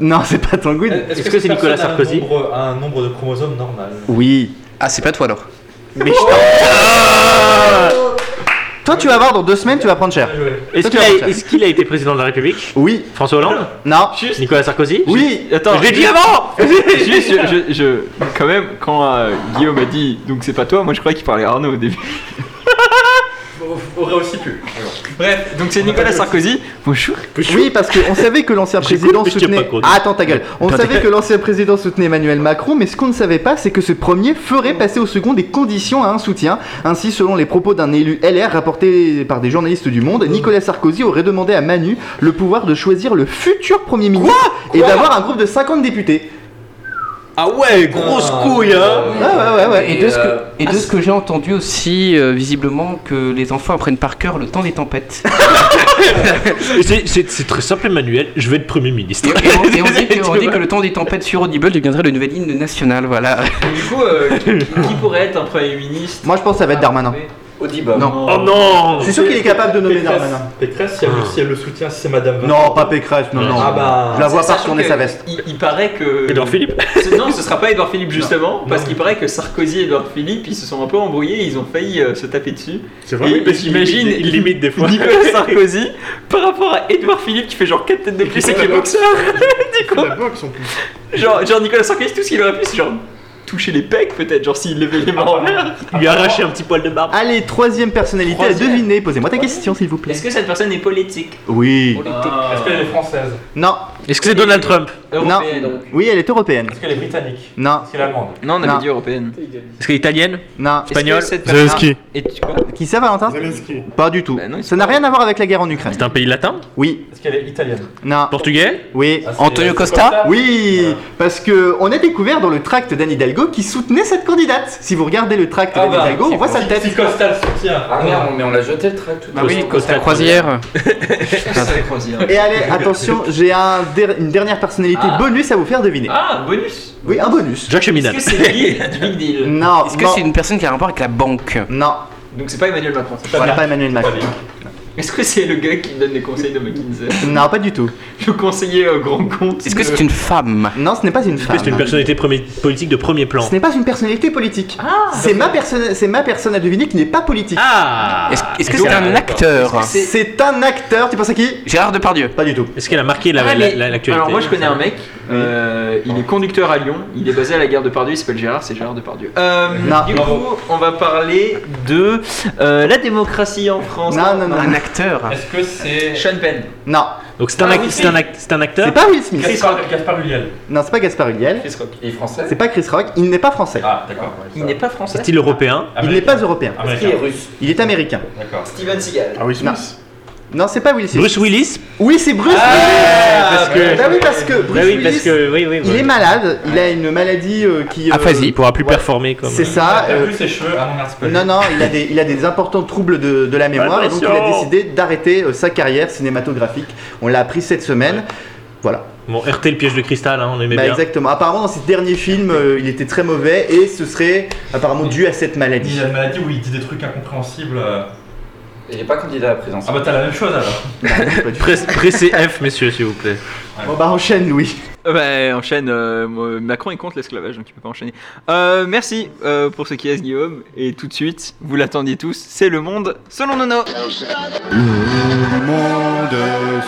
Non, c'est Euh, pas Tanguy.
Est-ce que, c'est Nicolas Sarkozy a un nombre de chromosomes normal
Oui.
Ah, c'est pas toi alors.
Mais Toi, tu vas voir, dans deux semaines, tu vas prendre cher.
Est-ce
Toi, tu
qu'il
vas prendre
a,
cher.
est-ce qu'il a été président de la République
Oui.
François Hollande
Non.
Nicolas Sarkozy
Oui.
Attends, j'ai dit avant
Juste, je, je- je- quand même, quand euh, Guillaume a dit donc c'est pas toi, moi je croyais qu'il parlait à Arnaud au début.
Aurait aussi pu.
Bref, donc c'est Nicolas Sarkozy. Bonjour.
Oui, parce qu'on savait que l'ancien président
compris, je t'ai
soutenait.
pas compris.
Ah, attends ta gueule. On
Attends,
savait
t'as-
que l'ancien président soutenait Emmanuel Macron, mais ce qu'on ne savait pas, c'est que ce premier ferait passer au second des conditions à un soutien. Ainsi, selon les propos d'un élu LR rapporté par des journalistes du Monde, Nicolas Sarkozy aurait demandé à Manu le pouvoir de choisir le futur premier ministre et d'avoir un groupe de 50 députés.
Ah ouais, grosse couille, hein
Ouais, ouais, ouais, ouais.
Ah Et de ce que, et de ce que j'ai entendu aussi, euh, visiblement, que les enfants apprennent par cœur le temps des tempêtes.
C'est- C'est c'est très simple, Emmanuel. Je vais être Premier ministre.
Et on, et on dit que, on dit
Tu
que
vois.
le temps des tempêtes sur Audible deviendrait le nouvel hymne national, voilà.
Du coup, euh, qui pourrait être un premier ministre
Moi, je pense que ça va être Darmanin.
Audible.
Ah Non.
Oh non
Je suis sûr qu'il est capable de nommer
Pécresse-
Darmanin.
Pécresse, si elle,
Ah.
le- si elle le soutient, si c'est Madame
Non, pas Pécresse, non, non.
Ah bah.
Je la vois pas
Sachant
retourner
que
sa veste.
Il, il paraît que.
Édouard Philippe
Ce- Non, ce sera pas Edouard Philippe justement, parce qu'il paraît que Sarkozy et Edouard Philippe, ils se sont un peu embrouillés, ils ont failli euh, se taper dessus.
C'est vrai, oui,
et
parce qu'il
j'imagine
limite- il limite des fois.
Nicolas Sarkozy par rapport à Edouard Philippe qui fait genre 4 têtes de plus et qui est boxeur. Du coup, genre, genre Nicolas Sarkozy, tout ce qu'il aurait pu, c'est genre toucher les pecs peut-être, genre s'il levait les mains en l'air.
Lui arracher un petit poil de
Ah.
barbe.
Allez, troisième personnalité à
Troisième.
deviner. Posez-moi ta question, s'il vous plaît.
Est-ce que cette personne est politique
Oui.
Est-ce qu'elle est française
Non.
Est-ce que c'est Donald Trump
Non. Oui, elle est européenne.
Est-ce qu'elle est britannique
Non.
Est-ce qu'elle est allemande
Non, on avait
Non.
dit européenne.
Est-ce qu'elle est italienne
Non.
Espagnole
Zelensky.
Et tu quoi
Qui ça, Valentin Pas du tout. ça n'a rien à voir avec la guerre en Ukraine.
C'est un pays latin
Oui.
Est-ce qu'elle est italienne Ah,
Non.
Portugais
Oui.
c'est- Antonio Ah, c'est Costa Costa
Oui. Parce que on a découvert dans le tract d'Anne Hidalgo qui soutenait cette candidate. Si vous regardez le tract d'Anne Hidalgo, on voit sa tête.
Si Costa le soutient.
Ah merde, mais on l'a jeté le tract.
Bah oui, Costa Croisière.
hein
Et allez, attention, j'ai un der- une dernière personnalité
Ah.
bonus à vous faire deviner.
Ah, bonus
Oui, un bonus.
Jacques Cheminade.
Est-ce que c'est Big, Big Deal
Non.
Est-ce que
Oh, non,
c'est une personne qui a un rapport avec la banque
Non.
Donc c'est pas Emmanuel Macron. c'est
Voilà, pas Emmanuel Macron.
Est-ce que c'est le gars qui donne les conseils de McKinsey
Non, pas du tout.
Le conseiller au grand compte
Est-ce que c'est une femme
Non, ce n'est pas une femme.
C'est une personnalité premier- politique de premier plan.
Ce n'est pas une personnalité politique. c'est ma personne, c'est ma personne à deviner qui n'est pas politique.
Ah
Est-ce est-ce que c'est un acteur
Est-ce que c'est-
C'est un acteur. Tu penses à qui
Gérard Depardieu.
Pas du tout.
Est-ce qu'elle a marqué la-
Ah,
la-
mais-
la- l'actualité hein,
Alors moi je connais un mec, euh, il est conducteur à Lyon, il est basé à la gare de Pardieu, il s'appelle Gérard, c'est Gérard Depardieu. Euh,
Non.
du coup, on va parler de euh, la démocratie en France.
Non, non, non.
Un acteur
Est-ce que c'est.
Sean Penn.
Non.
Donc c'est un,
Ah,
ac-
oui,
c'est un ac- c'est un acteur
C'est pas Will Smith.
Gaspard Gaspard Ulliel.
Non, c'est pas Gaspard Ulliel.
Chris Rock.
Il est français
C'est pas Chris Rock. Il n'est pas français.
Ah, d'accord.
Il n'est pas français.
Est-il européen
Il n'est pas européen.
Ah.
Américain.
russe.
Il est américain.
D'accord.
Steven Seagal.
Ah oui,
Non. Non, c'est pas Will Smith.
Bruce Willis
Oui, c'est Bruce.
parce que-
Willis. Bah oui, parce que Bruce
Bah oui,
Willis,
parce que. Oui, oui,
il
oui.
est malade. Il a une maladie euh, qui. euh,
Il pourra plus performer comme.
C'est
Ah,
ça.
T'as
euh,
vu ses cheveux Ah non, merde, c'est pas lui.
Non, non, il a des, il a des importants troubles de, de la mémoire et donc il a
Attention
décidé d'arrêter euh, sa carrière cinématographique. On l'a appris cette semaine. Voilà.
euh, Bon, RT le piège de cristal, hein, on aimait
Bah,
bien.
exactement. Apparemment, dans ses derniers films, euh, il était très mauvais et ce serait apparemment dû à cette
Il
maladie.
a une maladie où il dit des trucs incompréhensibles. euh.
Il est pas candidat à la présidence.
Ah bah t'as la même chose alors.
Presse- Pressez F, messieurs, s'il vous plaît.
Bon, bah enchaîne, Louis.
Euh, bah, enchaîne, euh, moi, Macron est contre l'esclavage, donc il peut pas enchaîner. Euh, merci euh, pour ce qui est Guillaume, et tout de suite, vous l'attendiez tous, c'est le monde selon Nono.
Le monde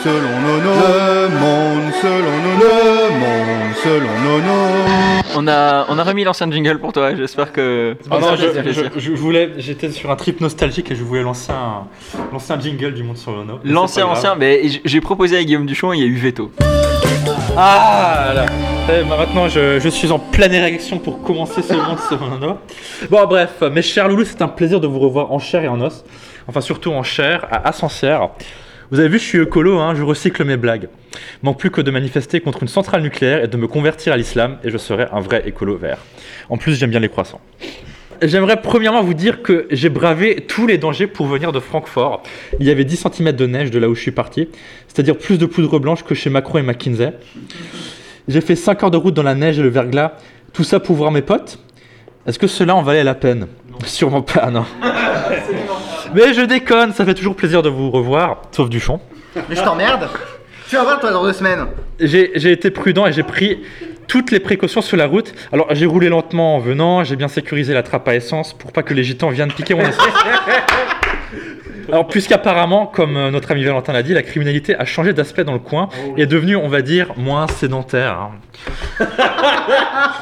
selon Nono. Le monde selon Nono. Le monde selon Nono.
On a, on a remis l'ancien jingle pour toi, j'espère que... Oh
Ah non,
ça
je,
te fait plaisir.
je- je voulais, j'étais sur un trip nostalgique et je voulais lancer un, lancer un jingle du monde sur le nom.
L'ancien, ancien, mais j- j'ai proposé à Guillaume Duchon, il y a eu veto.
Ah là Eh, bah, Maintenant, je, je suis en pleine érection pour commencer ce monde sur le nom. Bon, bref, euh, mes chers loulous, c'est un plaisir de vous revoir en chair et en os. Enfin, surtout en chair, à Ascensière. Vous avez vu, je suis écolo, hein, je recycle mes blagues. Manque plus que de manifester contre une centrale nucléaire et de me convertir à l'islam, et je serai un vrai écolo vert. En plus, j'aime bien les croissants. J'aimerais premièrement vous dire que j'ai bravé tous les dangers pour venir de Francfort. Il y avait 10 cm de neige de là où je suis parti, c'est-à-dire plus de poudre blanche que chez Macron et McKinsey. J'ai fait 5 heures de route dans la neige et le verglas, tout ça pour voir mes potes. Est-ce que cela en valait la peine Sûrement pas, non. Mais je déconne, ça fait toujours plaisir de vous revoir, sauf Duchon.
Mais je t'emmerde. Tu vas voir, toi, dans deux semaines.
J'ai j'ai été prudent et j'ai pris toutes les précautions sur la route. Alors j'ai roulé lentement en venant, j'ai bien sécurisé la trappe à essence pour pas que les gitans viennent piquer mon essence. Alors, puisqu'apparemment, comme euh, notre ami Valentin l'a dit, la criminalité a changé d'aspect dans le coin et est devenue, on va dire, moins sédentaire. hein.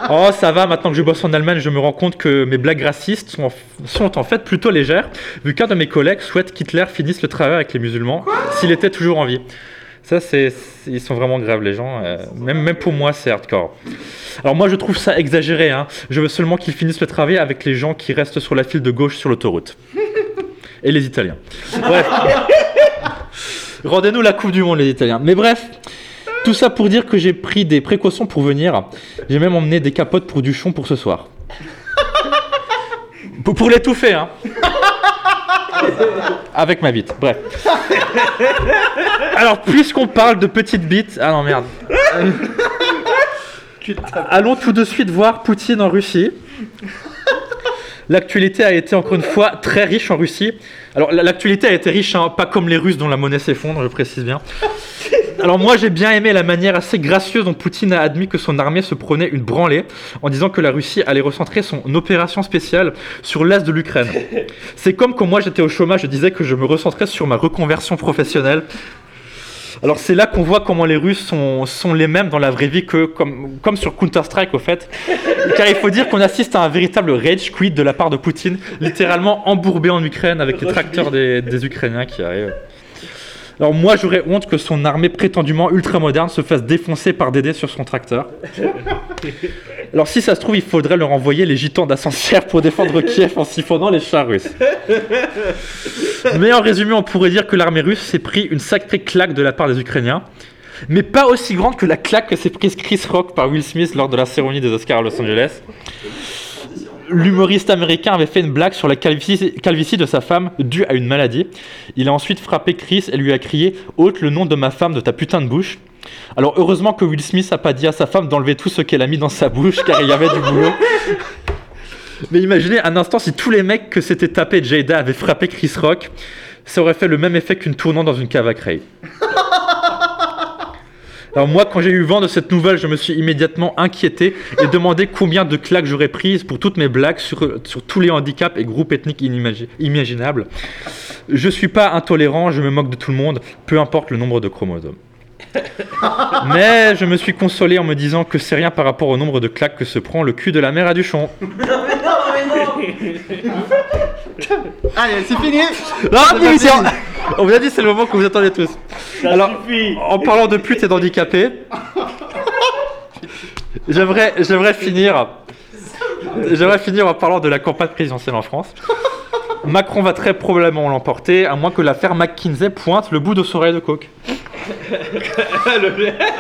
Oh, ça va, maintenant que je bosse en Allemagne, je me rends compte que mes blagues racistes sont en, sont en fait plutôt légères, vu qu'un de mes collègues souhaite qu'Hitler finisse le travail avec les musulmans, s'il était toujours en vie. Ça, c'est, c'est- ils sont vraiment graves, les gens. euh, même, même pour moi, c'est hardcore. Alors moi, je trouve ça exagéré. hein. Je veux seulement qu'ils finissent le travail avec les gens qui restent sur la file de gauche sur l'autoroute. Et les Italiens. Bref. Rendez-nous la Coupe du Monde, les Italiens. Mais bref, tout ça pour dire que j'ai pris des précautions pour venir. J'ai même emmené des capotes pour Duchon pour ce soir. Pour, pour l'étouffer, hein. Avec ma bite, bref. Alors, puisqu'on parle de petites bites. Ah non, merde. Euh, Allons tout de suite voir Poutine en Russie. L'actualité a été encore une fois très riche en Russie. Alors la- l'actualité a été riche, hein, pas comme les Russes dont la monnaie s'effondre, je précise bien. Alors moi j'ai bien aimé la manière assez gracieuse dont Poutine a admis que son armée se prenait une branlée en disant que la Russie allait recentrer son opération spéciale sur l'est de l'Ukraine. C'est comme quand moi j'étais au chômage, je disais que je me recentrais sur ma reconversion professionnelle. Alors c'est là qu'on voit comment les Russes sont, sont les mêmes dans la vraie vie que comme, comme sur Counter-Strike au fait. Car il faut dire qu'on assiste à un véritable rage quit de la part de Poutine, littéralement embourbé en Ukraine avec les tracteurs des, des Ukrainiens qui arrivent. Alors moi j'aurais honte que son armée prétendument ultra moderne se fasse défoncer par Dédé sur son tracteur. Alors si ça se trouve il faudrait leur envoyer les gitans d'ascenseur pour défendre Kiev en siphonnant les chars russes. Mais en résumé, on pourrait dire que l'armée russe s'est pris une sacrée claque de la part des Ukrainiens. Mais pas aussi grande que la claque que s'est prise Chris Rock par Will Smith lors de la cérémonie des Oscars à Los Angeles. L'humoriste américain avait fait une blague sur la calvitie, calvitie de sa femme due à une maladie. Il a ensuite frappé Chris et lui a crié ôte le nom de ma femme de ta putain de bouche. Alors heureusement que Will Smith a pas dit à sa femme d'enlever tout ce qu'elle a mis dans sa bouche car il y avait du boulot. Mais imaginez un instant si tous les mecs que s'était tapé Jada avaient frappé Chris Rock, ça aurait fait le même effet qu'une tournante dans une cave à craie. Alors moi, quand j'ai eu vent de cette nouvelle, je me suis immédiatement inquiété et demandé combien de claques j'aurais prises pour toutes mes blagues sur, sur tous les handicaps et groupes ethniques inimagi- imaginables. Je suis pas intolérant, je me moque de tout le monde, peu importe le nombre de chromosomes. Mais je me suis consolé en me disant que c'est rien par rapport au nombre de claques que se prend le cul de la mère à Duchon.
Allez, c'est fini
Non, l'émission On vous a dit, c'est le moment que vous attendez tous. Alors, en parlant de pute et d'handicapés, j'aimerais, j'aimerais finir. J'aimerais finir en parlant de la campagne présidentielle en France. Macron va très probablement l'emporter, à moins que l'affaire McKinsey pointe le bout de son oreille de coke.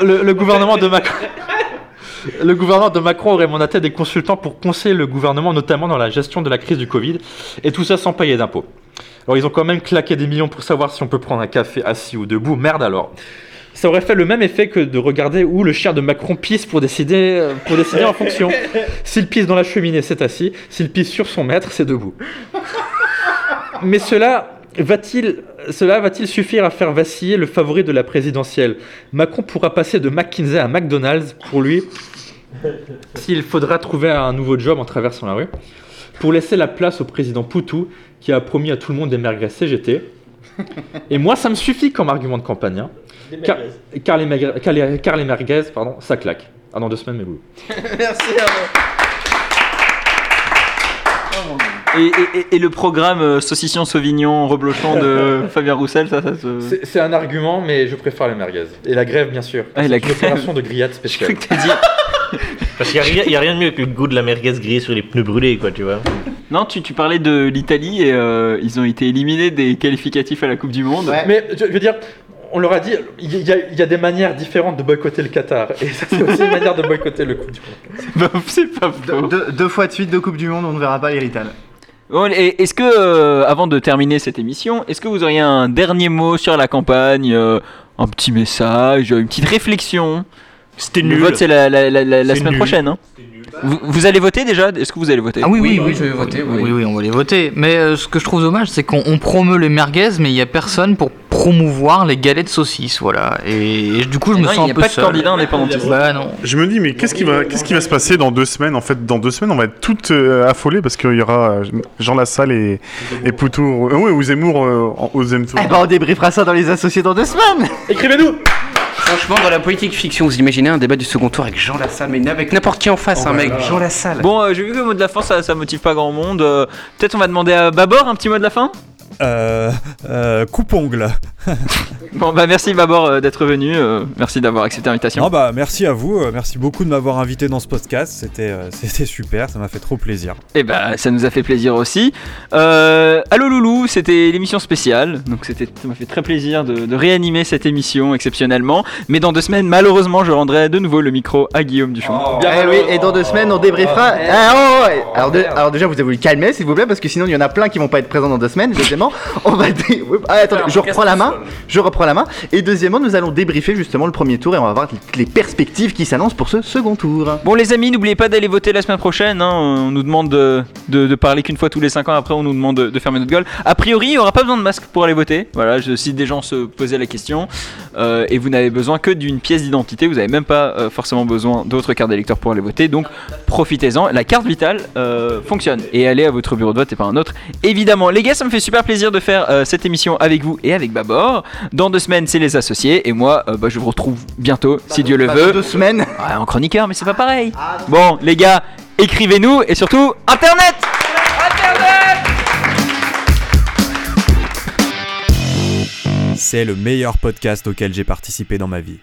Le, le gouvernement de Macron. Le gouvernement de Macron aurait mandaté des consultants pour conseiller le gouvernement, notamment dans la gestion de la crise du Covid, et tout ça sans payer d'impôts. Alors ils ont quand même claqué des millions pour savoir si on peut prendre un café assis ou debout, merde alors. Ça aurait fait le même effet que de regarder où le chien de Macron pisse pour décider, euh, pour décider en fonction. S'il pisse dans la cheminée, c'est assis. S'il pisse sur son maître, c'est debout. Mais cela va-t-il cela va-t-il suffire à faire vaciller le favori de la présidentielle Macron pourra passer de McKinsey à McDonald's pour lui s'il faudra trouver un nouveau job en traversant la rue pour laisser la place au président Poutou qui a promis à tout le monde des merguez CGT. Et moi, ça me suffit comme argument de campagne. hein.
Des
Car,
merguez.
car les merguez- car les- car les merguez, pardon, ça claque. Ah, dans deux semaines, mes boules.
Merci
Et, et- et- et le programme euh, saucisson sauvignon reblochon de Fabien Roussel, ça, ça se.
C'est c'est un argument, mais je préfère les merguez. Et la grève, bien sûr.
Ah, et
C'est
la
une
grève.
opération de grillade spéciale.
Parce qu'il n'y a, rien de mieux que le goût de la merguez grillée sur les pneus brûlés, quoi, tu vois.
Non, tu, tu parlais de l'Italie et euh, ils ont été éliminés des qualificatifs à la Coupe du Monde.
Mais je, je veux dire, on leur a dit, il y, a- il y a des manières différentes de boycotter le Qatar. Et ça, c'est aussi une manière de boycotter le Coupe du Monde.
C'est pas faux.
Deux, deux fois de suite, deux Coupes du Monde, on ne verra pas l'héritage.
Bon, et est-ce que, euh, avant de terminer cette émission, est-ce que vous auriez un dernier mot sur la campagne euh, Un petit message, une petite réflexion C'était
nul.
Le vote, c'est la, la- la- la- la
C'est
semaine
nul.
prochaine. hein. vous, vous allez voter déjà Est-ce que vous allez voter
Ah oui, oui, oui, je vais voter. Oui, oui, on va les voter. Mais euh, ce que je trouve dommage, c'est qu'on on promeut les merguez, mais il n'y a personne pour
promouvoir les galets de saucisses, voilà. Et, et du coup, je
Eh
Mais
me
non,
sens
il
un
y a
peu
pas de
seul.
candidat indépendantiste.
Bah non.
Je me dis, mais qu'est-ce qui va, qu'est-ce qui va se passer dans deux semaines En fait, dans deux semaines, on va être toutes euh, affolées parce qu'il y aura euh, Jean Lassalle et, et Poutour. euh, oui, ou Zemmour euh, en- au Zem Tour.
Eh ben, on débriefera ça dans les associés dans deux semaines.
Écrivez-nous
Franchement, dans la politique fiction, vous imaginez un débat du second tour avec Jean Lassalle, mais avec n'importe qui en face, un mec, Jean Lassalle.
Bon, euh, j'ai vu que le mot de la fin, ça, ça motive pas grand monde. Euh, Peut-être on va demander à Babor un petit mot de la fin
Euh. euh coupongle.
Bon, bah merci Babor euh, d'être venu. euh, merci d'avoir accepté l'invitation.
Non, bah, merci à vous. euh, merci beaucoup de m'avoir invité dans ce podcast. C'était euh, c'était super. Ça m'a fait trop plaisir.
Et bah, ça nous a fait plaisir aussi. Euh, Allô Loulou, c'était l'émission spéciale. Donc, c'était, ça m'a fait très plaisir de, de réanimer cette émission exceptionnellement. Mais dans deux semaines, malheureusement, je rendrai de nouveau le micro à Guillaume Duchamp.
Eh oui, et dans deux semaines, on débriefera. Ah, oh, ouais. alors, de- alors déjà, vous avez vous calmer, s'il vous plaît, parce que sinon, il y en a plein qui vont pas être présents dans deux semaines. Deuxièmement, on va. dé- Ah, attendez, je reprends la main. Je reprends la main. Et deuxièmement, nous allons débriefer justement le premier tour et on va voir les perspectives qui s'annoncent pour ce second tour.
Bon les amis, n'oubliez pas d'aller voter la semaine prochaine. hein. On nous demande de, de- de parler qu'une fois tous les 5 ans. Après, on nous demande de, de fermer notre gueule. A priori, il n'y aura pas besoin de masque pour aller voter. Voilà, je, si des gens se posaient la question, euh, et vous n'avez besoin que d'une pièce d'identité, vous n'avez même pas euh, forcément besoin d'autres cartes d'électeurs pour aller voter. Donc, profitez-en. La carte vitale euh, fonctionne et allez à votre bureau de vote et pas un autre. Évidemment, les gars, ça me fait super plaisir de faire euh, cette émission avec vous et avec Babor. Dans deux semaines, c'est les associés et moi, euh, bah, je vous retrouve bientôt, si Dieu le
pas
veut.
Bah, dans deux semaines.
Ouais, en chroniqueur, mais c'est pas pareil. Bon, les gars, écrivez-nous et surtout Internet.
C'est le meilleur podcast auquel j'ai participé dans ma vie.